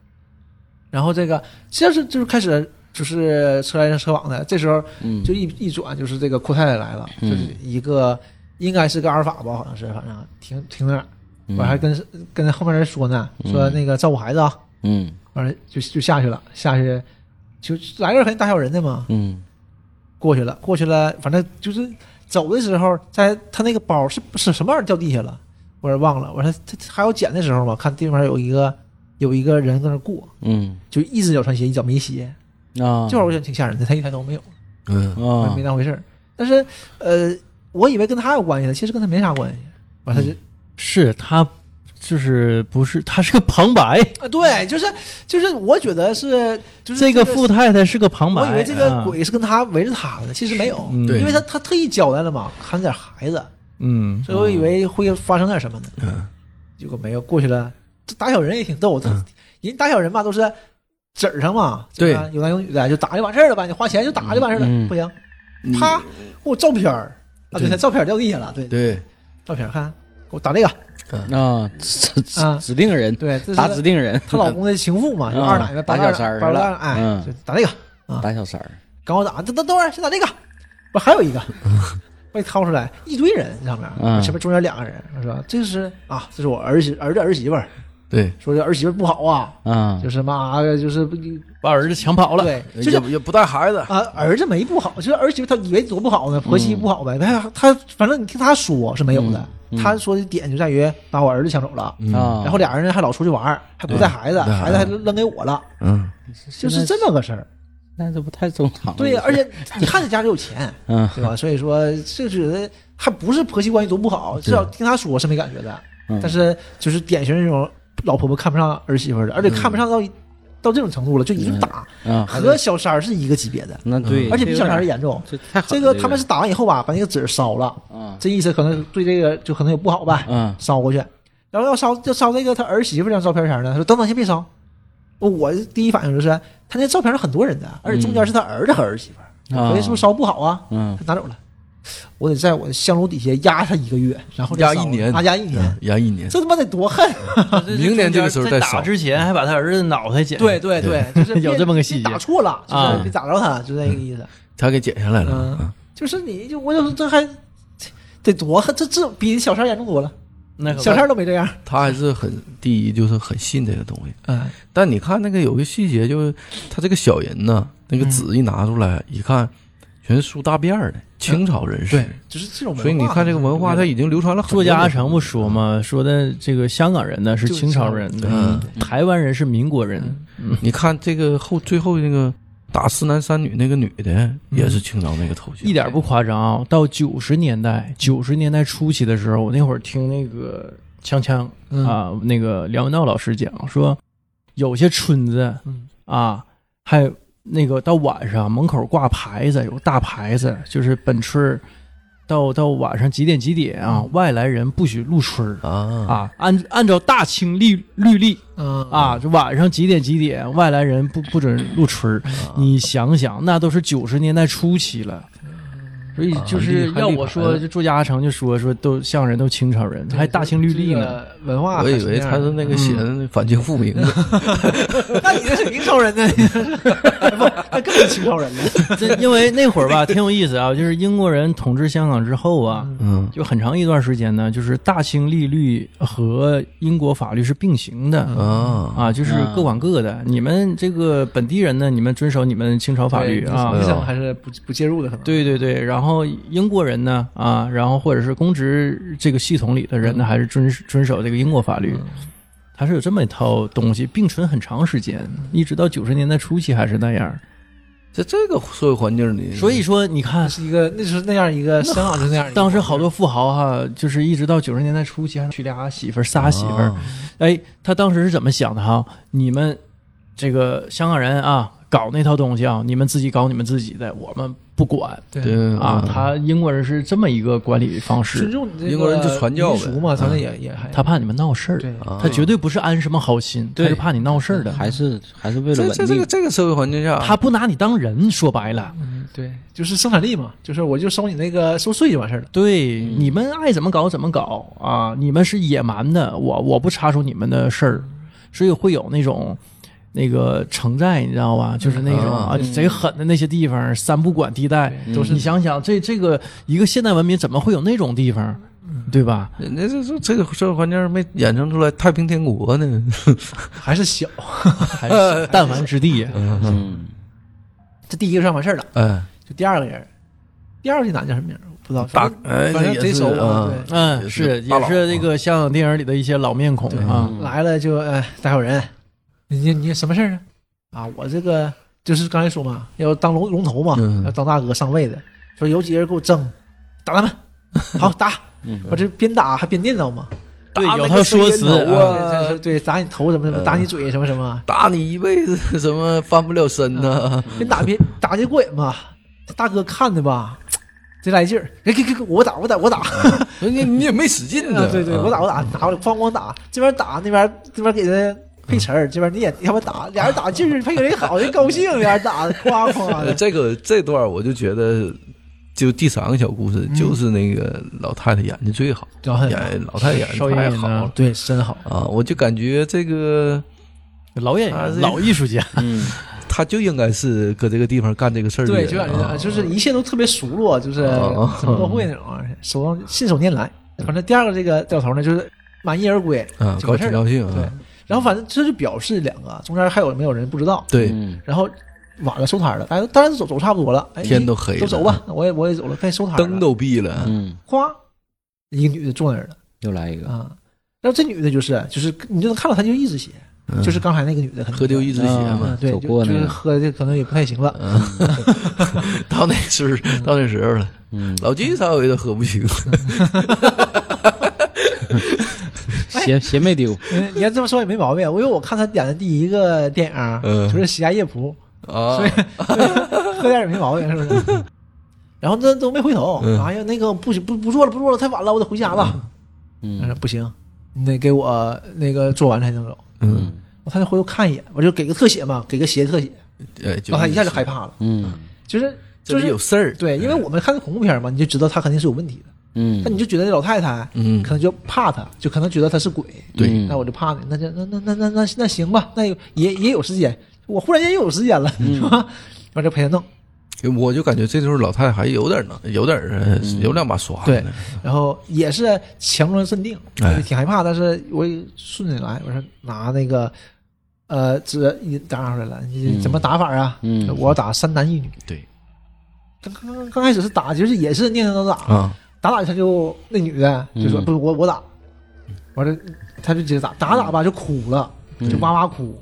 [SPEAKER 2] 然后这个实际上是就是开始就是车来人车往的，这时候
[SPEAKER 3] 嗯，
[SPEAKER 2] 就一一转就是这个阔太太来了，
[SPEAKER 3] 嗯
[SPEAKER 2] 就是一个应该是个阿尔法吧，好像是，反正停停那儿，
[SPEAKER 3] 嗯
[SPEAKER 2] 我还跟跟后面人说呢，说那个照顾孩子啊，
[SPEAKER 3] 嗯
[SPEAKER 2] 完了就就下去了，下去就来这儿肯定打小人的嘛，
[SPEAKER 3] 嗯
[SPEAKER 2] 过去了，过去了，反正就是走的时候，在他那个包是是什么玩意儿掉地下了，我说忘了。我说他他还要捡的时候嘛，看地面有一个有一个人搁那过，
[SPEAKER 3] 嗯
[SPEAKER 2] 就一只脚穿鞋，一脚没鞋。
[SPEAKER 3] 啊，
[SPEAKER 2] 这会儿我想挺吓人的，他一抬头没有，
[SPEAKER 4] 嗯，
[SPEAKER 2] 我
[SPEAKER 3] 啊
[SPEAKER 2] 也没当回事儿。但是呃，我以为跟他有关系的，其实跟他没啥关系。完他就、
[SPEAKER 1] 嗯是他就是不是他是个旁白，
[SPEAKER 2] 啊，对，就是就是，我觉得是就是
[SPEAKER 1] 这个富太太是个旁白，
[SPEAKER 2] 我以为这个
[SPEAKER 1] 啊，
[SPEAKER 2] 鬼是跟他围着他的，其实没有，
[SPEAKER 1] 嗯
[SPEAKER 4] 对
[SPEAKER 2] 因为他他特意交代了嘛，看点孩子。
[SPEAKER 1] 嗯，
[SPEAKER 2] 所以我以为会发生点什么呢，
[SPEAKER 4] 嗯
[SPEAKER 2] 结果没有。过去了，这打小人也挺逗，这人打小人嘛都是纸儿上嘛，
[SPEAKER 4] 对
[SPEAKER 2] 吧有男有女的就打就完事儿了吧，你花钱就打就完事儿
[SPEAKER 3] 嗯
[SPEAKER 2] 了，不行，啪，给我照片儿啊，对，
[SPEAKER 4] 对
[SPEAKER 2] 他照片儿掉地下了，对，
[SPEAKER 4] 对，
[SPEAKER 2] 照片儿看，给我打这个，
[SPEAKER 3] 啊，指指
[SPEAKER 2] 啊
[SPEAKER 3] 指定人，
[SPEAKER 2] 对，这是
[SPEAKER 3] 打指定人，
[SPEAKER 2] 她 老公的情妇嘛，就
[SPEAKER 3] 啊
[SPEAKER 2] 二奶奶
[SPEAKER 3] 打
[SPEAKER 2] 白
[SPEAKER 3] 小三儿
[SPEAKER 2] 白
[SPEAKER 3] 了
[SPEAKER 2] 二奶哎
[SPEAKER 3] 嗯，
[SPEAKER 2] 就打这个，
[SPEAKER 3] 打小三儿，
[SPEAKER 2] 赶我打，等等等会儿，先打这个，不还有一个，被掏出来一堆人上面，
[SPEAKER 3] 嗯
[SPEAKER 2] 前面中间两个人，我说这是啊，这是我儿媳儿子儿媳妇儿。
[SPEAKER 4] 对，
[SPEAKER 2] 说这儿媳妇不好啊，
[SPEAKER 3] 啊
[SPEAKER 2] 就是妈的，就是不
[SPEAKER 1] 把儿子抢跑了，
[SPEAKER 2] 对，就是
[SPEAKER 4] 也也不带孩子，
[SPEAKER 2] 啊，儿子没不好，就是儿媳妇她以为多不好呢，婆媳不好呗。她她反正你听她说是没有的，她说的点就在于把我儿子抢走了，
[SPEAKER 3] 啊，
[SPEAKER 2] 嗯然后俩人呢还老出去玩儿，还不带孩子，
[SPEAKER 4] 对
[SPEAKER 2] 孩子还扔给我了，
[SPEAKER 4] 嗯，
[SPEAKER 2] 就是这么个事儿。
[SPEAKER 3] 那这不太正常了？
[SPEAKER 2] 对呀，而且你看这家里有 钱，
[SPEAKER 3] 嗯
[SPEAKER 2] 对吧？所以说这觉得还不是婆媳关系多不好，至少听她说是没感觉的，
[SPEAKER 3] 嗯
[SPEAKER 2] 但是就是典型那种老婆婆看不上儿媳妇儿的，而且看不上
[SPEAKER 3] 嗯
[SPEAKER 2] 到。到这种程度了，就一顿打，
[SPEAKER 3] 啊，
[SPEAKER 2] 和小三儿是一个级别的，
[SPEAKER 3] 那对，
[SPEAKER 2] 而且比小三
[SPEAKER 3] 三
[SPEAKER 2] 儿严重。
[SPEAKER 3] 这太狠
[SPEAKER 2] 这
[SPEAKER 3] 了
[SPEAKER 2] 个他们是打完以后吧，把那个纸烧了，
[SPEAKER 3] 啊
[SPEAKER 2] 这意思可能对这个就可能有不好吧，
[SPEAKER 3] 嗯
[SPEAKER 2] 烧过去，然后要烧要烧这个他儿媳妇这张照片前呢，他说等等先别烧，我第一反应就是他那照片是很多人的，而且中
[SPEAKER 3] 嗯
[SPEAKER 2] 间是他儿子和儿媳妇儿，我
[SPEAKER 3] 啊
[SPEAKER 2] 合计是不是烧不好啊？
[SPEAKER 3] 嗯
[SPEAKER 2] 他拿走了，我得在我的香炉底下压他一个月，然后再
[SPEAKER 4] 压
[SPEAKER 2] 烧
[SPEAKER 4] 一年
[SPEAKER 2] 啊压一年，
[SPEAKER 4] 嗯压一年，
[SPEAKER 2] 这他妈得多恨！
[SPEAKER 4] 明年这个时候
[SPEAKER 1] 在
[SPEAKER 4] 再
[SPEAKER 1] 打
[SPEAKER 4] 扫
[SPEAKER 1] 之前还把他儿子脑袋剪，
[SPEAKER 2] 对对对，就是 别
[SPEAKER 1] 有这么个细节
[SPEAKER 2] 别打错了，就是
[SPEAKER 1] 啊
[SPEAKER 2] 别打着他，就这个意思。
[SPEAKER 4] 他给剪下来了，
[SPEAKER 2] 嗯，就是你就我就说这还这得多狠，这这比小三儿严重多了，
[SPEAKER 1] 那可
[SPEAKER 2] 小三儿都没这样。
[SPEAKER 4] 他还是很第一就是很信这个东西。
[SPEAKER 2] 嗯
[SPEAKER 4] 但你看那个有个细节，就是他这个小人呢，那个
[SPEAKER 1] 嗯
[SPEAKER 4] 纸一拿出来、一看，全梳大辫儿的，清朝人士。，
[SPEAKER 2] 就是这种文化。
[SPEAKER 4] 所以你看这个文化，它已经流传了很多
[SPEAKER 1] 作
[SPEAKER 4] 年。
[SPEAKER 1] 家阿成不说吗？说的这个香港人呢是清朝人
[SPEAKER 2] 就，是嗯
[SPEAKER 4] 嗯，
[SPEAKER 1] 台湾人是民国人，
[SPEAKER 4] 你看这个后最后那个打四男三女那个女的，也是清朝那个头衔，
[SPEAKER 1] 嗯一点不夸张啊。到九十年代，九十年代初期的时候，我那会儿听那个锵锵
[SPEAKER 2] 嗯
[SPEAKER 1] 啊，那个梁文道老师讲说，有些村子
[SPEAKER 2] 嗯
[SPEAKER 1] 啊，还那个到晚上门口挂牌子，有大牌子，就是本村儿到到晚上几点几点啊，
[SPEAKER 2] 嗯
[SPEAKER 1] 外来人不许入村儿
[SPEAKER 4] 啊。
[SPEAKER 1] 啊，按按照大清律律例
[SPEAKER 2] 嗯
[SPEAKER 1] 啊，这晚上几点几点外来人不不准入村儿。你想想，那都是九十年代初期了。所以就
[SPEAKER 4] 啊
[SPEAKER 1] 是
[SPEAKER 4] 还立
[SPEAKER 1] 要
[SPEAKER 4] 还立牌
[SPEAKER 1] 我说，
[SPEAKER 4] 子
[SPEAKER 1] 就作家阿成就说说都像人都清朝人，还大清律例呢。，
[SPEAKER 2] 这个文
[SPEAKER 1] 啊
[SPEAKER 2] 化。
[SPEAKER 4] 我以为他是，那个写的
[SPEAKER 1] 嗯
[SPEAKER 4] 那反清复明 的，
[SPEAKER 2] 那你这是明朝人呢？你这是 不，那更是清 朝人了。
[SPEAKER 1] 这因为那会儿吧，挺有意思啊，就是英国人统治香港之后啊，
[SPEAKER 4] 嗯，
[SPEAKER 1] 就很长一段时间呢，就是大清利率和英国法律是并行的。
[SPEAKER 4] 啊，
[SPEAKER 1] 啊，就是各管各的。你们这个本地人呢，你们遵守你们清朝法律
[SPEAKER 2] 对
[SPEAKER 1] 啊
[SPEAKER 2] 你。
[SPEAKER 4] 哎
[SPEAKER 2] 想还是不不介入的可能。
[SPEAKER 1] 对对对，然后英国人呢啊，然后或者是公职这个系统里的人呢，还是遵遵守这个英国法律。它是有这么一套东西并存很长时间，一直到九十年代初期还是那样。
[SPEAKER 4] 在这个社会环境里，
[SPEAKER 1] 所以说，你看
[SPEAKER 2] 那是一个，那就是那样一个，香港就那样一个。
[SPEAKER 1] 当时好多富豪哈，就是一直到九十年代初期还娶俩媳妇儿、仨媳妇儿
[SPEAKER 4] 啊。
[SPEAKER 1] 哎，他当时是怎么想的哈？你们这个香港人啊，搞那套东西啊，你们自己搞你们自己的，我们不管
[SPEAKER 2] 对，
[SPEAKER 4] 对
[SPEAKER 1] 啊。他英国人是这么一个管理方
[SPEAKER 2] 尊
[SPEAKER 1] 式，
[SPEAKER 2] 重你这个
[SPEAKER 4] 英国人就传教呗嗯
[SPEAKER 2] 民俗嘛，咱们也也还
[SPEAKER 1] 他怕你们闹事儿，
[SPEAKER 2] 对，
[SPEAKER 4] 啊
[SPEAKER 1] 他绝对不是安什么好心，他
[SPEAKER 3] 对
[SPEAKER 1] 是怕你闹事儿的，
[SPEAKER 3] 还是还是为了
[SPEAKER 4] 这
[SPEAKER 3] 稳
[SPEAKER 4] 这这个
[SPEAKER 3] 定。
[SPEAKER 4] 这个社会环境下，
[SPEAKER 1] 他不拿你当人，说白了。
[SPEAKER 2] 嗯对，就是生产力嘛，就是我就收你那个收税就完事儿了。
[SPEAKER 1] 对，你们爱怎么搞怎么搞啊！你们是野蛮的，我我不插手你们的事儿，所以会有那种那个城寨，你知道吧？就是那种啊贼狠的那些地方，三不管地带，
[SPEAKER 2] 都是
[SPEAKER 1] 你想想，这这个一个现代文明怎么会有那种地方，对吧？
[SPEAKER 4] 人家这这这个社会环境没衍生出来太平天国呢，
[SPEAKER 2] 还是小，
[SPEAKER 1] 还是弹丸之地呀，
[SPEAKER 3] 嗯，
[SPEAKER 2] 这第一个事儿完事儿了，
[SPEAKER 4] 哎，
[SPEAKER 2] 就第二个人，第二个这男叫什么名儿？不知道，
[SPEAKER 4] 大
[SPEAKER 2] 反正
[SPEAKER 4] 哎
[SPEAKER 2] 反正
[SPEAKER 4] 也
[SPEAKER 2] 贼
[SPEAKER 4] 是
[SPEAKER 2] 熟
[SPEAKER 4] 啊
[SPEAKER 2] 啊，对。
[SPEAKER 1] 嗯，
[SPEAKER 4] 也
[SPEAKER 1] 是
[SPEAKER 4] 是
[SPEAKER 1] 也
[SPEAKER 4] 大佬
[SPEAKER 1] 是那个像电影里的一些老面孔啊，
[SPEAKER 3] 嗯
[SPEAKER 2] 来了就哎带伙人，你你什么事儿啊？啊，我这个就是刚才说嘛，要当龙龙头嘛，
[SPEAKER 4] 嗯
[SPEAKER 2] 要当大哥上位的，说有几个人给我争，打他们，好打，
[SPEAKER 4] 嗯
[SPEAKER 2] 我这边打还边念叨嘛，
[SPEAKER 1] 对
[SPEAKER 2] 打
[SPEAKER 1] 有
[SPEAKER 2] 那
[SPEAKER 1] 套
[SPEAKER 2] 个谁
[SPEAKER 1] 说
[SPEAKER 2] 人
[SPEAKER 1] 辞
[SPEAKER 2] 头
[SPEAKER 4] 啊
[SPEAKER 2] 啊，这是对，打你头什么什么，打你嘴什么什么，
[SPEAKER 4] 打你一辈子，什么翻不了身 呐，
[SPEAKER 2] 边打边打就过瘾嘛，这大哥看的吧。贼来劲儿，给给给，我打我打我
[SPEAKER 4] 啊
[SPEAKER 2] 打，
[SPEAKER 4] 你你也没使劲呢
[SPEAKER 2] 啊，对对，
[SPEAKER 4] 啊
[SPEAKER 2] 我打我打，打我咣咣打，这边打那边这边给他配词儿，这边你也他妈打，俩人打劲儿，配个人好，人高兴，俩人打的夸夸
[SPEAKER 4] 呃
[SPEAKER 2] 的，
[SPEAKER 4] 这个这段儿我就觉得，就第三个小故事，就是那个老太太演的最好，
[SPEAKER 2] 然后
[SPEAKER 4] 演老太太嗯演
[SPEAKER 1] 少
[SPEAKER 4] 的
[SPEAKER 1] 爷
[SPEAKER 4] 太
[SPEAKER 1] 人
[SPEAKER 4] 好
[SPEAKER 1] 呢
[SPEAKER 4] 了
[SPEAKER 2] 对真好，
[SPEAKER 4] 啊！我就感觉这个
[SPEAKER 1] 老演
[SPEAKER 4] 啊
[SPEAKER 1] 员、
[SPEAKER 4] 这
[SPEAKER 1] 老艺术家，
[SPEAKER 3] 嗯
[SPEAKER 4] 他就应该是搁这个地方干这个事儿的
[SPEAKER 2] 对，
[SPEAKER 4] 人，
[SPEAKER 2] 就感
[SPEAKER 4] 啊
[SPEAKER 2] 觉就是一切都特别熟络，就是
[SPEAKER 4] 啊
[SPEAKER 2] 怎么都会那种玩意儿，手到信手拈来。反正第二个这个掉头呢，就是满意而归
[SPEAKER 4] 啊，
[SPEAKER 2] 就
[SPEAKER 4] 高
[SPEAKER 2] 完事
[SPEAKER 4] 情
[SPEAKER 2] 儿了。
[SPEAKER 4] 高兴
[SPEAKER 2] 对
[SPEAKER 4] 啊，，
[SPEAKER 2] 然后反正这就表示两个，中间还有没有人不知道？
[SPEAKER 4] 对，
[SPEAKER 3] 嗯
[SPEAKER 2] 然后晚了收摊儿了，大家当然走走差不多了，哎，
[SPEAKER 4] 天都黑了，
[SPEAKER 2] 都走吧，那我也我也走了，该收摊儿了。
[SPEAKER 4] 灯都闭了，
[SPEAKER 3] 嗯，
[SPEAKER 2] 哗，一个女的坐那儿了。
[SPEAKER 3] 又来一个，
[SPEAKER 2] 啊。然后这女的就是就是你就能看到她就一直血，就是刚才那个女的可
[SPEAKER 4] 嗯
[SPEAKER 2] 能
[SPEAKER 4] 喝丢一只鞋嘛，
[SPEAKER 2] 嗯对，
[SPEAKER 3] 走
[SPEAKER 2] 就
[SPEAKER 3] 过
[SPEAKER 2] 就
[SPEAKER 3] 那
[SPEAKER 2] 是
[SPEAKER 3] 个
[SPEAKER 2] 喝的可能也不太行了，
[SPEAKER 4] 嗯
[SPEAKER 2] 嗯
[SPEAKER 4] 到那时候到那时候了，
[SPEAKER 3] 嗯，
[SPEAKER 4] 老金稍微都喝不 行，
[SPEAKER 2] 哎
[SPEAKER 3] 鞋鞋 没丢，
[SPEAKER 2] 嗯你要这么说也没毛病。因为我看她演的第一个电影
[SPEAKER 4] 嗯
[SPEAKER 2] 就是《喜爱夜蒲
[SPEAKER 4] 啊，》，
[SPEAKER 2] 喝点也没毛病，是不 是？然后这都没回头，
[SPEAKER 4] 嗯
[SPEAKER 2] 哎呀，那个不行，不不做了，不做了，太晚了，我得回家了。他
[SPEAKER 3] 嗯
[SPEAKER 2] 说不行，你得给我那个做完才能走。
[SPEAKER 4] 嗯，
[SPEAKER 2] 他就回头看一眼，我就给个特写嘛，给个斜特写，
[SPEAKER 4] 哎，就
[SPEAKER 2] 然后哦他一下就害怕了，
[SPEAKER 3] 嗯
[SPEAKER 2] 就是
[SPEAKER 4] 这
[SPEAKER 2] 就
[SPEAKER 4] 里
[SPEAKER 2] 是
[SPEAKER 4] 有哎事儿，
[SPEAKER 2] 对，因为我们看恐怖片嘛，你就知道他肯定是有问题的。
[SPEAKER 3] 嗯
[SPEAKER 2] 那，你就觉得那老太太，
[SPEAKER 4] 嗯
[SPEAKER 2] 可能就怕他，就可能觉得他是鬼，
[SPEAKER 4] 对
[SPEAKER 3] 嗯
[SPEAKER 2] 那我就怕你，那就那那那那那那行吧，那也也有时间，我忽然间又有时间了，
[SPEAKER 4] 嗯
[SPEAKER 2] 是吧？完就陪他弄，
[SPEAKER 4] 我就感觉这时候老太太还有点能，有点儿呃有两把刷子
[SPEAKER 2] 嗯对，然后也是强装镇定，
[SPEAKER 4] 哎
[SPEAKER 2] 我就挺害怕，但是我也顺着来，我说拿那个。呃，这一打出来了，你怎么打法啊？
[SPEAKER 3] 嗯
[SPEAKER 2] 我要打三男一女。
[SPEAKER 4] 对
[SPEAKER 2] 刚刚刚开始是打，就是也是念叨叨打，
[SPEAKER 4] 啊，
[SPEAKER 2] 打打他就那女的就说、
[SPEAKER 3] 嗯
[SPEAKER 2] 不是我我打，完了他就接着打打打吧就哭了，
[SPEAKER 4] 嗯
[SPEAKER 2] 就哇哇哭，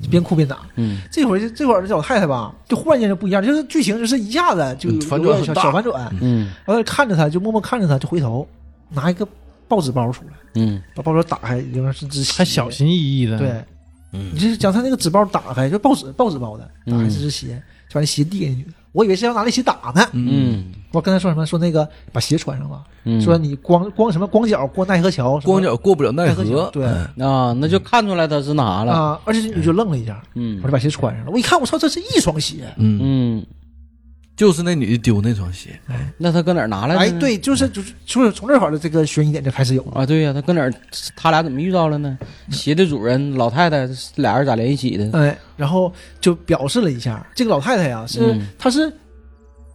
[SPEAKER 2] 就边哭边打。
[SPEAKER 3] 嗯
[SPEAKER 2] 这会儿就这会儿这老太太吧，就忽然间就不一样，就是剧情就是一下子就
[SPEAKER 4] 嗯
[SPEAKER 2] 有
[SPEAKER 4] 反转
[SPEAKER 2] 有点
[SPEAKER 4] 很
[SPEAKER 2] 小
[SPEAKER 4] 大
[SPEAKER 2] 小反转，
[SPEAKER 3] 嗯
[SPEAKER 2] 完了看着他就默默看着他就回头拿一个报纸包出来，
[SPEAKER 3] 嗯
[SPEAKER 2] 把报纸打开里面是只血
[SPEAKER 1] 还小心翼翼的，
[SPEAKER 2] 对，你就是将他那个纸包打开，就报纸报纸包的打开是只鞋，就把那鞋递给那女的，我以为是要拿那鞋打呢，
[SPEAKER 3] 嗯
[SPEAKER 2] 我跟他说什么？说那个把鞋穿上吧，
[SPEAKER 3] 嗯
[SPEAKER 2] 说你光光什么光脚过奈何桥，什么
[SPEAKER 4] 光脚过不了奈
[SPEAKER 2] 奈何
[SPEAKER 4] 何
[SPEAKER 2] 桥，，对
[SPEAKER 4] 哎
[SPEAKER 2] 啊、
[SPEAKER 3] 啊，那就看出来他是哪了，
[SPEAKER 2] 而且你就愣了一下，
[SPEAKER 3] 嗯
[SPEAKER 2] 啊我就把鞋穿上了。我一看，我操，这是一双鞋！
[SPEAKER 4] 嗯，
[SPEAKER 3] 嗯，
[SPEAKER 4] 就是那女的丢那双鞋，
[SPEAKER 3] 那他搁哪儿拿来的？
[SPEAKER 2] 哎，，对，就是就是就是从这块儿的这个悬疑点就开始有了。
[SPEAKER 3] 啊，对呀，他搁哪儿？他俩怎么遇到了呢？
[SPEAKER 2] 嗯
[SPEAKER 3] 鞋的主人老太太，俩人咋联系的？
[SPEAKER 2] 哎，然后就表示了一下，这个老太太呀、是、
[SPEAKER 3] 嗯
[SPEAKER 2] 她是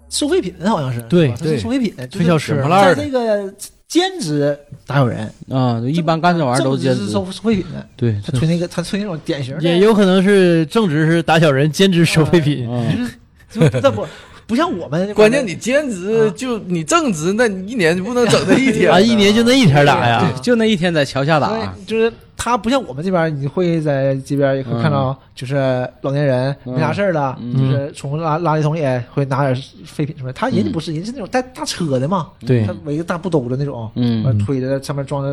[SPEAKER 2] 收废品的，好像是
[SPEAKER 1] 对
[SPEAKER 2] 是吧她
[SPEAKER 4] 对
[SPEAKER 2] 是收废品，就
[SPEAKER 1] 推销
[SPEAKER 2] 是
[SPEAKER 1] 师
[SPEAKER 4] 什么烂
[SPEAKER 2] 在
[SPEAKER 4] 儿的
[SPEAKER 2] 这个兼职打扰人，
[SPEAKER 3] 啊，一般干这玩意儿都兼
[SPEAKER 2] 正职
[SPEAKER 3] 职
[SPEAKER 2] 是，收收废品的，
[SPEAKER 3] 对，
[SPEAKER 2] 她推那个她推那种典型的，
[SPEAKER 1] 也有可能是正职是打小人，兼职收废品，
[SPEAKER 3] 嗯
[SPEAKER 2] 就这不不像我们，
[SPEAKER 4] 关键你兼
[SPEAKER 2] 啊
[SPEAKER 4] 职就你正职，那你一年就不能整这一 天
[SPEAKER 1] 啊，，一年就那一天打呀
[SPEAKER 2] 对，
[SPEAKER 3] 就那一天在桥下
[SPEAKER 2] 所
[SPEAKER 3] 打，
[SPEAKER 2] 以就是他不像我们这边，你会在这边也会看到，就是老年人
[SPEAKER 3] 嗯
[SPEAKER 2] 没啥事儿了，
[SPEAKER 3] 嗯
[SPEAKER 2] 就是从垃垃圾桶里会拿点废品什么的。他人家
[SPEAKER 3] 嗯
[SPEAKER 2] 不是，人家是那种带大车的嘛，
[SPEAKER 3] 对
[SPEAKER 2] 他，围个大布兜子那种，
[SPEAKER 3] 嗯
[SPEAKER 2] 完推着上面装着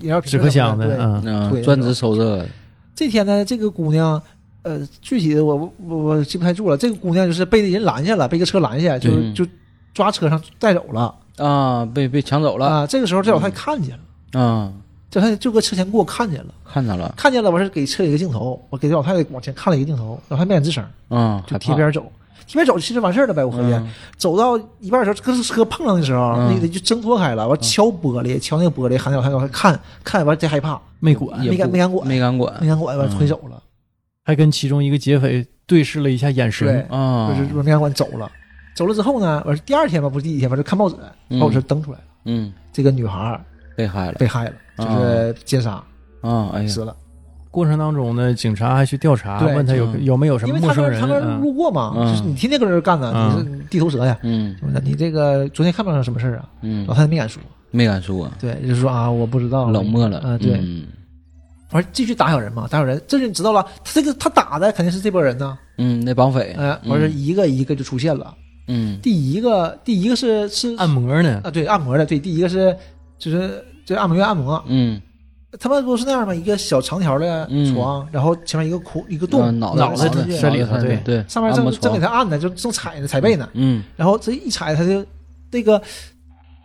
[SPEAKER 2] 饮料瓶
[SPEAKER 1] 纸壳箱
[SPEAKER 2] 子
[SPEAKER 1] 的，
[SPEAKER 2] 对。
[SPEAKER 1] 嗯，
[SPEAKER 3] 啊
[SPEAKER 2] 对，
[SPEAKER 3] 专职收这个，
[SPEAKER 2] 这天呢，这个姑娘呃，具体的我我我我记不太住了。这个姑娘就是被人拦下了，被一个车拦下，就
[SPEAKER 3] 对
[SPEAKER 2] 就抓车上带走了
[SPEAKER 3] 啊，被被抢走了嗯
[SPEAKER 2] 啊。这个时候这老太看见了，
[SPEAKER 3] 啊，
[SPEAKER 2] 这老太太就搁车前过看见了，
[SPEAKER 3] 看到了
[SPEAKER 2] 看见了，完事儿给车一个镜头，我给这老太太往前看了一个镜头，老太太没敢吱声，
[SPEAKER 3] 啊，
[SPEAKER 2] 就
[SPEAKER 3] 害
[SPEAKER 2] 贴
[SPEAKER 3] 怕
[SPEAKER 2] 边走，贴边走其实完事儿了呗，我合计。
[SPEAKER 3] 嗯
[SPEAKER 2] 走到一半的时候，跟车碰上的时候，
[SPEAKER 3] 嗯
[SPEAKER 2] 那个就挣脱开了，完敲玻璃，敲那个玻璃，喊那老太太往下看，看完贼害怕，
[SPEAKER 1] 没管，
[SPEAKER 3] 也
[SPEAKER 2] 没敢
[SPEAKER 3] 不
[SPEAKER 2] 没敢管
[SPEAKER 3] 没敢管
[SPEAKER 2] 没敢管，完
[SPEAKER 3] 嗯
[SPEAKER 2] 哎推走了，
[SPEAKER 1] 还跟其中一个劫匪对视了一下眼
[SPEAKER 2] 对
[SPEAKER 1] 神，，
[SPEAKER 3] 啊，
[SPEAKER 2] 就是说没敢管走了。走了之后呢，完事第二天吧，不是第一天吧，就看报纸，
[SPEAKER 3] 嗯
[SPEAKER 2] 报纸上登出来了，
[SPEAKER 3] 嗯，
[SPEAKER 2] 这个女孩儿
[SPEAKER 3] 被害了
[SPEAKER 2] 被害了，就是奸杀
[SPEAKER 3] 啊，哎呀，
[SPEAKER 2] 死了，
[SPEAKER 1] 过程当中呢，警察还去调查，
[SPEAKER 2] 对
[SPEAKER 1] 问他有
[SPEAKER 3] 嗯
[SPEAKER 1] 有没有什
[SPEAKER 2] 因
[SPEAKER 1] 么
[SPEAKER 2] 为
[SPEAKER 1] 陌
[SPEAKER 2] 他
[SPEAKER 1] 生
[SPEAKER 2] 们
[SPEAKER 1] 人
[SPEAKER 2] 他们
[SPEAKER 1] 嗯
[SPEAKER 2] 路过嘛，
[SPEAKER 3] 嗯
[SPEAKER 2] 就是你天天搁这儿干呢，
[SPEAKER 1] 嗯
[SPEAKER 2] 你是地头蛇呀。
[SPEAKER 3] 嗯
[SPEAKER 2] 是不是你这个昨天看不上什么事儿啊？
[SPEAKER 3] 嗯
[SPEAKER 2] 老，太太没敢说，
[SPEAKER 3] 没敢说，
[SPEAKER 2] 对，就是说啊，我不知道，
[SPEAKER 3] 冷漠了，
[SPEAKER 2] 啊，对，
[SPEAKER 3] 嗯
[SPEAKER 2] 完继续打小人嘛，打小人，这就你知道了，他这个他打的肯定是这波人呐，
[SPEAKER 3] 嗯，那绑匪，
[SPEAKER 2] 哎，完事一个一个就出现了，
[SPEAKER 3] 嗯
[SPEAKER 2] 第一个第一个是是
[SPEAKER 1] 按摩呢，
[SPEAKER 2] 啊，对按摩的，对，第一个是就是就是按摩院按摩，
[SPEAKER 3] 嗯，
[SPEAKER 2] 他们不是那样吗？一个小长条的
[SPEAKER 3] 嗯
[SPEAKER 2] 床，然后前面一个孔一个
[SPEAKER 3] 啊
[SPEAKER 2] 洞，
[SPEAKER 3] 脑
[SPEAKER 1] 袋
[SPEAKER 2] 袋
[SPEAKER 1] 脑
[SPEAKER 2] 伸
[SPEAKER 1] 袋
[SPEAKER 2] 进去
[SPEAKER 1] 伸里头
[SPEAKER 3] 对
[SPEAKER 1] 对
[SPEAKER 3] 对，
[SPEAKER 2] 上面
[SPEAKER 3] 按摩
[SPEAKER 2] 正正给
[SPEAKER 3] 床
[SPEAKER 2] 他按呢，就正踩呢，踩背呢，
[SPEAKER 3] 嗯
[SPEAKER 2] 然后这一踩他就那个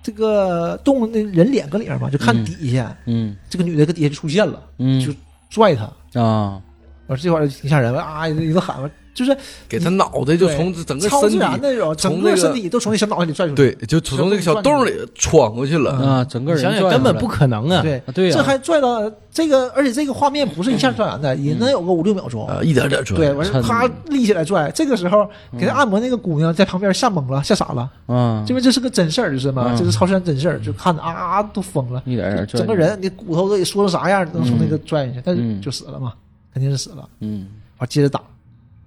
[SPEAKER 2] 这个洞那人脸搁里面嘛，就看
[SPEAKER 3] 嗯
[SPEAKER 2] 底下，
[SPEAKER 3] 嗯
[SPEAKER 2] 这个女的搁底下就出现了，
[SPEAKER 3] 嗯，
[SPEAKER 2] 拽他。
[SPEAKER 3] 啊，
[SPEAKER 2] 完这块儿就挺吓人，啊，一顿喊，就是
[SPEAKER 4] 给他脑袋就从整个
[SPEAKER 2] 超
[SPEAKER 4] 身
[SPEAKER 2] 自然
[SPEAKER 4] 体，
[SPEAKER 2] 那种，
[SPEAKER 4] 从
[SPEAKER 2] 整个
[SPEAKER 4] 那个
[SPEAKER 2] 身体都从那小脑袋里拽出来。
[SPEAKER 4] 对，就从这个小洞里穿过去了。
[SPEAKER 3] 啊，整个
[SPEAKER 1] 你
[SPEAKER 3] 人
[SPEAKER 1] 想想
[SPEAKER 3] 拽
[SPEAKER 1] 根本
[SPEAKER 3] 出来
[SPEAKER 1] 不可能啊！
[SPEAKER 2] 对
[SPEAKER 3] 啊对呀
[SPEAKER 2] 这还拽了这个，而且这个画面不是一下 拽完的，也能
[SPEAKER 3] 嗯
[SPEAKER 2] 有个五六秒钟。
[SPEAKER 4] 啊，一点点穿。
[SPEAKER 2] 嗯对，完事
[SPEAKER 3] 抻
[SPEAKER 2] 啪立起来拽，这个时候
[SPEAKER 3] 嗯
[SPEAKER 2] 给他按摩那个姑娘在旁边吓懵了，吓傻了，
[SPEAKER 3] 啊，
[SPEAKER 2] 因为这是个真事儿，就是嘛，
[SPEAKER 3] 嗯
[SPEAKER 2] 这是超自然真事儿，就看着啊啊都疯了，
[SPEAKER 3] 一点点拽出来
[SPEAKER 2] 整个人你骨头都得缩成啥样，能从那个拽进去，但是
[SPEAKER 3] 嗯
[SPEAKER 2] 就死了嘛，肯定是死了。
[SPEAKER 3] 嗯
[SPEAKER 2] 完接着打，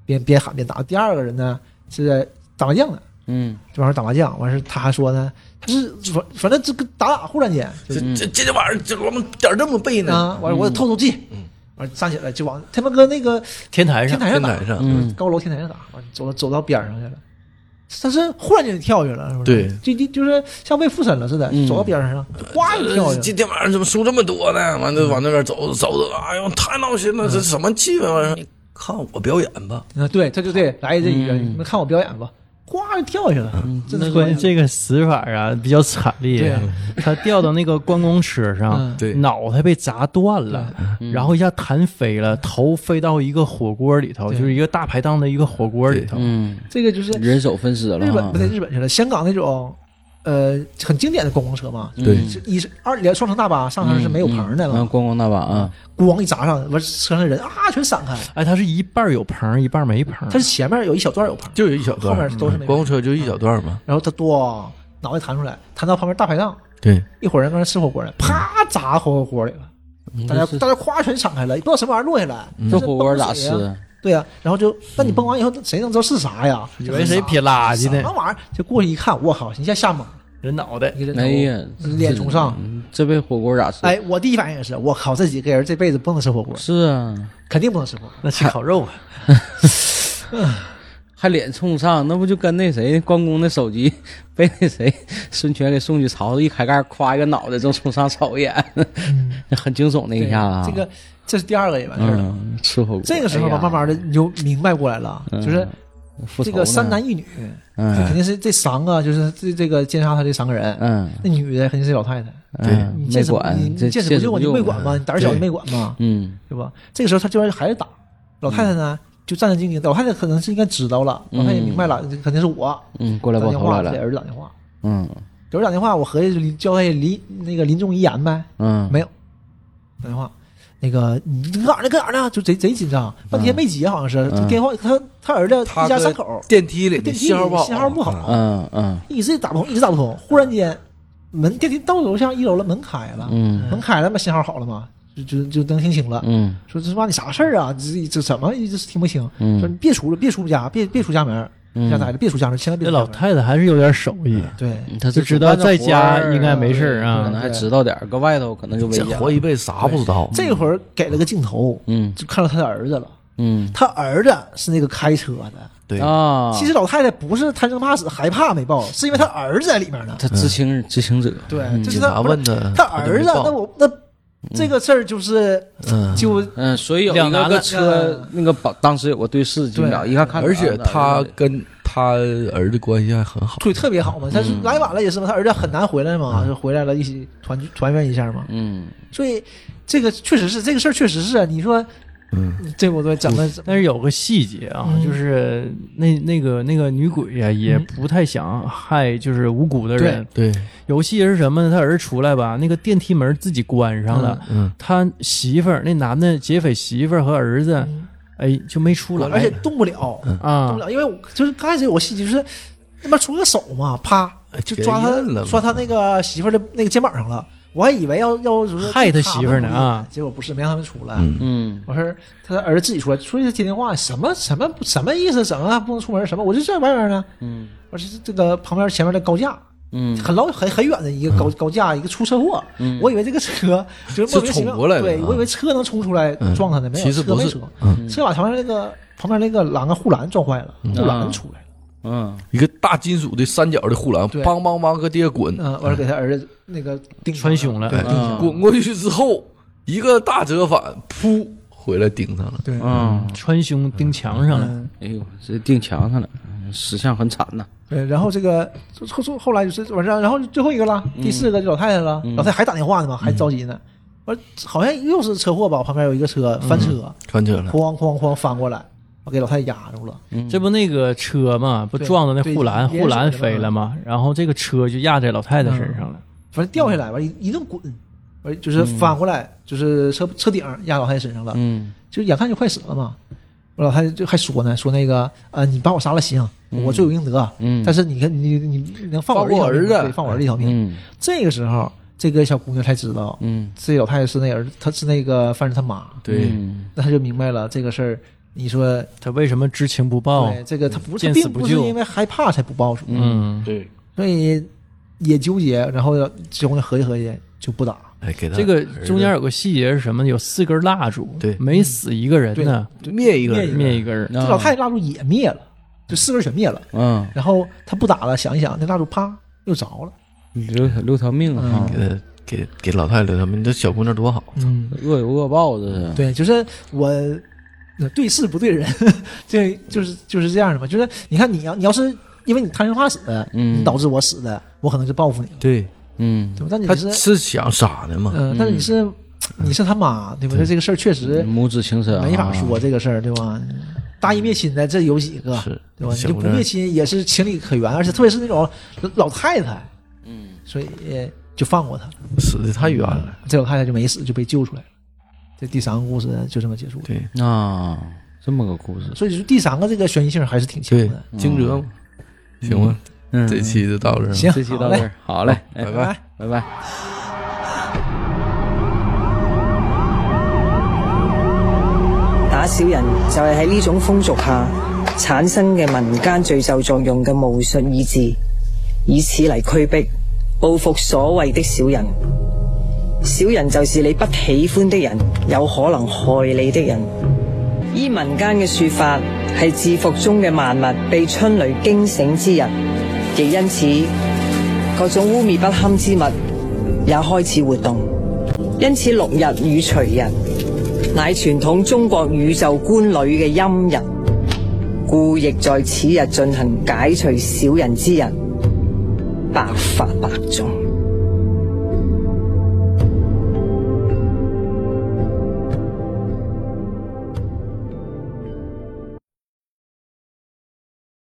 [SPEAKER 2] 边边喊边打。第二个人呢是打麻将的，
[SPEAKER 3] 嗯
[SPEAKER 2] 这玩意儿打麻将，完事儿他还说呢，他是反反正这个打打，忽然间
[SPEAKER 4] 这这今天晚上这我们点儿这么
[SPEAKER 3] 嗯
[SPEAKER 4] 背呢，
[SPEAKER 2] 啊，完了我透透气，完了站起来就往他们搁那个
[SPEAKER 1] 天台
[SPEAKER 2] 天
[SPEAKER 1] 上，
[SPEAKER 2] 台上
[SPEAKER 4] 天
[SPEAKER 2] 打
[SPEAKER 4] 台，上，
[SPEAKER 3] 嗯
[SPEAKER 2] 高楼天台上打，完了走到走到边上去了。他是忽然间就跳下去了，是不是？
[SPEAKER 4] 对
[SPEAKER 2] 就就就是像被附身了似的，
[SPEAKER 3] 嗯
[SPEAKER 2] 走到边上，呱就跳下
[SPEAKER 4] 呃
[SPEAKER 2] 去
[SPEAKER 4] 今天晚上怎么输这么多呢？完了往那边走走走，哎呦，太闹心了，这什么气氛？完啊事儿你看我表演吧，
[SPEAKER 2] 了。啊，对，他就对，来这一个，
[SPEAKER 3] 嗯
[SPEAKER 2] 你们看我表演吧，呱就跳下去了，真的
[SPEAKER 1] 那关键这个死法啊比较惨
[SPEAKER 2] 对
[SPEAKER 1] 烈
[SPEAKER 2] 啊，
[SPEAKER 1] 他掉到那个关公车上
[SPEAKER 2] 嗯，
[SPEAKER 4] 对
[SPEAKER 1] 脑袋被砸断了，
[SPEAKER 3] 嗯
[SPEAKER 1] 然后一下弹飞了，头飞到一个火锅里头，
[SPEAKER 2] 对
[SPEAKER 1] 就是一个大排档的一个火锅里头。
[SPEAKER 3] 嗯，
[SPEAKER 2] 这个就是
[SPEAKER 3] 人手分尸了
[SPEAKER 2] 日本
[SPEAKER 3] 哈嗯
[SPEAKER 2] 不，对，日本去了，香港那种，呃，很经典的公共车嘛，
[SPEAKER 4] 对
[SPEAKER 3] 嗯
[SPEAKER 2] 是一是二连双层大巴，上头是没有棚的
[SPEAKER 3] 嗯，嗯
[SPEAKER 2] 嘛，
[SPEAKER 3] 光光大巴啊，
[SPEAKER 2] 咣一砸上，完车上的人啊全散开，
[SPEAKER 1] 哎，它是一半有棚，一半没棚。
[SPEAKER 2] 它是前面有一小段有棚，
[SPEAKER 4] 就有一小段
[SPEAKER 2] 后
[SPEAKER 4] 儿，
[SPEAKER 2] 面都是没
[SPEAKER 4] 光
[SPEAKER 2] 棚，
[SPEAKER 4] 车就一小段嘛。
[SPEAKER 2] 然后他咣脑袋弹出来，弹到旁边大排档，
[SPEAKER 4] 对，
[SPEAKER 2] 一伙人搁那吃火锅呢，啪砸火锅里了，大家大家咵全散开了，也不知道什么玩意儿落下来，
[SPEAKER 3] 这火锅咋吃
[SPEAKER 2] 嗯这？
[SPEAKER 3] 嗯
[SPEAKER 2] 崩水呀？啊对呀，然后就那你崩完以后，谁能知道是啥呀？
[SPEAKER 1] 以为谁撇垃圾
[SPEAKER 2] 什
[SPEAKER 1] 呢
[SPEAKER 2] 么？玩意儿？就过去一看，我靠，一下吓懵了，
[SPEAKER 1] 人脑袋
[SPEAKER 2] 一个人头
[SPEAKER 3] 哎呀，
[SPEAKER 2] 脸冲上。
[SPEAKER 3] 这被火锅咋吃？
[SPEAKER 2] 哎，我第一反应也是，我靠，这几个人这辈子不能吃火锅，
[SPEAKER 3] 是啊，
[SPEAKER 2] 肯定不能吃火锅。
[SPEAKER 1] 那吃烤肉吧，
[SPEAKER 3] 还脸冲上，那不就跟那谁关公的手机 被那谁孙权给送去朝着一开盖，夸一个脑袋正冲上瞅一眼， 很惊悚那一下嗯啊。
[SPEAKER 2] 这个这是第二个也完事儿了。
[SPEAKER 3] 嗯，吃火锅。
[SPEAKER 2] 这个时候吧，慢慢
[SPEAKER 3] 的
[SPEAKER 2] 的你就明白过来了，就是这个三男一女，这肯
[SPEAKER 3] 嗯
[SPEAKER 2] 定是这三个，就是这这个奸杀他这三个人。
[SPEAKER 3] 嗯
[SPEAKER 2] 那女的肯定是老太太，
[SPEAKER 3] 嗯，
[SPEAKER 2] 你
[SPEAKER 3] 没
[SPEAKER 2] 见死不
[SPEAKER 3] 管
[SPEAKER 2] 你
[SPEAKER 3] 这
[SPEAKER 2] 你见死不救，
[SPEAKER 3] 啊
[SPEAKER 2] 你没管吗？你胆儿小，
[SPEAKER 4] 对
[SPEAKER 2] 你没管吗？
[SPEAKER 3] 嗯
[SPEAKER 2] 对吧？这个时候他居然还是打老太太呢，就战战兢兢。老太太可能是应该知道了，老太太也明白了，肯定是我
[SPEAKER 3] 嗯，过
[SPEAKER 2] 打
[SPEAKER 3] 嗯来爆
[SPEAKER 2] 电
[SPEAKER 3] 头
[SPEAKER 2] 话
[SPEAKER 3] 来
[SPEAKER 2] 给
[SPEAKER 3] 了，
[SPEAKER 2] 儿子打电话，
[SPEAKER 3] 嗯
[SPEAKER 2] 给儿子打电话，我合计就临交代临那个临终遗言呗。
[SPEAKER 3] 嗯，
[SPEAKER 2] 没有，打电话，那个你搁哪儿呢？搁哪儿呢？就贼贼紧张，半天没接，好像是、
[SPEAKER 3] 嗯
[SPEAKER 2] 电话，他他儿子
[SPEAKER 4] 他
[SPEAKER 2] 一家
[SPEAKER 4] 搁
[SPEAKER 2] 三口，
[SPEAKER 4] 嗯电梯里
[SPEAKER 2] 电梯
[SPEAKER 4] 信号不好，啊
[SPEAKER 2] 信号不好，
[SPEAKER 3] 嗯嗯
[SPEAKER 2] 一直，E 打不通，一直打不通。忽然间，门电梯到楼下一楼了，门开了，
[SPEAKER 3] 嗯
[SPEAKER 2] 门开了嘛，信号好了嘛，就就就能听清了。
[SPEAKER 3] 嗯
[SPEAKER 2] 说这妈你啥事儿啊？这这怎么一直听不清？说你
[SPEAKER 3] 嗯，
[SPEAKER 2] 别出了，别出家，别别出家门儿，
[SPEAKER 4] 嗯
[SPEAKER 2] 家待着，别出家门儿，千万别
[SPEAKER 1] 这
[SPEAKER 2] 出家
[SPEAKER 1] 老
[SPEAKER 2] 门儿。
[SPEAKER 1] 太太还是有点手艺。
[SPEAKER 2] 对，
[SPEAKER 3] 他
[SPEAKER 1] 就知道在家应该没事儿啊
[SPEAKER 3] 可能还知道点儿，搁外头可能就危
[SPEAKER 4] 这
[SPEAKER 3] 险了。
[SPEAKER 4] 活一辈子啥不知道？
[SPEAKER 2] 这会儿给了个镜头，
[SPEAKER 3] 嗯
[SPEAKER 2] 就看到他的儿子了。
[SPEAKER 3] 嗯
[SPEAKER 2] 他儿子是那个开车的，
[SPEAKER 4] 对，
[SPEAKER 3] 啊，
[SPEAKER 2] 其实老太太不是贪生怕死害怕没报，是因为她儿子在里面呢。
[SPEAKER 3] 他知情知情者，
[SPEAKER 2] 对，
[SPEAKER 3] 嗯
[SPEAKER 2] 就是
[SPEAKER 4] 嗯警
[SPEAKER 2] 她
[SPEAKER 4] 察问他，
[SPEAKER 2] 她儿子，
[SPEAKER 4] 他就没
[SPEAKER 2] 那
[SPEAKER 4] 报
[SPEAKER 2] 我那这个事儿就是
[SPEAKER 4] 嗯，
[SPEAKER 2] 就
[SPEAKER 3] 嗯，所以有
[SPEAKER 1] 两
[SPEAKER 3] 一
[SPEAKER 1] 男
[SPEAKER 3] 个
[SPEAKER 1] 的
[SPEAKER 3] 个车那个保当时有个对视，几秒
[SPEAKER 2] 对
[SPEAKER 3] 一看看
[SPEAKER 4] 嗯
[SPEAKER 3] 着
[SPEAKER 4] 而且
[SPEAKER 3] 儿子
[SPEAKER 4] 他跟他儿子关系还很好，
[SPEAKER 2] 对特别好嘛，他是
[SPEAKER 3] 嗯
[SPEAKER 2] 来晚了也是嘛，他儿子很难回来
[SPEAKER 1] 嗯
[SPEAKER 2] 嘛，就回来了一起团聚团圆一下嘛，
[SPEAKER 3] 嗯，
[SPEAKER 2] 所以这个确实是这个事儿确实是啊，你说
[SPEAKER 4] 嗯，
[SPEAKER 2] 这我都整的怎么
[SPEAKER 1] 但是有个细节啊，
[SPEAKER 2] 嗯
[SPEAKER 1] 就是那那个那个女鬼呀、也
[SPEAKER 2] 嗯
[SPEAKER 1] 不太想害就是无辜的人。
[SPEAKER 4] 对，
[SPEAKER 1] 有戏是什么呢？他儿子出来吧，那个电梯门自己关上了，
[SPEAKER 4] 嗯，
[SPEAKER 1] 他媳妇儿那男的劫匪媳妇儿和儿子，
[SPEAKER 2] 嗯
[SPEAKER 1] 哎就没出来，
[SPEAKER 2] 而且嗯动不了，动
[SPEAKER 1] 啊
[SPEAKER 2] 不，了，因为我就是刚开始我细节就是他妈出个手嘛，啪
[SPEAKER 1] 哎
[SPEAKER 2] 就抓
[SPEAKER 4] 别认
[SPEAKER 2] 他
[SPEAKER 4] 了
[SPEAKER 2] 抓他那个媳妇儿的那个肩膀上了，我还以为要要说
[SPEAKER 1] 害他媳妇儿呢啊，
[SPEAKER 2] 结果不是没让他们出来。
[SPEAKER 4] 嗯
[SPEAKER 3] 嗯，
[SPEAKER 2] 完事儿，他儿子自己出来，出去接电话，什么什么什么意思？怎么还不能出门？什么？我就在外面呢。
[SPEAKER 3] 嗯，
[SPEAKER 2] 而且这个旁边前面的高架，
[SPEAKER 3] 嗯，
[SPEAKER 2] 很老很很远的一个
[SPEAKER 4] 嗯
[SPEAKER 2] 高、高架，一个出车祸， 我以为这个车就是莫名其
[SPEAKER 4] 是
[SPEAKER 2] 妙
[SPEAKER 4] 冲过来的
[SPEAKER 2] 对
[SPEAKER 4] 啊
[SPEAKER 2] 我以为车能冲出来
[SPEAKER 4] 嗯
[SPEAKER 2] 撞他呢，没有，
[SPEAKER 4] 其实
[SPEAKER 2] 车
[SPEAKER 4] 不
[SPEAKER 2] 没
[SPEAKER 4] 是嗯
[SPEAKER 2] 车，，嗯车把旁边那个旁边那个栏杆护栏撞坏了，护栏出来了，
[SPEAKER 3] 嗯，
[SPEAKER 4] 一个大金属的三角的护栏，
[SPEAKER 2] 对
[SPEAKER 4] 梆梆梆搁地下滚，
[SPEAKER 2] 嗯，完了给他儿子那个钉上
[SPEAKER 1] 穿胸了，
[SPEAKER 4] 对
[SPEAKER 3] 嗯
[SPEAKER 4] 滚过去之后一个大折返，噗，回来顶上了。
[SPEAKER 2] 对，
[SPEAKER 3] 嗯，
[SPEAKER 1] 穿胸钉墙上了。
[SPEAKER 2] 嗯，
[SPEAKER 3] 哎呦，这钉墙上了，嗯死相很惨呐。
[SPEAKER 2] 对，然后这个后后后来就是完事儿，然后最后一个了，
[SPEAKER 4] 嗯
[SPEAKER 2] 第四个就老太太了，老太太还打电话呢嘛，还着急呢，完好像又是车祸吧，旁边有一个车翻车，
[SPEAKER 4] 穿车了，
[SPEAKER 2] 哐哐哐翻过来，我给老太太压住了，
[SPEAKER 1] 这不那个车嘛，不
[SPEAKER 2] 对
[SPEAKER 1] 撞到那护栏，
[SPEAKER 2] 对
[SPEAKER 1] 护栏飞了嘛，然后这个车就压在老太太身上了。
[SPEAKER 2] 反正掉下来，完一一顿滚，完就是翻过来，就是车车顶儿压老太太身上了，
[SPEAKER 3] 嗯
[SPEAKER 2] 就眼看就快死了嘛。我老太太就还说呢，说那个呃，你把我杀了行，我罪有应得，
[SPEAKER 3] 嗯
[SPEAKER 2] 但是你看你你你能放我
[SPEAKER 4] 放我
[SPEAKER 2] 一条命
[SPEAKER 4] 儿子
[SPEAKER 2] 对放我儿子一条命。
[SPEAKER 3] 嗯
[SPEAKER 2] 这个时候，这个小姑娘才知道，
[SPEAKER 3] 嗯，
[SPEAKER 2] 这老太太是那儿子，她是那个犯人他妈，
[SPEAKER 4] 对，
[SPEAKER 3] 嗯
[SPEAKER 2] 那她就明白了这个事儿。你说
[SPEAKER 1] 他为什么知情不报？
[SPEAKER 2] 对这个，她不是
[SPEAKER 1] 哦见
[SPEAKER 2] 她
[SPEAKER 1] 死
[SPEAKER 2] 并
[SPEAKER 1] 不
[SPEAKER 2] 不是
[SPEAKER 1] 救
[SPEAKER 2] 因为害怕才不报仇，
[SPEAKER 1] 嗯，
[SPEAKER 4] 对，
[SPEAKER 2] 所以也纠结，然后小姑娘合计合计就不打，
[SPEAKER 4] 哎，给他
[SPEAKER 1] 这个中间有个细节是什么呢？有四根蜡烛，
[SPEAKER 4] 对
[SPEAKER 1] 每死一个人呢，
[SPEAKER 4] 灭一个人，
[SPEAKER 1] 灭一根儿。
[SPEAKER 2] 这
[SPEAKER 3] 啊
[SPEAKER 2] 老太太蜡烛也灭了，就四根全灭了。
[SPEAKER 3] 嗯，
[SPEAKER 2] 然后她不打了，想一想，那蜡烛啪又着了。
[SPEAKER 3] 留留条命啊，
[SPEAKER 4] 给他呃给给老太太留条命。这小姑娘多好，
[SPEAKER 2] 嗯，
[SPEAKER 3] 恶有恶报，这是。
[SPEAKER 2] 对，就是我呃对事不对人，对，就是就是这样的嘛。就是你看你要你要是因为你贪生怕死，
[SPEAKER 3] 嗯
[SPEAKER 2] 你导致我死的，我可能就报复你了，
[SPEAKER 4] 对，
[SPEAKER 3] 嗯，
[SPEAKER 2] 对吧？但你
[SPEAKER 4] 她
[SPEAKER 2] 是，
[SPEAKER 4] 是想傻的嘛，
[SPEAKER 2] 嗯、但是你是你是他妈，对吧？这个事儿确实
[SPEAKER 3] 母子情深啊，
[SPEAKER 2] 没法说这个事儿，对吧？大义灭亲的这有几个？
[SPEAKER 4] 是
[SPEAKER 2] 对吧？你
[SPEAKER 4] 小
[SPEAKER 2] 就
[SPEAKER 4] 姑
[SPEAKER 2] 不
[SPEAKER 4] 娘
[SPEAKER 2] 灭亲也是情理可原，而且特别是那种老太太，嗯，所以就放过他。
[SPEAKER 4] 死的太冤了。
[SPEAKER 2] 这老太太就没死，就被救出来了。这第三个故事就这么结束了。
[SPEAKER 4] 对
[SPEAKER 3] 啊，这么个故事。
[SPEAKER 2] 所以就是第三个这个悬疑性还是挺强
[SPEAKER 4] 对
[SPEAKER 2] 的。，
[SPEAKER 4] 惊蛰嘛，行吧，
[SPEAKER 3] 嗯，
[SPEAKER 4] 这期就到这儿了。
[SPEAKER 2] 行，
[SPEAKER 3] 这期
[SPEAKER 2] 好
[SPEAKER 3] 到
[SPEAKER 2] 嘞
[SPEAKER 3] 这儿，好嘞，哎
[SPEAKER 4] 拜
[SPEAKER 2] 拜
[SPEAKER 4] 拜。
[SPEAKER 3] 拜拜。
[SPEAKER 5] 打小人就係喺呢種風俗下產生嘅民間聚咒作用嘅巫術意志，以此嚟驅逼報復所謂的小人。小人就是你不喜歡的人，有可能害你的人。依民間嘅说法，係自服中嘅萬物被春雷驚醒之日，亦因此各種污蔑不堪之物也開始活動。因此六日與除日。乃傳統中國宇宙觀裏嘅陰人，故亦在此日進行解除小人之人，百發百中。